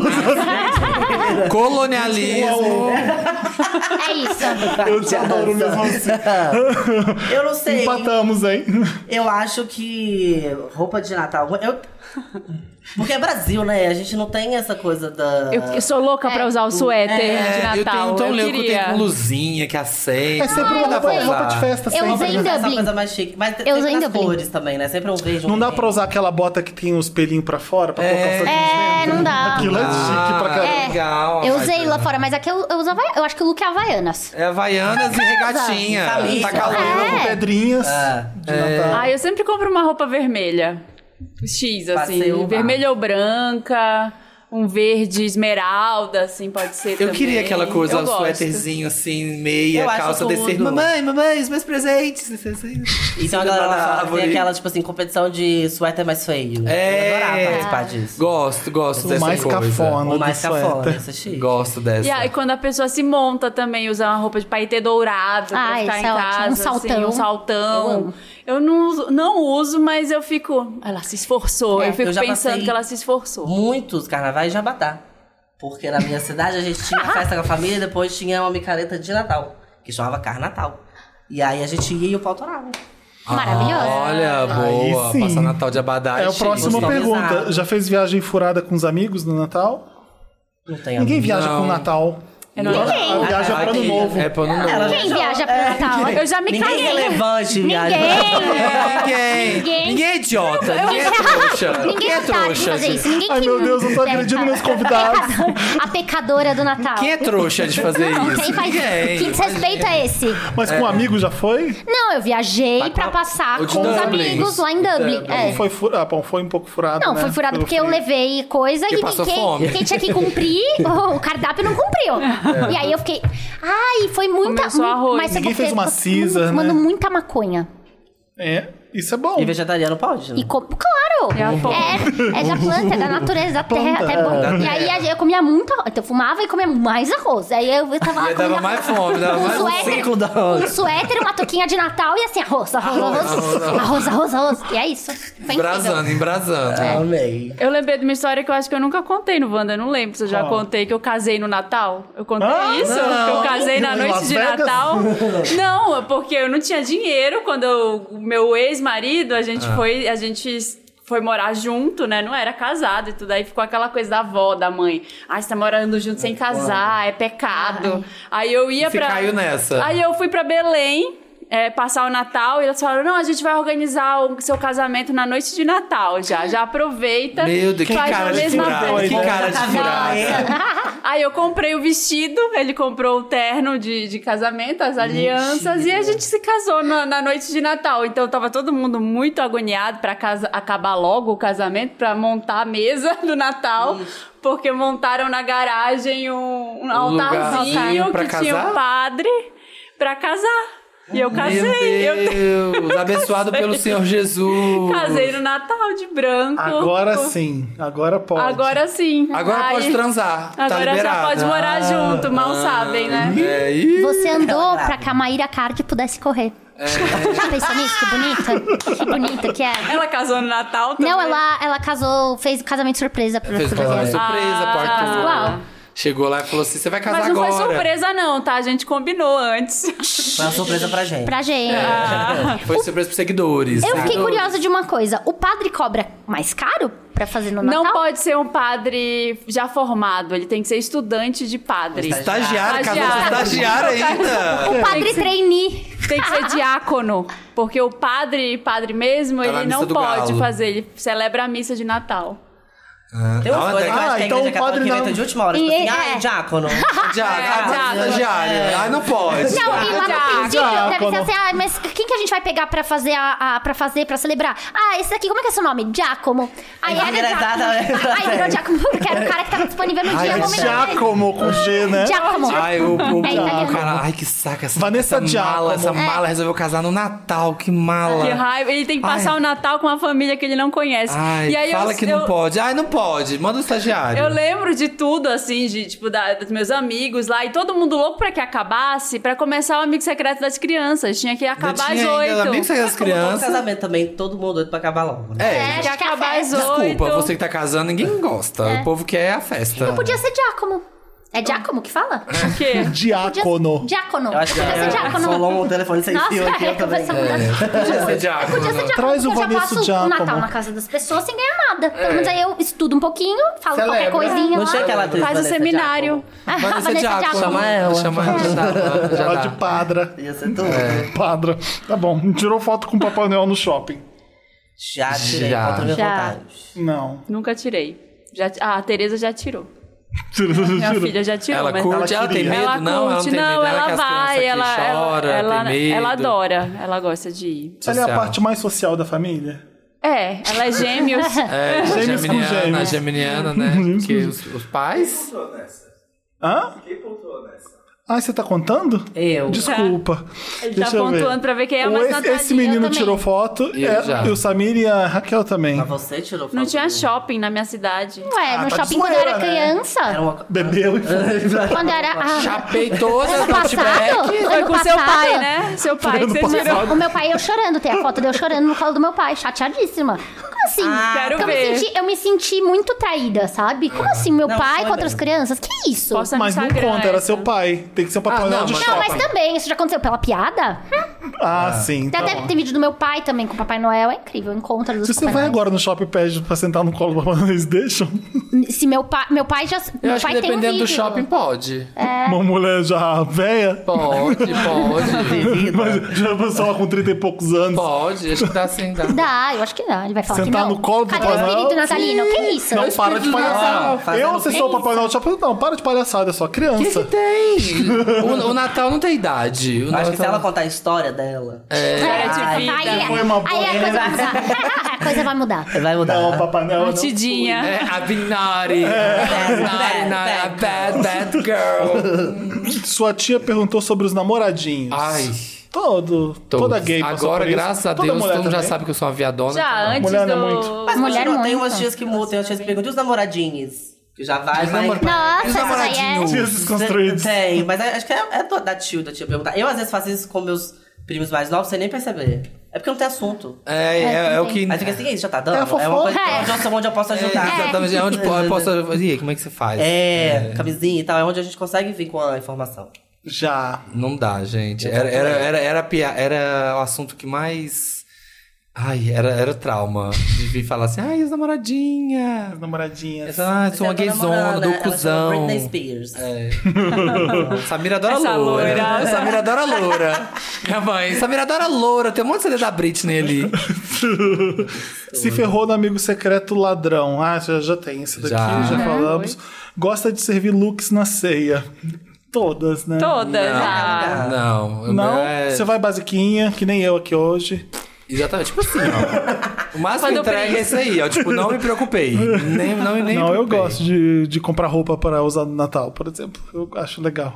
B: colonialismo.
E: É isso.
B: Ah,
A: Eu te adoro mesmo assim.
D: Eu não sei.
A: Empatamos, hein?
D: Eu acho que roupa de Natal. Eu... Porque é Brasil, né? A gente não tem essa coisa da.
C: Eu, eu sou louca pra usar o suéter
B: É,
C: de
B: eu
C: Natal.
B: tenho um tão leão que eu tenho
C: queria.
B: com luzinha, que acende.
A: É sempre uma
B: Não dá
A: roupa,
B: pra usar.
A: roupa de festa,
E: Eu
A: sempre.
E: usei
A: né?
E: em
D: Essa
E: Dublin.
D: coisa mais chique. Mas tem
E: Eu usei
D: as
E: Dublin.
D: cores também, né? Sempre eu vejo. um
A: Não dá
D: bem.
A: pra usar aquela bota que tem os pelinhos pra fora pra colocar o seu
E: É, não dá.
A: Aquilo
B: Ah.
A: é chique pra caramba.
E: É,
B: Legal,
E: eu
B: mas
E: usei
B: é.
E: lá fora, mas aqui eu, eu uso Havaianas. Eu acho que o look é Havaianas.
B: É Havaianas e regatinha.
D: Camisa.
B: Tá calor.
A: Com é
E: É.
A: pedrinhas
D: É.
A: de Natal.
C: Ah, eu sempre compro uma roupa vermelha. X, assim.
D: Passeio lá.
C: vermelha ou branca. um verde esmeralda, assim, pode ser
B: Eu
C: também.
B: queria aquela coisa,
C: Eu
B: um
C: gosto.
B: suéterzinho assim, meia,
D: Eu acho
B: calça
D: tudo.
B: descer. Mamãe, mamãe, os meus presentes.
D: E tem é uma galera lá fora que tem aquela, tipo assim, competição de suéter mais feio.
B: É.
D: Eu adorava participar disso.
B: Gosto, gosto
A: O
B: dessa
A: mais
B: coisa.
A: cafona
D: Ou
A: do
D: mais cafona,
A: suéter.
D: essa chique.
B: Gosto dessa.
C: E aí, quando a pessoa se monta também, usar uma roupa de paetê dourado pra
E: Ah,
C: ficar
E: isso
C: em
E: é ótimo.
C: casa.
E: Um
C: assim,
E: saltão.
C: um
E: Eu
C: saltão.
E: amo.
C: Eu, não, uso, não uso, mas eu fico. Ela se esforçou.
E: É,
C: eu fico
D: eu já
C: pensando
D: passei-
C: que ela se esforçou.
D: Muitos carnavais de Jabadá. Porque na minha cidade a gente tinha a festa com a família e depois tinha uma micareta de Natal, que chamava Carnatal. E aí a gente ia e o pau torava.
E: Maravilhoso.
B: Ah, Olha, boa.
A: sim.
B: Passar Natal de Abadá.
A: É a
B: chique.
A: próxima
D: Gostei.
A: pergunta.
D: Exato.
A: Já fez viagem furada com os amigos no Natal?
D: Não tem
A: Ninguém
D: amigo.
A: viaja
B: Não.
A: com o Natal.
C: Eu não-
A: Ninguém. Viaja pra ano
B: Aqui,
A: novo.
B: É pra ano novo.
D: Ela
E: Quem viaja pro Natal?
C: Eu já me
D: Ninguém
C: caguei.
D: relevante viaja.
E: Ninguém!
B: Ninguém. Ninguém.
E: Ninguém.
B: é idiota. Ninguém é trouxa.
E: Ninguém é otário de fazer
B: gente.
E: isso. Ninguém
A: Ai,
E: que
A: meu Deus, eu tô
E: deve
A: agredindo
E: falar.
A: meus convidados.
E: A pecadora do Natal.
B: Quem é trouxa de fazer
E: Não,
B: isso?
E: quem faz...
B: Ninguém.
E: Que desrespeito é esse?
A: Mas com um amigo já foi?
E: Não, eu viajei
B: Vai
E: pra
B: com-
E: passar
B: o de
E: com os
B: Dublin.
E: amigos lá em Dublin.
B: Dublin.
E: é.
A: Foi, fura... ah, bom, foi um pouco furado.
E: Não,
A: né?
E: foi furado
A: Pelo
E: porque eu
A: frio.
E: levei coisa
B: Porque
E: e
B: passou
E: quem,
B: fome.
E: quem tinha que cumprir, o cardápio não cumpriu.
B: É.
E: E aí eu fiquei. Ai, foi muita.
C: Comeu só arroz.
E: Mas
A: Ninguém
E: eu vou
A: fez uma
E: ter-
A: Caesar,
E: mu- Mano,
A: né?
E: muita maconha.
A: É, isso é bom.
D: E vegetariano pode, né?
E: E co- Claro!
C: É a planta.
E: É, é da planta, da natureza, da terra.
A: Planta.
E: até bom.
B: Da
E: E aí
B: terra.
E: a gente- eu comia muito arroz. Então eu fumava e comia mais arroz. Aí eu tava lá
B: E aí dava
E: comendo
B: mais fome, dava
E: um
B: mais um
E: suéter,
D: ciclo da roça.
E: Um suéter, uma touquinha de Natal e assim, arroz, arroz,
B: Arroz,
E: arroz.
B: arroz,
E: Arroz,
B: arroz.
E: arroz, arroz. E é isso. Foi incrível.
B: Embrasando, embrasando.
D: Amei.
C: Eu lembrei de uma história que eu acho que eu nunca contei no Wanda. Eu não lembro se eu já
A: Qual?
C: contei que eu casei no Natal. Eu contei
A: Ah,
C: isso?
B: não.
C: Que eu casei na
A: Em
C: noite
A: Las
C: de
A: Vegas?
C: Natal? não, é porque eu não tinha dinheiro quando eu- o meu ex-marido, a gente foi, a gente foi morar junto, né? Não era casado e tudo. Aí ficou aquela coisa da avó, da mãe. Ai, você tá morando junto sem casar, é pecado. Aí eu ia
B: Você
C: pra...
B: caiu nessa.
C: Aí eu fui pra Belém é, passar o Natal e elas falaram: não, a gente vai organizar o seu casamento na noite de Natal já. Já aproveita.
B: Meu Deus, que
C: faz
B: cara
C: a
B: de
C: mesma
B: furado.
C: festa.
B: Que cara de furado.
C: Aí eu comprei o vestido, ele comprou o terno de, de casamento, as alianças, e a gente se casou na, na noite de Natal. Então tava todo mundo muito agoniado pra casa, acabar logo o casamento, pra montar a mesa do Natal. Porque montaram na garagem um, um altarzinho
B: assim pra
C: que tinha
B: casar?
C: um padre pra casar. E eu casei.
B: Meu
C: eu
B: Deus, abençoado pelo Senhor Jesus.
C: Casei no Natal de branco.
A: Agora sim, agora pode.
C: Agora sim.
B: Agora
C: Aí-
B: pode transar. tá
C: Agora já
B: liberado. Ah.
C: pode
E: Ah.
C: morar junto, mal sabem, né?
B: É, ih,
E: Você andou
D: brava.
E: pra que a Maíra Card pudesse correr.
B: É.
E: Já pensou nisso? Que bonita. Que bonita que é.
C: Ela casou no Natal também.
E: Não, ela, ela casou, fez o casamento surpresa pra
B: fez uma
C: Ah.
E: Juliana.
B: surpresa, pro Arthur.
E: igual.
B: Chegou lá e falou assim: você vai casar
C: Mas não
B: agora.
C: foi surpresa não, tá? A gente combinou antes.
D: Foi uma surpresa pra gente.
E: Pra gente.
B: É, Foi surpresa pros seguidores.
E: Eu fiquei
B: seguidores.
E: curiosa de uma coisa. O padre cobra mais caro pra fazer no Natal?
C: Não pode ser um padre já formado, ele tem que ser estudante de padre.
B: Estagiário, casou com
C: Estagiário.
B: estagiário ainda.
E: O padre trainee.
C: Tem que ser diácono, porque o padre, padre mesmo,
B: Tá na
C: ele
B: missa
C: não
B: do
C: pode
B: Galo.
C: fazer, ele celebra a missa de Natal.
D: Tem umas
B: Ah,
D: coisas
A: tá.
C: né?
D: que eu acho que a
A: Ah, então
D: igreja
A: o padre
D: católica
A: não-
D: inventa de última hora. Tipo
E: E-
D: assim,
E: é.
D: ai, diácono. É,
C: É,
B: Diário, ah, mas
C: diácono.
B: estagiário.
C: É.
B: Ah, não pode.
E: Não, e lá
C: Diácono.
E: no princípio deve ser
A: Diácono.
E: assim, ah, mas quem que a gente vai pegar pra fazer, a, a, pra fazer, pra celebrar? Ah, esse daqui, como é que é seu nome? Giacomo. Aí
D: Vai
E: era
D: virar
E: Giacomo.
D: exatamente.
E: Aí virou Giacomo, porque era o cara que tava disponível no
B: Ai,
E: dia.
B: é
E: no momento.
A: Giacomo com G, né?
E: Giacomo.
B: Ai, o, o,
E: É italiano. É.
B: cara, ai que saca essa,
A: Vanessa
B: essa
A: Giacomo.
B: mala, essa mala resolveu casar no Natal, que mala.
C: Que raiva, ele tem que passar
B: Ai.
C: o Natal com uma família que ele não conhece.
B: Ai,
C: e aí eu-
B: fala que não
C: eu-
B: pode. Ai, não pode. Manda o estagiário.
C: Eu lembro de tudo, assim, de, tipo, da- dos meus amigos lá. E todo mundo louco pra que acabasse, pra começar o Amigo Secreto das Crianças. Tinha que
B: Não
C: acabar
B: tinha
C: às
B: ainda,
C: oito.
B: Amigos das
D: Como todo
B: crianças.
D: casamento também, todo mundo doido pra acabar logo, né?
B: É,
E: É,
B: gente,
E: acho que é a
C: Acabar às
E: festa.
B: desculpa,
C: oito.
B: você que tá casando, ninguém gosta. O povo quer a festa.
E: Podia ser Giacomo. É Giacomo que fala?
C: O quê?
A: Diácono.
E: Diácono.
D: Eu acho que
E: Podia ser
D: é
E: Giacomo.
D: solou um telefone sem
E: Nossa,
D: fio aqui, eu
E: cara,
D: também.
E: começou a mudar.
B: Podia ser diácono.
E: Podia ser Giacomo,
A: É. Traz o
E: porque eu já
A: Vanessa
E: passo
A: Giacomo. É.
E: o Natal na casa das pessoas sem ganhar nada. Pelo menos aí eu estudo um pouquinho, falo
B: Celebra.
E: qualquer coisinha
D: Não
E: lá.
D: tinha aquela né? atriz
C: Faz o
D: Vanessa
C: seminário.
E: Ah,
B: Vanessa
E: Vanessa
B: Giacomo.
E: Giacomo.
D: Chama ela.
B: Chama ela, já dá, já tá.
A: Ela
B: dá.
A: de padra.
D: Giacomo? Ia ser tudo.
B: É.
A: Padra. Tá bom. Tirou foto com o Papai Noel no shopping.
D: Já tirei
B: Já.
D: contra minha
C: Já.
D: vontade.
A: Não.
C: Nunca tirei. Já, ah, a Tereza já tirou.
A: Tirou,
C: Minha
A: tirou.
C: filha já tirou.
B: Ela
C: mas
B: curte, ela, tem
A: queria.
B: medo,
C: Ela
B: não, ela não
C: curte,
B: tem medo.
C: não, ela,
B: que as crianças
C: vai,
B: aqui
C: ela, ela-
B: chora,
C: ela,
B: tem medo.
C: ela adora, ela gosta de ir.
A: Ela é a
B: Social.
A: parte mais social da família?
C: É, ela é gêmeos.
B: É,
A: Gêmeos com
B: geminiana,
A: gêmeos.
B: geminiana, né?
A: Gêmeos com
B: Que
A: gêmeos.
B: os, os pais.
A: Hã? Quem pontuou nessa? Ah, você tá contando?
D: Eu.
A: Desculpa.
C: Ele tá
A: Deixa eu ver.
C: pontuando pra ver quem é a mais
A: Ou esse,
C: notadinha
A: esse menino
E: também.
A: tirou foto,
B: Eu
A: é,
B: já.
A: e o Samir e a Raquel também.
D: Mas você tirou foto.
C: Não tinha
D: dele.
C: shopping na minha cidade.
E: Ué,
A: Ah,
E: no
A: tá de
E: shopping quando eu
A: zoeira,
E: era
A: né?
E: criança.
D: Era um uma...
A: Bebeu e foi.
E: Quando eu era. Ah,
B: Chapei todas é,
E: ano
B: no
E: passado?
B: flashback.
C: tipo, é Foi
E: Ano
C: com seu
E: passado?
C: pai, né? Seu pai que
A: ano
C: você tirou.
E: O meu pai, eu chorando, tem a foto de eu chorando no colo do meu pai, chateadíssima. Como assim?
C: Ah, quero
E: Porque eu
C: ver.
E: Me senti, eu me senti muito traída, sabe? Como assim, meu
D: Não,
E: pai
D: foi
E: com outras
D: mesmo.
E: crianças? Que isso?
C: Posso-
A: Mas não
C: Instagram
A: conta,
C: essa.
A: era seu pai. Tem que ser um
B: Ah,
A: papai
B: não,
A: Noel de
B: mas-
E: Não,
A: shopping.
E: mas também, isso já aconteceu pela piada?
A: Ah,
B: É.
A: sim.
E: Tem
A: tá
E: até
A: bom.
E: tem vídeo do meu pai também com o Papai Noel, é incrível, encontro dos
A: Se você
E: Papai
A: vai
E: Noel.
A: agora no shopping e pede pra sentar no colo do Papai Noel, eles deixam?
E: Se meu pai, meu pai já,
B: Eu
E: meu
B: acho
E: pai
B: que
E: tem um
B: dependendo do
E: vídeo.
B: shopping, pode.
C: É.
E: É.
A: Uma mulher já velha,
B: Pode, pode.
A: mas já é pessoa lá com 30 e poucos anos.
B: Pode, acho que dá sim, dá.
E: Dá, eu acho que dá. Ele vai falar
A: Sentar
E: que não.
A: no colo do
E: Tipo, Cadê
A: Papai
E: o
A: Noel?
E: espírito natalino? Que isso?
A: Não, para de
D: Natal,
A: palhaçada.
D: fazendo
A: Eu, se sou o Papai Noel, do shopping, não, para de palhaçada, é só
B: O que,
A: criança.
B: que tem? O, o Natal não tem idade. O
D: Eu acho que se ela
B: Natal...
D: contar a história dela,
E: É,
C: de
E: aí,
C: vida.
E: aí,
A: Foi uma boa-
E: aí a coisa vai mudar. a coisa vai mudar.
D: vai mudar.
A: Não, Papai Noel não.
C: Partidinha.
B: É, a Vignari.
D: É. Bad,
B: A bad, bad girl.
A: Sua tia perguntou sobre os namoradinhos.
B: Ai.
A: Todo, toda
B: Todos.
A: gay passou
B: Agora,
A: por isso.
B: graças a
A: Toda
B: Deus,
A: mulher
B: todo mundo já
A: também.
B: sabe que eu sou uma viadona.
C: Já
B: então.
C: antes
A: Mulher
C: do...
A: é muito.
D: Mas
E: Mulher
D: continua, tem
E: muito.
D: umas tias que mudam, tem umas tias que perguntam, e os namoradinhos? Que já vai, vai...
B: namor-
E: Nossa,
B: Os
E: essa aí é...
B: namoradinhos.
A: Tias desconstruídas.
D: Tem, mas é- acho que é, é do- da tia, da tia perguntar. Eu, às vezes, faço isso com meus primos mais novos sem nem perceber. É porque não tem assunto.
B: É, é, é o que.
D: Aí fica assim, "Ih, já tá dando?
A: É a fofoca.
D: uma coisa
E: É.
D: onde, eu sou, onde eu posso
B: É,
D: ajudar.
B: exatamente. É onde po- eu posso. Ih, como é que você faz?
D: É, camisinha e tal, é onde a gente consegue vir com a informação.
A: Já.
B: Não dá, gente. Era, era, era, era, pia- era o assunto que mais. Ai, era, era trauma. De vir falar assim, ai, as namoradinhas.
A: As namoradinhas.
B: Ah, sou uma
D: Você é
B: gaysona,
D: namorada,
B: do
D: ela chama
B: cuzão.
D: Britney Spears.
B: Samira adora
C: Essa
B: loura.
C: loira.
B: Samira adora loura. Minha mãe, Samira adora loura. Tem um monte de CD da Britney ali.
A: Se ferrou no amigo secreto ladrão. Ah, já, já tem esse daqui,
B: Já.
A: já, falamos. Gosta de servir looks na ceia. Todas,
C: é
A: né?
B: é
C: Todas. ah.
B: Não, eu-
A: Não,
B: é-
A: você vai basiquinha, que nem eu aqui hoje.
B: Exatamente, tipo assim, ó. O máximo que
C: Quando
B: entrega
C: eu
B: é isso aí, ó. Tipo, não me preocupei. Nem, não, nem
A: não,
B: me
A: eu
B: preocupei.
A: gosto de, de comprar roupa para usar no Natal, por exemplo. Eu acho legal.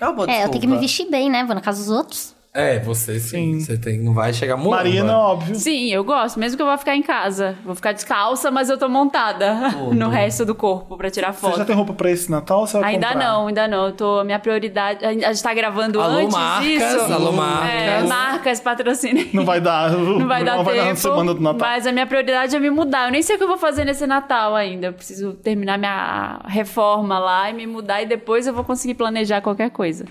D: É uma boa
E: É, eu tenho que me
D: desculpa.
E: vestir bem, né? Vou na casa dos outros.
B: É, você
A: Sim.
B: sim. Você tem, não vai chegar muito.
A: Marina, é óbvio.
C: Sim, eu gosto. Mesmo que eu vá ficar em casa. Vou ficar descalça, mas eu tô montada no resto do corpo pra tirar
A: Você já
C: foto.
A: tem roupa para esse Natal? ou Você vai
C: Ainda
A: comprar?
C: não, ainda não. Eu tô, a minha prioridade... A gente tá gravando
B: Alô,
C: antes
B: marcas,
C: isso.
B: alô,
C: É,
B: marcas.
C: marcas, patrocinem.
A: Não vai dar.
C: Não vai dar
A: não vai
C: tempo.
A: dar na semana do Natal.
C: Mas a minha prioridade é me mudar. Eu nem sei o que eu vou fazer nesse Natal ainda. Eu preciso terminar minha reforma lá e me mudar e depois eu vou conseguir planejar qualquer coisa.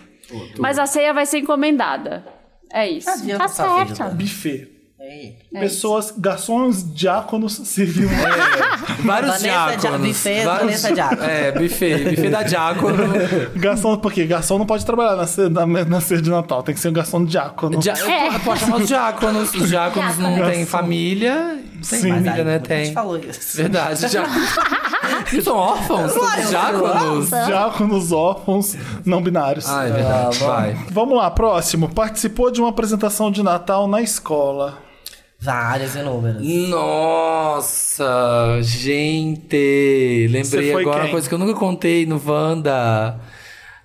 C: Mas a ceia vai ser encomendada. É isso.
D: Tadinha
E: Tá
D: da sua
E: certo.
D: filha.
A: Buffet.
D: Ei.
C: É
A: Pessoas, garçons, diáconos, serviam.
B: Vários
D: Vanessa é dia-
B: diáconos.
D: buffet,
B: vários...
D: Vanessa é diácono.
B: É, buffet. Buffet da diácono.
A: garçom, porque garçom não pode trabalhar na ceia, na, na ceia de Natal, tem que ser um garçom diácono.
B: Dia...
E: É.
B: Pode chamar os diáconos. Os diáconos não têm família. Tem
A: Sim.
B: família,
D: Ai,
B: né?
D: A gente
B: Tem.
D: falou isso.
B: Verdade, os diáconos. Não são órfãos? São diáconos?
A: Diáconos, órfãos, não binários.
B: Ah, é verdade. Vai.
A: Vamos lá, próximo. Participou de uma apresentação de Natal na escola.
D: Várias inúmeras.
B: Nossa, gente! Lembrei
A: Você foi
B: agora
A: quem?
B: uma coisa que eu nunca contei no Wanda.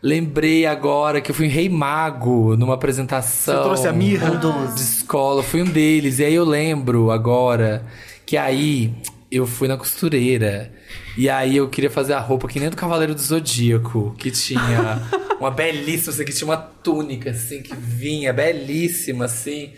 B: Lembrei agora que eu fui em Rei Mago numa apresentação.
A: Você trouxe a mirra? Um
B: de escola, eu fui um deles. E aí eu lembro agora que aí eu fui na costureira. E aí eu queria fazer a roupa que nem do Cavaleiro do Zodíaco, que tinha uma belíssima, assim, que tinha uma túnica assim que vinha belíssima assim.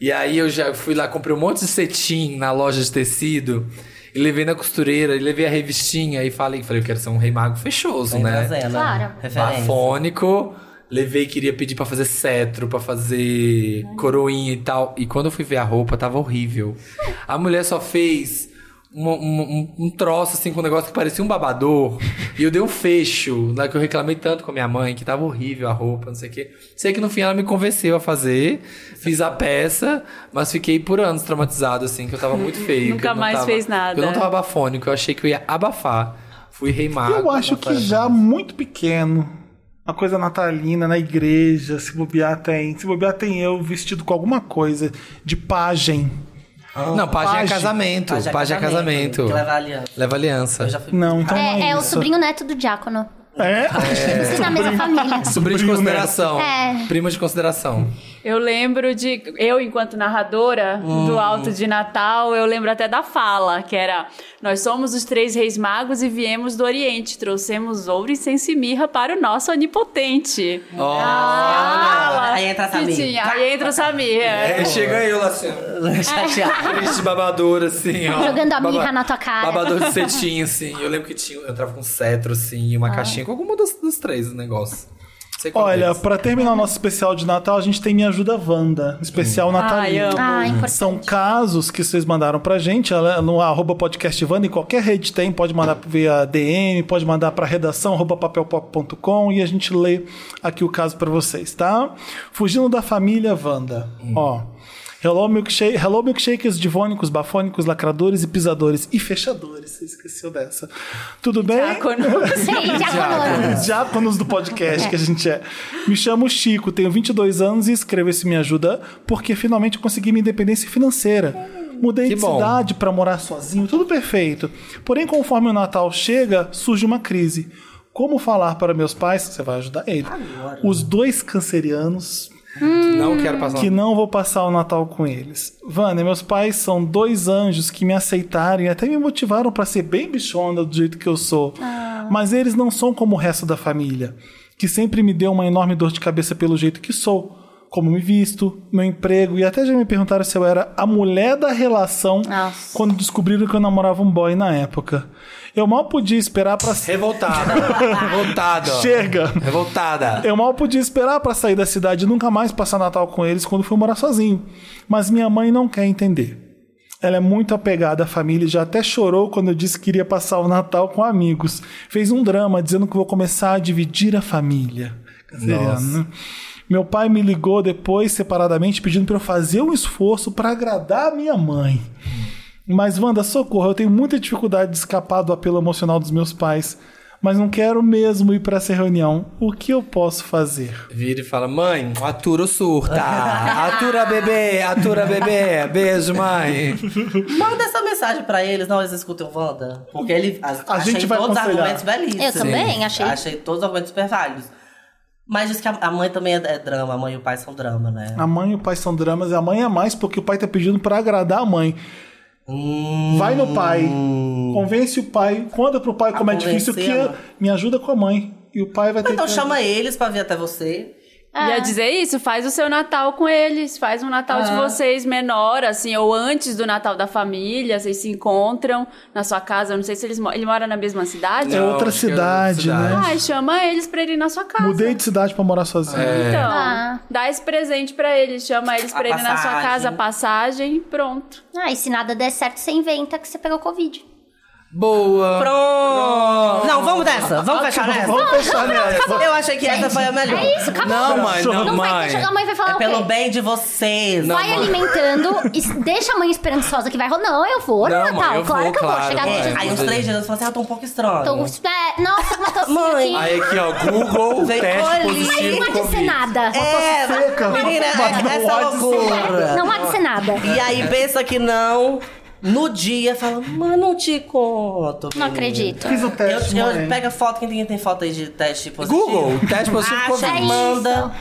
B: E aí eu já fui lá, comprei um monte de cetim na loja de tecido. E levei na costureira, e levei a revistinha e falei, falei, eu quero ser um rei mago fechoso,
D: Vem
B: né?
D: trazendo.
E: Claro.
D: Referência.
B: Bafônico. Levei, queria pedir pra fazer cetro, pra fazer coroinha e tal. E quando eu fui ver a roupa, tava horrível. A mulher só fez um, um- um- um troço, assim, com um negócio que parecia um babador. E eu dei um fecho, lá que eu reclamei tanto com a minha mãe, que tava horrível a roupa, não sei o quê. Sei que no fim ela me convenceu a fazer, fiz a peça, mas fiquei por anos traumatizado, assim, que eu tava muito feio. que
C: Nunca
B: eu não
C: mais
B: tava-
C: fez nada.
B: que Eu não tava bafônico, eu achei que eu ia abafar. Fui reimar.
A: Eu acho que já muito pequeno. Uma coisa natalina na igreja, se bobear tem. Se bobear tem eu vestido com alguma coisa de pajem.
B: Não, pajem é
A: Pajem.
B: casamento. Pajem, é casamento.
D: Que leva a aliança.
B: Leva aliança.
D: Eu já fui.
A: Não, então não
E: É, é o
A: isso.
E: sobrinho neto do diácono.
A: É?
E: Tudo na mesma família.
B: Sobrinho de
A: Primo, né?
B: consideração.
E: É.
B: Primo de consideração.
C: Eu lembro de. Eu, enquanto narradora
D: Hum.
C: do Alto de Natal, eu lembro até da fala, que era: Nós somos os três reis magos e viemos do Oriente, trouxemos ouro, incenso e mirra para o nosso onipotente.
D: Ah.
B: Olha!
C: Fala
D: Aí entra a
C: que
D: Samir.
C: tinha. Aí entra o Samir. é.
B: É, chega eu lá assim, ó,
D: Chateada.
B: triste babador, assim, ó.
E: Jogando a
B: Baba-
E: mirra na tua cara.
B: Babador de cetim, assim. Eu lembro que tinha, eu entrava com um cetro, assim, e uma
E: Ah.
B: caixinha com alguma dos, dos três o negócio. Não Sei qual
A: Olha,
B: deles.
A: pra terminar o nosso especial de Natal, a gente tem Me Ajuda Wanda, especial
B: Hum.
C: Ai,
A: natalino. Hum.
C: amo.
E: Ah, importante.
A: São casos que vocês mandaram pra gente, ela- é no arroba podcast Vanda, em qualquer rede tem, pode mandar via DM, pode mandar pra redação, arroba papelpop.com e a gente lê aqui o caso pra vocês, tá? Fugindo da família Wanda,
B: Hum.
A: ó. Hello, milkshake, hello milkshakers divônicos, bafônicos, lacradores e pisadores e fechadores. Você esqueceu dessa. Tudo bem?
C: Diácono.
E: Sim, diácono.
A: Diáconos do podcast que a gente é. Me chamo Chico, tenho 22 anos e escrevo esse Me Ajuda porque finalmente eu consegui minha independência financeira. Mudei
B: Que
A: de
B: bom.
A: cidade pra morar sozinho, tudo perfeito. Porém, conforme o Natal chega, surge uma crise. Como falar para meus pais? Você vai ajudar ele. Os dois cancerianos
E: hum,
B: Não quero passar.
A: que não vou passar o Natal com eles. Vânia, meus pais são dois anjos que me aceitaram e até me motivaram pra ser bem bichona do jeito que eu sou. Mas eles não são como o resto da família, que sempre me deu uma enorme dor de cabeça pelo jeito que sou. Como me visto, meu emprego, e até já me perguntaram se eu era a mulher da relação
E: Nossa.
A: quando descobriram que eu namorava um boy na época. Eu mal podia esperar pra.
B: Revoltada. Revoltada. ó.
A: Chega!
B: Revoltada.
A: Eu É mal podia esperar pra sair da cidade e nunca mais passar Natal com eles quando fui morar sozinho. Mas minha mãe não quer entender. Ela é muito apegada à família e já até chorou quando eu disse que iria passar o Natal com amigos. Fez um drama dizendo que vou começar a dividir a família. Canceriano,
B: Nossa.
A: né? Meu pai me ligou depois, separadamente, pedindo pra eu fazer um esforço pra agradar a minha mãe. Mas, Wanda, socorro, eu tenho muita dificuldade de escapar do apelo emocional dos meus pais. Mas não quero mesmo ir pra essa reunião. O que eu posso fazer?
B: Vira e fala, mãe, atura o surta. Atura, bebê. Atura, bebê. Beijo, mãe.
D: Manda essa mensagem pra eles, não eles escutem o Wanda. Porque ele. A, achei
A: gente vai
D: todos os
A: aconselhar.
D: argumentos belíssimos.
E: Eu também
B: Sim.
E: achei.
D: Achei todos os argumentos super válidos. Mas diz que a, a mãe também é, é drama, a mãe e o pai são drama, né?
A: A mãe e o pai são dramas, e a mãe é mais porque o pai tá pedindo pra agradar a mãe. Vai no pai,
B: Hum.
A: convence o pai, conta pro
B: Ah,
A: pai como é difícil, que
D: convencê-lo.
A: me ajuda com a mãe. E o pai vai ter
D: Então
A: que...
D: chama eles pra vir até você.
E: Ah.
C: Ia dizer isso, faz o seu Natal com eles, faz um Natal de
A: Ah.
C: vocês menor, assim, ou antes do Natal da família, vocês se encontram na sua casa, eu não sei se eles mo- ele mora na mesma cidade.
A: É
B: Não,
A: outra
B: acho que é outra
A: cidade,
B: cidade.
D: Ah,
A: né?
C: Ai, chama eles pra ele ir na sua casa.
A: Mudei de cidade pra morar sozinho.
C: Então,
E: Ah.
C: dá esse presente pra eles, chama eles
D: A
C: pra ele na sua
D: passagem.
C: casa, a passagem, pronto.
E: Ah, e se nada der certo, você inventa que você pegou Covid.
B: Boa.
D: Pronto! Não, vamos nessa, vamos fechar nessa.
A: Ah, Vamos fechar né? nessa.
D: Eu achei que essa foi a melhor.
E: É isso, acabou.
B: Não, mãe, não,
E: Não vai
B: mãe.
E: ter- a mãe vai falar
D: É
E: o quê?
D: pelo bem de vocês.
E: vai
B: mãe.
E: alimentando, es- deixa a mãe esperançosa que vai rolar. Não, eu vou no
B: Não, mãe,
E: Natal.
B: eu
E: claro
B: vou,
E: que eu vou.
B: claro,
E: Chegar no
B: vai.
E: dia
D: Aí os
A: é.
D: três dias eu falo assim, ah, tô um pouco estranho.
E: Tô, é, nossa, uma tocinha
D: Mãe.
E: aqui.
B: Aí aqui, ó, Google,
D: Vem,
B: teste
D: olha,
E: Mas
B: positivo.
E: não há de ser
B: Covid.
E: nada.
D: É,
A: seca.
D: menina,
A: Mas não
D: é, essa
A: pode ser.
D: loucura.
E: Não há de ser nada.
B: É,
D: E aí pensa que não. No dia fala, mas não te conto. menina."
E: Não acredito.
B: É um
A: Fiz o teste,
D: Eu, eu
A: mãe.
D: pega foto, quem tem, tem foto aí de teste positivo?
B: Google, teste positivo
D: Acha,
B: Covid.
E: Ah, é isso.
D: manda.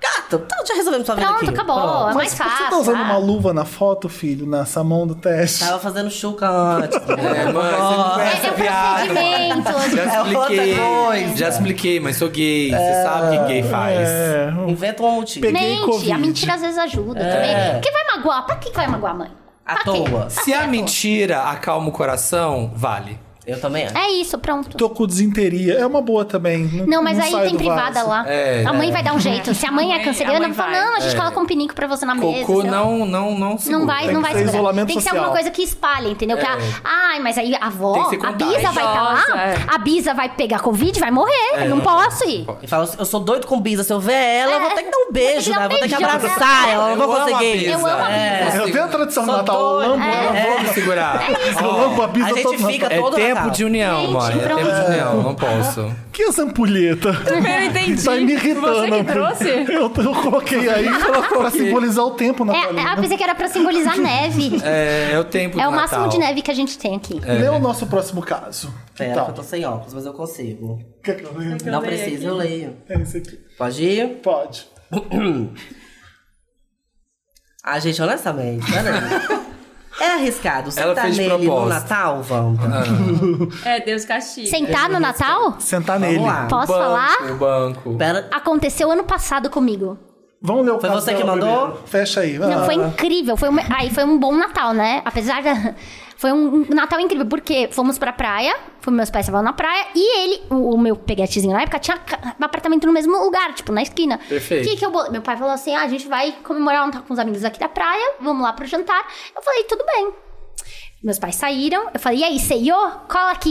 D: Gato, então já resolvemos sua vida aqui.
E: Pronto, acabou. É mais fácil.
A: Você tá usando
E: ah.
A: uma luva na foto, filho, nessa mão do teste?
D: Tava fazendo chuca antes. né?
B: É, mãe, você não
D: Ó,
B: conhece
E: É
B: a
E: o
B: piada.
E: procedimento.
B: Já
D: É outra
B: expliquei.
D: coisa.
B: Já expliquei, mas sou gay.
E: É.
B: Você sabe o que gay faz.
A: É,
D: Inventa um motivo.
A: Peguei
E: Mente,
A: Covid.
E: a mentira às vezes ajuda
B: É.
E: também. Porque vai magoar? Pra que vai magoar a mãe?
D: À
E: Pra quê?
D: toa.
E: Pra
B: Se
E: quê,
B: a
E: pô?
B: mentira acalma o coração, vale.
D: Eu também acho.
E: É isso, pronto.
A: Tô com desinteria. É uma boa também.
E: Não, mas
A: saio
E: aí tem
A: do
E: privada
A: vaso.
E: lá.
B: É,
E: a mãe vai dar um jeito. Se a mãe
C: A
E: é
C: mãe-
E: canceriana,
C: a mãe
E: vai falar,
C: vai. é.
E: não, a gente coloca um pinico pra você na mesa.
B: Cocô
E: sei lá.
B: não, não, não segura.
E: Não vai, não vai
A: ser
E: segurar.
A: isolamento
E: Tem que ser
A: social.
E: alguma coisa que espalhe, entendeu? Que a- ai, mas aí a
B: É.
E: avó,
B: Tem que ser
E: a
B: contágio.
E: Bisa vai estar
C: Nossa,
E: lá,
C: é.
E: a Bisa vai pegar Covid, vai morrer. eu não
B: É.
E: posso ir.
D: E fala, eu sou doido com Bisa. Se eu ver ela, eu vou
E: É.
D: ter que dar um beijo,
E: Vou ter que dar
D: né?
E: um
D: Vou ter que
E: beijão
D: abraçar
E: nela.
D: ela, eu não vou
B: amo a
D: conseguir.
B: Bisa.
E: Eu amo a
B: É.
A: Eu tenho a tradição do Natal. Eu
D: doida.
E: É.
A: lambo, né?
B: Eu
A: ela,
B: vou me segurar.
A: eu lambo a
D: A
A: bisa
D: gente
A: toda.
D: fica
B: É
D: todo
B: tempo de união,
E: Gente,
B: mãe. É
E: pronto.
B: tempo de união, não posso.
A: Que essa ampulheta?
C: Eu não entendi.
A: Tá me irritando.
C: Você que trouxe?
A: Eu, eu coloquei aí pra simbolizar o tempo na
E: É,
A: palhinha.
E: ah, pensei que era pra simbolizar neve.
B: É, é o tempo
E: É
B: do
E: o máximo
B: Natal. É,
E: de neve que a gente tem aqui.
A: Lê o nosso próximo caso.
D: Pera, que É, eu tô
A: então,
D: sem óculos, mas eu consigo.
A: quer que eu leia?
C: leio
D: não precisa,
C: aqui?
D: eu leio.
A: É esse aqui.
D: Pode ir?
A: Pode.
D: Ah, gente, honestamente, peraí. É arriscado. Você
B: Ela
D: tá
B: fez de
D: nele no
B: propósito.
D: Natal, Wanda?
C: É, Deus castiga.
E: Sentar no Natal?
A: Sentar
D: Vamos
A: nele.
D: lá.
E: Posso
B: O é. banco,
E: falar? É
B: O banco.
D: Pera,
E: Aconteceu ano passado comigo.
A: Vamos ler o
D: Foi
A: caso
D: você que
A: dela
D: mandou?
A: primeiro. Fecha aí. vai
E: Não,
A: lá.
E: foi incrível. Foi uma- Aí foi um bom Natal, né? Apesar da. Foi um Natal incrível, porque fomos pra praia, foi, meus pais estavam na praia, e ele, o, o meu peguetezinho na época, tinha ca- um apartamento no mesmo lugar, tipo, na esquina.
B: Perfeito.
E: Que que eu bo- Meu pai falou assim: ah, a gente vai comemorar um Natal com os amigos aqui da praia, vamos lá pro jantar. Eu falei, tudo bem. Meus pais saíram, eu falei, e aí, Seiô? Cola aqui.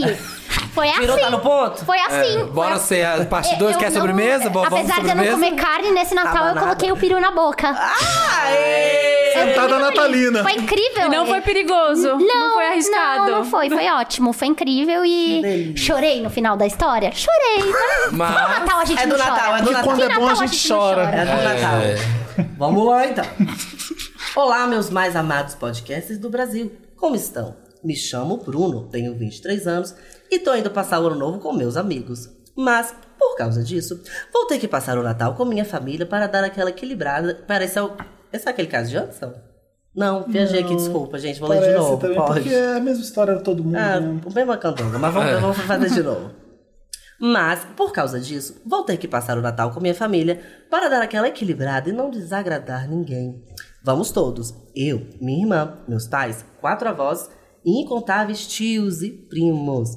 E: Foi assim.
D: Virou, tá no ponto?
E: Foi assim.
B: É, bora
E: Foi-
B: ser
E: É,
B: a parte 2,
E: eu
B: quer
E: não-
B: sobremesa? Bo- Vamos
E: Apesar de eu não
B: sobremesa?
E: comer carne, nesse Natal eu
D: Abonada.
E: coloquei o peru na boca.
D: Aê!
E: Eu
A: Sentada
E: também.
A: natalina.
E: É, Foi incrível.
C: E não
E: né?
C: foi perigoso. Não, foi arriscado.
E: Não, não foi. Foi ótimo. Foi incrível e chorei no final da história. Chorei.
B: Mas-
E: No Natal a gente
D: É do
E: não chora.
D: Natal, é do
E: Que
D: Natal.
A: Quando é bom, a gente
E: não
A: chora.
D: É do Natal. Vamos lá, então. Olá, meus mais amados podcasters do Brasil. Como estão? Me chamo Bruno, tenho 23 anos e tô indo passar o ano novo com meus amigos. Mas, por causa disso, vou ter que passar o Natal com minha família para dar aquela equilibrada. Parece ao... Esse é aquele caso de antes, não? Não, viajei aqui, desculpa, gente. Vou ler de
A: Parece
D: novo.
A: também,
D: Pode.
A: porque é a mesma história de todo mundo.
D: Ah,
A: né?
D: o mesmo cantando, mas vamos,
B: É.
D: vamos fazer de novo. Mas, por causa disso, vou ter que passar o Natal com minha família para dar aquela equilibrada e não desagradar ninguém. Vamos todos. Eu, minha irmã, meus pais, quatro avós e incontáveis tios e primos.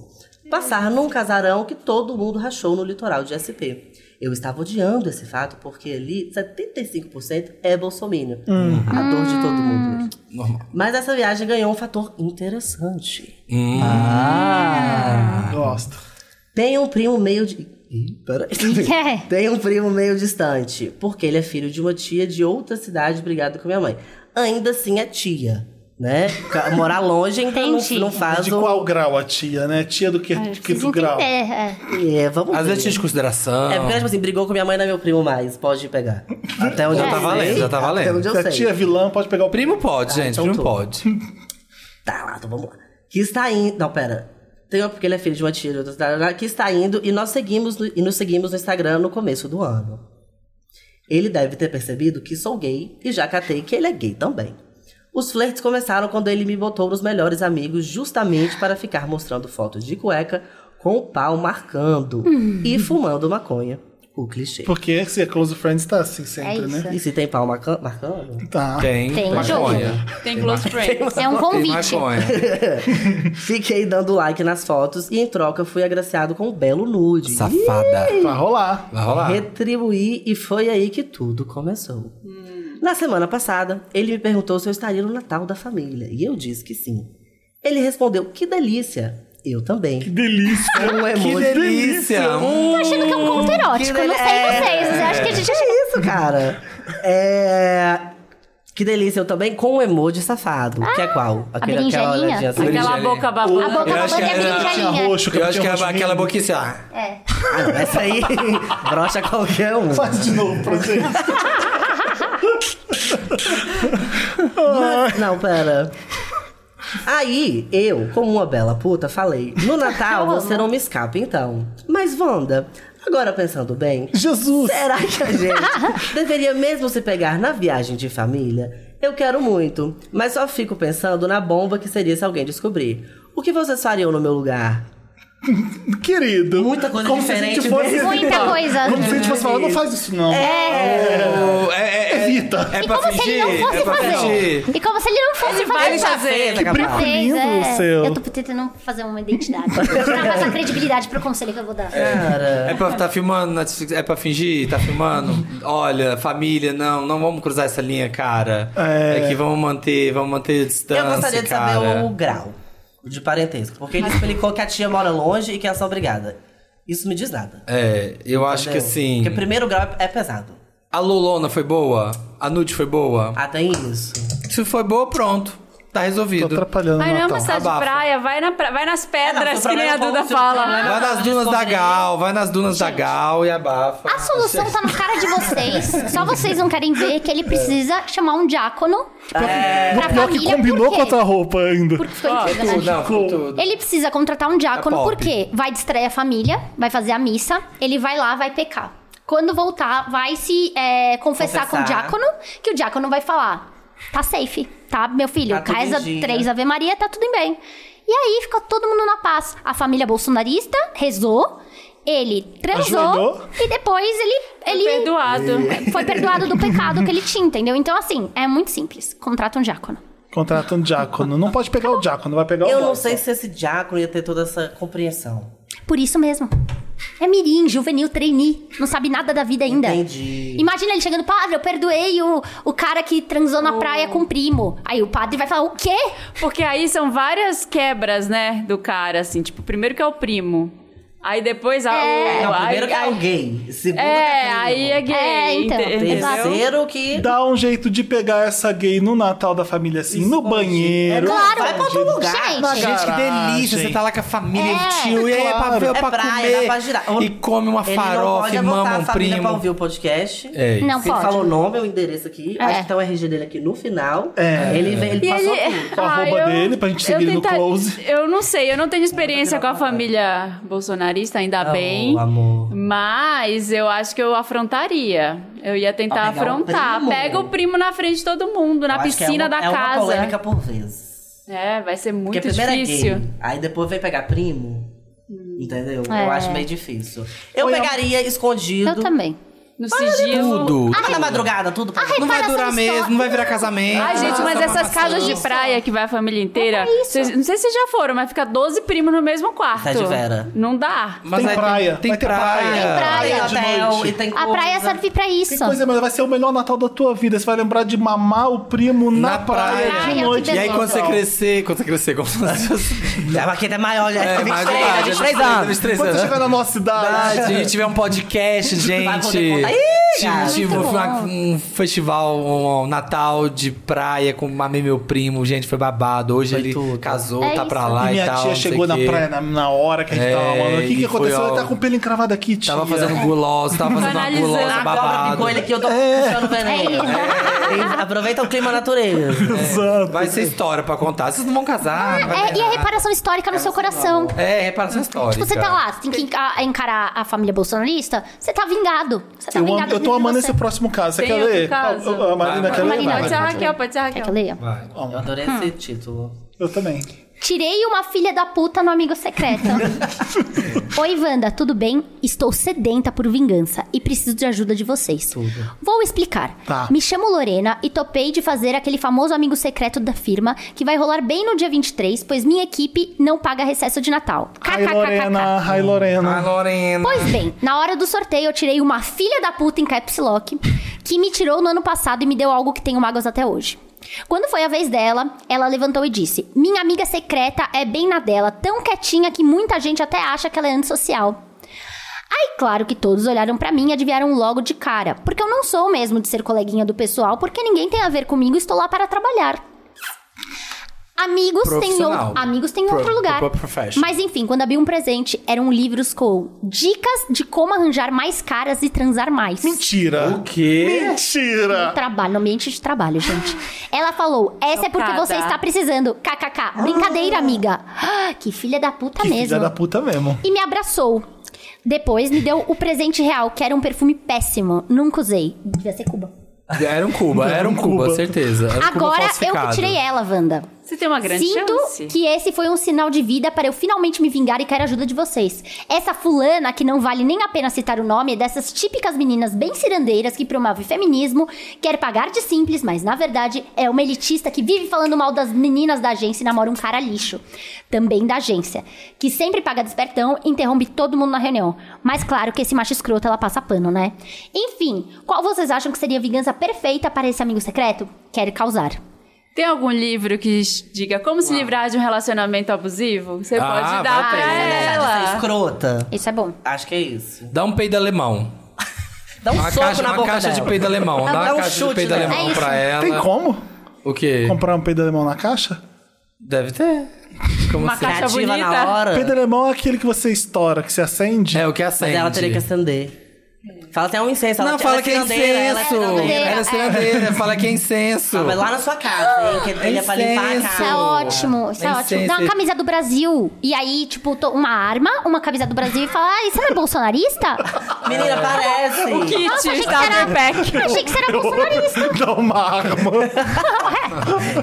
D: Passar num casarão que todo mundo rachou no litoral de SP. Eu estava odiando esse fato porque ali 75% é bolsominion.
A: Uhum.
D: A dor de todo mundo.
B: Normal.
D: Mas essa viagem ganhou um fator interessante.
B: Hum.
A: Gosto.
D: Tem um primo meio de. Ih, peraí.
E: É.
D: Tem um primo meio distante, porque ele é filho de uma tia de outra cidade brigada com minha mãe. Ainda assim é tia, né? Ca- Morar longe então não,
E: Entendi.
D: não faz
A: De
D: o.
A: qual grau a tia, né? Tia do que,
E: Eu
A: que
E: preciso
A: do grau.
E: entender, é.
D: É, vamos
B: Às
D: ver.
B: vezes tinha desconsideração.
D: É porque, tipo assim, brigou com minha mãe, não é meu primo mais. Pode pegar. Até onde
B: Já
D: eu
B: tá
D: sei.
B: valendo, já tá
D: Até
B: valendo.
D: onde eu
A: É. Se a
D: sei.
A: tia é vilã, pode pegar o
B: Primo pode, gente,
D: então
B: primo
D: tô.
B: pode.
D: Tá lá, então vamos lá. Que está indo. Não, pera. Tem uma, porque ele é filho de uma tia. outra cidade, né? Que está indo e nós seguimos no- e nos seguimos no Instagram no começo do ano. Ele deve ter percebido que sou gay e já catei que ele é gay também. Os flertes começaram quando ele me botou nos melhores amigos justamente para ficar mostrando fotos de cueca com o pau marcando e fumando maconha. O clichê.
A: Porque se é close friends, tá assim sempre,
E: É
A: né?
D: E se tem pau marca- marcando?
A: Tá.
B: Tem,
E: Tem jogo.
B: maconha.
C: Tem close friends.
E: É um
B: Tem
E: convite.
B: maconha.
D: Fiquei dando like nas fotos e em troca fui agraciado com um belo nude.
B: Safada.
A: Vai rolar.
B: Vai rolar.
D: Retribuí e foi aí que tudo começou. Na semana passada, ele me perguntou se eu estaria no Natal da família e eu disse que sim. Ele respondeu: Que delícia! Eu também.
A: Delícia.
D: Um
B: Que
D: emoji.
B: delícia. Hum.
E: Tô achando que é um conto erótico.
D: Que
E: Não sei
D: delícia.
E: vocês. Eu acho que a gente...
D: É isso, cara. É. Que delícia, eu também com um emoji safado. que é qual? aquela
E: berinjelinha?
D: olhadinha assim.
C: Aquela
B: Berinjela.
C: boca babada.
E: A boca
B: Eu acho
E: babando
B: que
E: é
B: era-
A: Tinha
E: berinjelinha.
A: roxo, que
B: Eu acho que é
A: tinha
B: aquela
A: roxinho.
B: boquinha assim, ó.
E: É.
D: Ah, não, essa aí brocha qualquer um.
A: Faz de novo pra gente.
D: Mas- Não, pera. Aí, eu, como uma bela puta, falei: No Natal você não me escapa, então. Mas, Wanda, agora pensando bem,
A: Jesus.
D: será que a gente deveria mesmo se pegar na viagem de família? Eu quero muito, mas só fico pensando na bomba que seria se alguém descobrir. O que vocês fariam no meu lugar?
A: Querido.
D: Muita coisa
A: como
D: diferente
A: Se a gente fosse...
D: desse-
E: Muita coisa.
A: Como se a gente fosse falar, não faz isso não.
B: O- É, é, é,
A: Evita.
B: É
E: E
B: pra
E: como se
B: fingir?
E: ele não
B: É
E: fosse
B: pra
E: fazer?
B: fingir.
E: E como se ele não fosse fazer?
C: vai fazer.
D: Tá capaz.
A: Que lindo,
E: é.
A: seu.
E: Eu tô tentando fazer uma identidade. Pra passar credibilidade pro conselho que eu vou dar.
D: Cara.
B: É pra tá filmando, Netflix? é pra fingir, tá filmando. Olha, família, não, não vamos cruzar essa linha, cara.
A: É.
B: É, que vamos manter, vamos manter a distância,
D: Eu gostaria de
B: cara.
D: saber o grau de parentesco, porque ele explicou que a tia mora longe e que elas são brigadas. Isso me diz nada.
B: É, eu acho que
D: Entendeu?
B: assim.
D: né? Porque primeiro grau é é pesado.
B: A Lolona foi boa? A Nude foi boa?
D: Ah, tem isso.
B: Se foi boa, pronto. Tá
A: Tô
B: resolvido.
A: atrapalhando o
C: Ai, não é
A: Natal.
C: uma cidade de
B: Abafa.
C: praia, vai, na pra- vai nas
D: É, não,
C: pedras,
D: seu
C: que nem a
D: problema é
C: Duda
D: como seu
C: fala.
D: problema.
B: Vai nas dunas da Gal, vai nas dunas da Gal e abafa.
E: A solução tá na cara de vocês. Só vocês não querem ver que ele precisa chamar um diácono pra,
B: É.
E: pra
A: Pior que
E: família.
A: combinou
E: por
A: com
E: quê?
A: outra roupa ainda.
E: Porque ficou incrível, né?
B: Não, ficou tudo.
E: Ele precisa contratar um diácono
B: É pop.
E: porque vai distrair a família, vai fazer a missa, ele vai lá, vai pecar. Quando voltar, vai se é, confessar, com o
D: Confessar.
E: diácono, que o diácono vai falar: tá safe, tá, meu filho?
D: Tá tudo em
E: reza
D: dia."
E: três Ave Maria, tá tudo em bem. E aí fica todo mundo na paz. A família bolsonarista rezou, ele transou
A: Ajoelhou.
E: e depois ele. ele
C: Perdoado.
E: Foi perdoado do pecado que ele tinha, entendeu? Então, assim, é muito simples. Contrata um diácono.
A: Contrata um diácono. Não pode pegar o diácono, vai pegar o
D: Eu não
A: bosta.
D: sei se esse diácono ia ter toda essa compreensão.
E: Por isso mesmo. É mirim, juvenil, trainee. Não sabe nada da vida ainda.
D: Entendi.
E: Imagina ele chegando, padre, eu perdoei o, o cara que transou
A: Oh.
E: na praia com o primo. Aí o padre vai falar, o quê?
C: Porque aí são várias quebras, né, do cara, assim, tipo, primeiro que é o primo. Aí depois a, o,
D: Não, primeiro
C: aí-
D: que é o
C: aí-
D: gay. Segundo
C: É, aí é
D: que é
C: gay.
E: É, então,
C: ente-
D: gay.
E: exato.
C: entendeu?
D: Terceiro que...
A: Dá um jeito de pegar essa gay no Natal da família, assim, no
D: Esconde.
A: banheiro.
D: É claro.
A: escondido.
D: Vai pra outro lugar.
E: Gente,
B: é Gente, que
A: Caralho,
B: delícia.
A: gente.
B: Você tá lá com a família,
E: É,
B: o tio, e aí,
A: claro.
B: pra, ver,
D: É
B: pra
D: praia,
B: comer.
D: dá pra girar.
B: E come uma
D: Ele não
B: faropa
D: pode
B: e
D: apontar
B: mama
D: a
B: um
D: família
B: primo.
D: pra ouvir o podcast.
B: É isso.
E: Não
D: Se ele
E: pode.
D: falou o nome, o endereço aqui,
E: É.
D: acho que tá o RG dele aqui no final.
A: É.
D: Ele, vem- ele
C: E
D: passou
C: ele-
D: tudo.
A: Com a arroba dele, pra gente seguir
C: eu
A: ele no close.
C: Eu não sei, eu não tenho experiência com a família bolsonarista, ainda
A: Tá
D: Oh,
C: bem.
D: amor.
C: Mas eu acho que eu afrontaria. Eu ia tentar
D: Ah, pegar o
C: afrontar.
D: primo.
C: Pega o primo na frente de todo mundo, na
D: Eu acho que
C: piscina
D: é uma,
C: da
D: é
C: casa.
D: uma polêmica por vez.
C: É, vai ser
D: Porque
C: muito
D: primeiro é
C: difícil.
D: gay, aí depois vem pegar primo. Entendeu?
E: É.
D: Eu acho meio difícil. Eu
A: Ou eu-
D: pegaria escondido.
E: eu também.
C: No sigilo.
B: Tudo.
D: Ah, na madrugada, tudo. pra-
E: Arre-
B: Não vai
E: Reparação
B: durar
E: histórica.
B: mesmo, não vai virar casamento.
C: Ai, gente, mas
B: Só
C: essas
B: pra
C: casas de
B: passar.
C: praia que vai a família inteira.
E: É isso.
C: vocês- não sei se vocês já foram, mas fica 12 primos no mesmo quarto.
D: Tá de vera.
C: Não dá.
B: Mas
A: Tem
B: aí
A: praia,
B: Tem
A: vai ter praia. Tem
B: praia.
E: praia.
D: Tem
A: praia de
D: hotel
A: noite.
D: e tem
E: A praia é
D: coisa.
E: serve pra isso.
A: Que coisa, mas vai ser o melhor Natal da tua vida. Você vai lembrar de mamar o primo na,
B: Na
A: praia,
B: praia.
A: de
E: Praia,
A: noite.
E: que
B: E aí, quando você
E: Não.
B: crescer, quando você crescer, como se
D: A baqueta é maior, já é,
B: É,
D: 23,
B: mais
D: é
B: idade,
D: 23
B: é
D: anos.
B: 23
A: Quando você chegar
B: anos.
A: na nossa
B: Verdade,
A: cidade.
B: e tiver um podcast,
D: Vai
B: gente.
D: poder contar. Ih, cara,
B: Tive
E: muito bom.
B: um festival, um, um Natal de praia com mamei meu primo, gente, foi babado. Hoje
D: Foi
B: ele
D: tudo.
B: casou,
E: É
B: tá
E: isso.
B: pra
A: E
B: lá e,
A: minha
B: tal.
A: tia
B: não sei
A: chegou na
B: quê.
A: praia na, na hora que a gente tava
B: É,
A: mamando. O que,
B: e
A: que
B: foi,
A: aconteceu?
B: ó,
A: Ele tá com o pelo encravado aqui, tia.
B: Tava fazendo gulosa, tava fazendo uma
C: Analisando.
B: gulosa
D: A cobra
B: babado.
D: picou ele aqui, eu tô puxando o veneno. É. Aproveita o clima natureza.
A: Exato.
B: Vai ser história pra contar. Vocês não vão casar. não vai
E: É, e a
B: ganhar.
E: reparação histórica no seu
A: tá
E: coração.
B: É, reparação história.
E: Tipo, você tá lá, você tem que enca- encarar a família bolsonarista, você tá vingado. Você tá
A: Eu, amo- eu
E: vingado
A: tô
E: dentro de
A: amando
E: você.
A: esse próximo caso. Você
C: Tem
A: quer
C: outro
A: ler? Ah,
C: caso?
A: A, a- a Marina quer ler?
C: Marina,
A: Vai.
C: pode ser a Raquel, pode ser a
E: Quer
C: Raquel.
E: que eu leia?
B: Vai.
D: Eu adorei esse título.
A: Eu também.
E: Tirei uma filha da puta no amigo secreto. Oi, Wanda, tudo bem? Estou sedenta por vingança e preciso de ajuda de vocês. Vou explicar.
A: Tá.
E: Me chamo Lorena e topei de fazer aquele famoso amigo secreto da firma que vai rolar bem no dia 23, pois minha equipe não paga recesso de Natal.
A: Ai,
E: KKKKK.
A: Lorena. Ai,
B: A
A: Lorena.
B: Ah, Lorena.
E: Pois bem, na hora do sorteio eu tirei uma filha da puta em caps lock que me tirou no ano passado e me deu algo que tenho mágoas até hoje. Quando foi a vez dela, ela levantou e disse: Minha amiga secreta é bem na dela, tão quietinha que muita gente até acha que ela é antissocial. Aí, claro que todos olharam pra mim e adivinharam logo de cara, porque eu não sou mesmo de ser coleguinha do pessoal, porque ninguém tem a ver comigo e estou lá para trabalhar. Amigos tem
B: Profissional.
E: outro, amigos tem
B: Pro-
E: outro lugar.
B: pro- professional.
E: Mas enfim, quando abri um presente, eram livros com dicas de como arranjar mais caras e transar mais.
A: Mentira.
B: O quê?
E: No
A: Mentira.
E: trabalho, no ambiente de trabalho, gente. Ela falou: essa é porque
C: Chocada.
E: você está precisando. KKK. Brincadeira, amiga. Ah, que filha da puta
A: Que
E: mesmo
A: filha da puta mesmo.
E: e me abraçou. Depois me deu o presente real, que era um perfume péssimo. Nunca usei. Devia ser Cuba.
B: Era um Cuba, era um Cuba,
A: Cuba.
B: certeza. Era um Cuba
E: Agora eu que
B: falsificado.
E: tirei ela, Wanda.
C: Você tem uma grande
E: Sinto
C: chance.
E: que esse foi um sinal de vida para eu finalmente me vingar e quero a ajuda de vocês. Essa fulana, que não vale nem a pena citar o nome, é dessas típicas meninas bem cirandeiras que promove feminismo, quer pagar de simples, mas na verdade é uma elitista que vive falando mal das meninas da agência e namora um cara lixo. Também da agência. Que sempre paga despertão e interrompe todo mundo na reunião. Mas claro que esse macho escroto ela passa pano, né? Enfim, qual vocês acham que seria a vingança perfeita para esse amigo secreto? Quer causar.
C: Tem algum livro que diga como se livrar de um relacionamento abusivo? Você
B: Ah,
C: pode
B: vai
C: dar pra
B: ter.
D: Deixar de ser
C: É ela.
D: né? escrota.
E: Isso é bom.
D: Acho que é isso.
B: Dá um peido alemão.
D: Dá um
B: Uma
D: soco
B: caixa,
D: na
B: uma
D: boca
B: caixa de
D: dela.
B: peido alemão. Dá
D: Dá
B: uma
D: um
B: caixa de
D: chute
B: peido
D: nela.
B: alemão
E: É isso.
B: pra ela. É.
A: Tem como?
B: O quê?
A: Comprar um peido alemão na caixa?
B: Deve ter. Como
C: Uma
B: assim?
C: caixa
D: Ativa
C: bonita.
D: na hora.
A: Peido alemão é aquele que você estoura, que você acende.
B: É o que
D: Mas
B: acende.
D: ela teria que acender. Fala até um incenso. ela-
B: Não,
D: ela
B: fala que é
D: cirandeira, ela
B: incenso.
D: cirandeira.
B: Ela é cirandeira, fala que é incenso.
D: Ah, Vai lá na sua casa, hein? Que ele é pra limpar a
B: Incenso.
E: Isso é
D: casa.
E: ótimo, isso é
B: Nem sei
E: ótimo. Dá
B: se-
E: uma camisa do Brasil. E aí, tipo, to- uma arma, uma camisa do Brasil e fala, ah, você não é bolsonarista?
D: Menina, parece.
C: O kit
E: Nossa, achei que
C: está
E: era-
C: no pack.
E: Eu achei que É, você era bolsonarista.
A: Dá uma arma.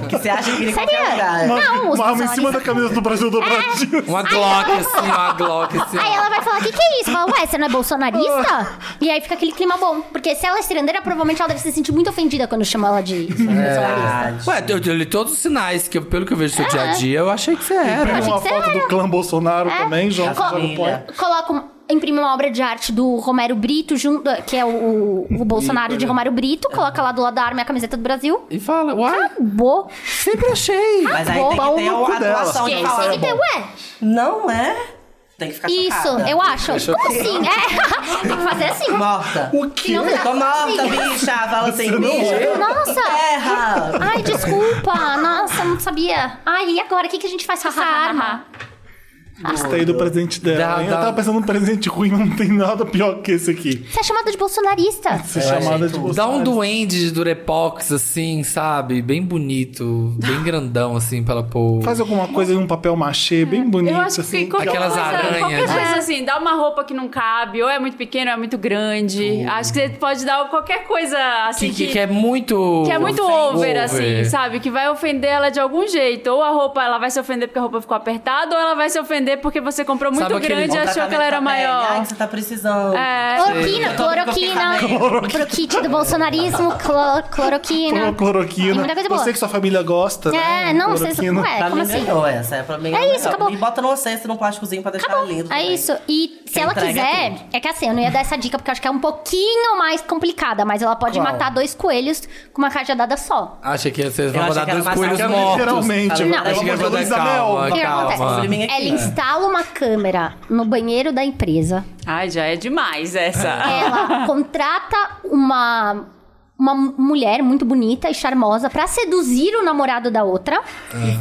D: que você acha que ele quer
E: Seria?
D: lugar.
E: Não, é os
A: uma arma em cima
E: bolsonaristas-
A: da camisa do Brasil do Brasil.
B: Uma Glock, assim, uma Glock, assim.
E: Aí ela vai falar, o que, que é isso? Fala, ué, você não é bolsonarista? E aí fica aquele clima bom. Porque se ela é cirandeira, provavelmente ela deve se sentir muito ofendida quando chama ela de bolsonarista.
D: Verdade.
B: Ué, eu, eu li todos os sinais, que eu- pelo que eu vejo do seu dia a dia, eu achei que você era.
E: achei
A: Uma
E: que você
A: foto
E: era.
A: do clã Bolsonaro
E: É.
A: também, João. é?
E: Co-
A: Joga no pó.
E: Coloca, um- imprime uma obra de arte do Romero Brito, junto, que é o, o, o Bolsonaro de Romero Brito, coloca lá do lado da arma e a camiseta do Brasil.
B: E fala, uai,
E: Boa.
B: sempre achei.
D: Mas aí
E: Bom,
D: tem que
E: pau
D: ter
A: no cu
D: a
A: dela.
D: atuação
E: Porque
D: de
E: tem
D: falar,
E: que ter,
D: bom,
E: ué.
D: Não é? Tem que ficar
E: Isso,
D: chocada.
E: eu acho. Como assim? É. Tem que fazer assim.
D: Morta.
A: O quê?
E: Não me dá-
D: Tô morta, bicha. Fala assim, bicha.
E: Nossa!
D: Terra.
E: Ai, desculpa! Nossa, não sabia. Ai, e agora? O que, que a gente faz com essa arma? Ah.
A: Gostei do presente dela.
B: Dá,
A: hein?
B: dá.
A: Eu tava pensando num presente ruim, mas não tem nada pior que esse aqui.
E: Você é chamada de bolsonarista.
A: Ser chamada de
B: Dá um
A: Bolsonaro.
B: duende de Durepox, assim, sabe? Bem bonito, bem grandão, assim, pela pô.
A: Faz alguma coisa em um papel machê bem bonito,
C: Eu acho que
A: assim.
C: qualquer
B: Aquelas
C: coisa,
B: aranhas. né?
C: Qualquer coisa
E: É.
C: assim, dá uma roupa que não cabe, ou é muito pequeno, ou é muito grande. Acho que você pode dar qualquer coisa assim
B: Uhum. Que,
C: que.
B: que, que é muito.
C: que é muito over, assim, sabe? Que vai ofender ela de algum jeito. Ou a roupa, ela vai se ofender porque a roupa ficou apertada, ou ela vai se ofender porque você comprou muito
B: Sabe aquele-
C: grande e
B: Ou
D: Tratamento
C: achou que ela era
D: da pele. Ai,
C: maior.
D: que você tá precisando.
C: É.
E: Cloroquina,
D: Todo mundo
E: cloroquina.
D: fica bem.
E: Pro kit do bolsonarismo, clo- cloroquina. Tem
A: Cloroquina.
E: muita coisa
A: Eu
E: boa.
A: sei que sua família gosta, né?
E: É, não, vocês.
A: Cloroquina.
E: Ué,
D: Pra
E: como
D: mim
E: assim?
D: melhor essa. É, pra mim
E: É isso,
D: melhor.
E: acabou.
D: E bota numa cesta, num plásticozinho pra deixar lindo.
E: É
D: também.
E: isso. E se
D: Quem
E: ela
D: entrega
E: quiser,
D: tudo.
E: é que assim, eu não ia dar essa dica porque eu acho que é um pouquinho mais complicada, mas ela pode
D: Qual?
E: matar dois coelhos com uma cajadada só.
B: Acha que vocês
D: Eu
B: vão
D: achei
B: mandar
D: que era
B: dois
D: um mais
B: coelhos
D: sacana.
B: mortos.
A: Literalmente.
E: Não.
A: Pelo
B: Acho que
A: amor
B: eu
A: de
B: vou dar
A: Deus, Isabel.
B: calma,
E: O
B: calma.
E: que
C: é
E: acontece?
D: Aqui,
E: Ela é
D: né?
E: instala uma câmera no banheiro da empresa.
C: Ai, já é demais essa.
B: É.
E: Ela contrata uma uma mulher muito bonita e charmosa pra seduzir o namorado da outra.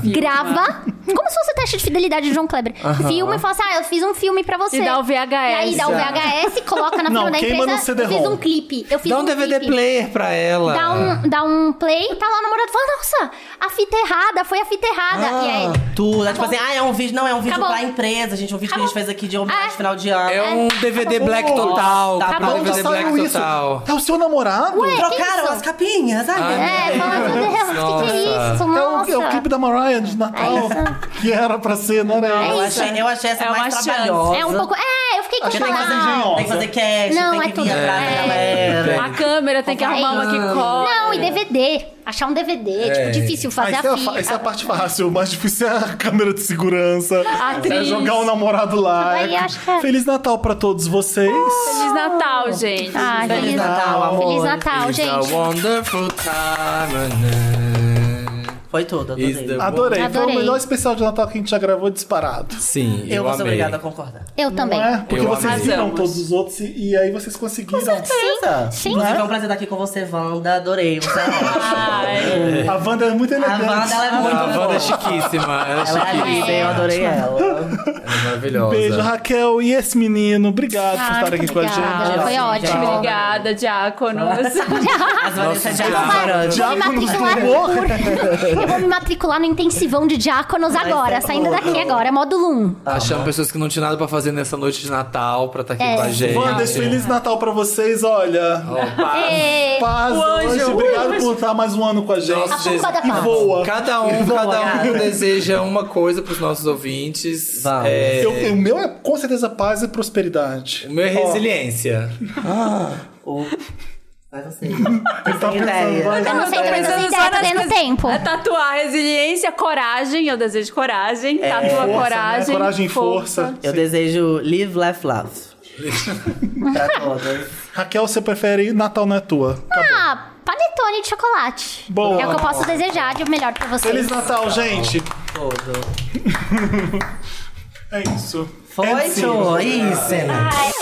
C: É.
E: Grava. Como se fosse teste de fidelidade de João Kleber. Filma e fala assim: Ah, eu fiz um filme pra você.
C: E dá o VHS.
E: E aí dá o VHS, coloca na
A: Não,
E: firma da
A: queima no
E: empresa. Eu
A: CD-ROM.
E: fiz um clipe. Eu fiz
B: Dá um DVD
E: clipe.
B: player pra ela.
E: Dá um, dá um play e tá lá o namorado falando, nossa, a fita errada, foi a fita errada. e aí,
D: Ah, tudo. É tipo assim, ah, é um vídeo. Não, é um vídeo
E: Acabou.
D: pra empresa, gente. Um vídeo que a gente
E: Acabou.
D: fez aqui de homenagem
E: Ah.
D: final de ano.
B: É um DVD Black
D: Nossa,
B: total.
D: tá
B: comprar
D: bom,
B: um DVD
D: já
B: Black
A: Saiu isso.
B: total.
A: É o seu namorado?
E: Ué,
D: Trocaram
E: que isso?
D: as capinhas,
B: Ah,
D: sabe?
E: É, fala, meu Deus, o que, que é
B: Nossa.
E: isso?
A: É o,
E: Nossa. É
A: é o clipe da Mariah de Natal. que era pra ser, não era
D: Eu
A: ela.
E: isso.
D: achei, eu achei essa
C: É uma
D: mais
C: chance.
D: trabalhosa.
E: É um pouco... É, eu fiquei com
A: Achei que fazer
E: falar.
A: engenhosa.
D: Tem que fazer cast,
E: Não,
D: tem
E: é
D: que
E: tudo.
D: vir atrás da
E: É.
D: galera.
C: A câmera tem que arrumar uma que cola.
E: Não, e DVD. Achar um DVD, tipo, difícil fazer
A: Ah,
E: a
A: essa, é a, fa- essa é a
E: fita.
A: parte fácil. O mais difícil é a câmera de segurança. É
C: Atriz.
A: jogar o namorado lá.
E: Aí acho que é. Uh!
A: Feliz Natal pra todos vocês.
C: Feliz Natal, gente.
E: Ah,
D: Feliz
E: Feliz
D: Natal,
E: Natal,
D: amor.
E: Feliz Natal,
B: It's
A: é
D: é
B: a
E: gente.
B: wonderful
D: né?
B: time.
D: Foi tudo,
B: Is the-
D: adorei.
A: Adorei. Foi
E: Adorei.
A: o melhor especial de Natal que a gente já gravou disparado.
B: Sim, eu,
D: Eu vou ser
B: amei.
D: obrigada a concordar.
E: Eu também.
A: Não é? Porque
B: Eu
A: vocês
B: amei.
A: viram
C: Arrasamos.
A: todos os outros e, e aí vocês conseguiram.
D: Sim.
E: Sim.
D: Inclusive, é um prazer estar aqui com você, Wanda. Adorei. Você é ótima.
E: Ah.
C: Ai,
A: A Wanda é muito
D: A
A: elegante.
D: Wanda, ela é
B: Ah,
D: muito
B: A Wanda
D: boa.
B: é chiquíssima. Ela é
D: Ela é
B: chiquíssima.
D: linda, eu adorei ela.
B: Ela é maravilhosa.
A: Beijo, Raquel e esse menino. Obrigado por estar aqui
E: muito
A: com a
E: obrigada.
A: gente.
E: Foi
D: Tchau.
E: ótimo.
C: obrigada, diáconos.
D: As Vanessa tá de
B: Nossa,
D: Amora.
E: Eu vou me
A: Diáconos do
E: matricular
A: humor.
E: Eu vou me matricular no intensivão de diáconos agora,
A: é
E: saindo daqui agora, módulo 1.
B: Achamos Tá pessoas que não tinham nada pra fazer nessa noite de Natal pra estar aqui
E: É.
B: com a gente.
A: Wanda, esse um Feliz Natal pra vocês. Olha,
D: É.
A: paz
E: Um
C: O anjo.
A: hoje. Obrigado por estar mais um ano com a gente.
E: A
B: Nossa,
E: pomba da
A: E
E: paz.
A: voa.
B: Cada um, cada um
D: Obrigada.
B: deseja uma coisa pros nossos ouvintes.
D: Vamos.
B: É,
A: Eu- eu- o meu é com certeza paz e prosperidade.
B: O meu é resiliência.
D: O- Vai você.
A: tá
D: Tem ideia.
A: pensando,
E: Eu não sei,
C: tô
E: também não
C: pensando
E: sei
C: só
E: ideia, tá
C: nas
E: dando
C: coisas-
E: tempo.
C: É tatuar resiliência, coragem. Eu desejo coragem. Tatua
A: Força,
C: É, coragem.
A: né? Coragem e força.
D: Eu
A: Sim.
D: desejo live, laugh, love. pra todas.
A: Raquel, você prefere Natal não é tua.
E: Ah, panetone de chocolate.
A: Boa.
E: É o que eu posso desejar de melhor pra vocês.
A: Feliz Natal, gente.
D: Todo.
A: É isso.
D: Foi,
A: É isso.
D: Tio? Isso.
E: Ai,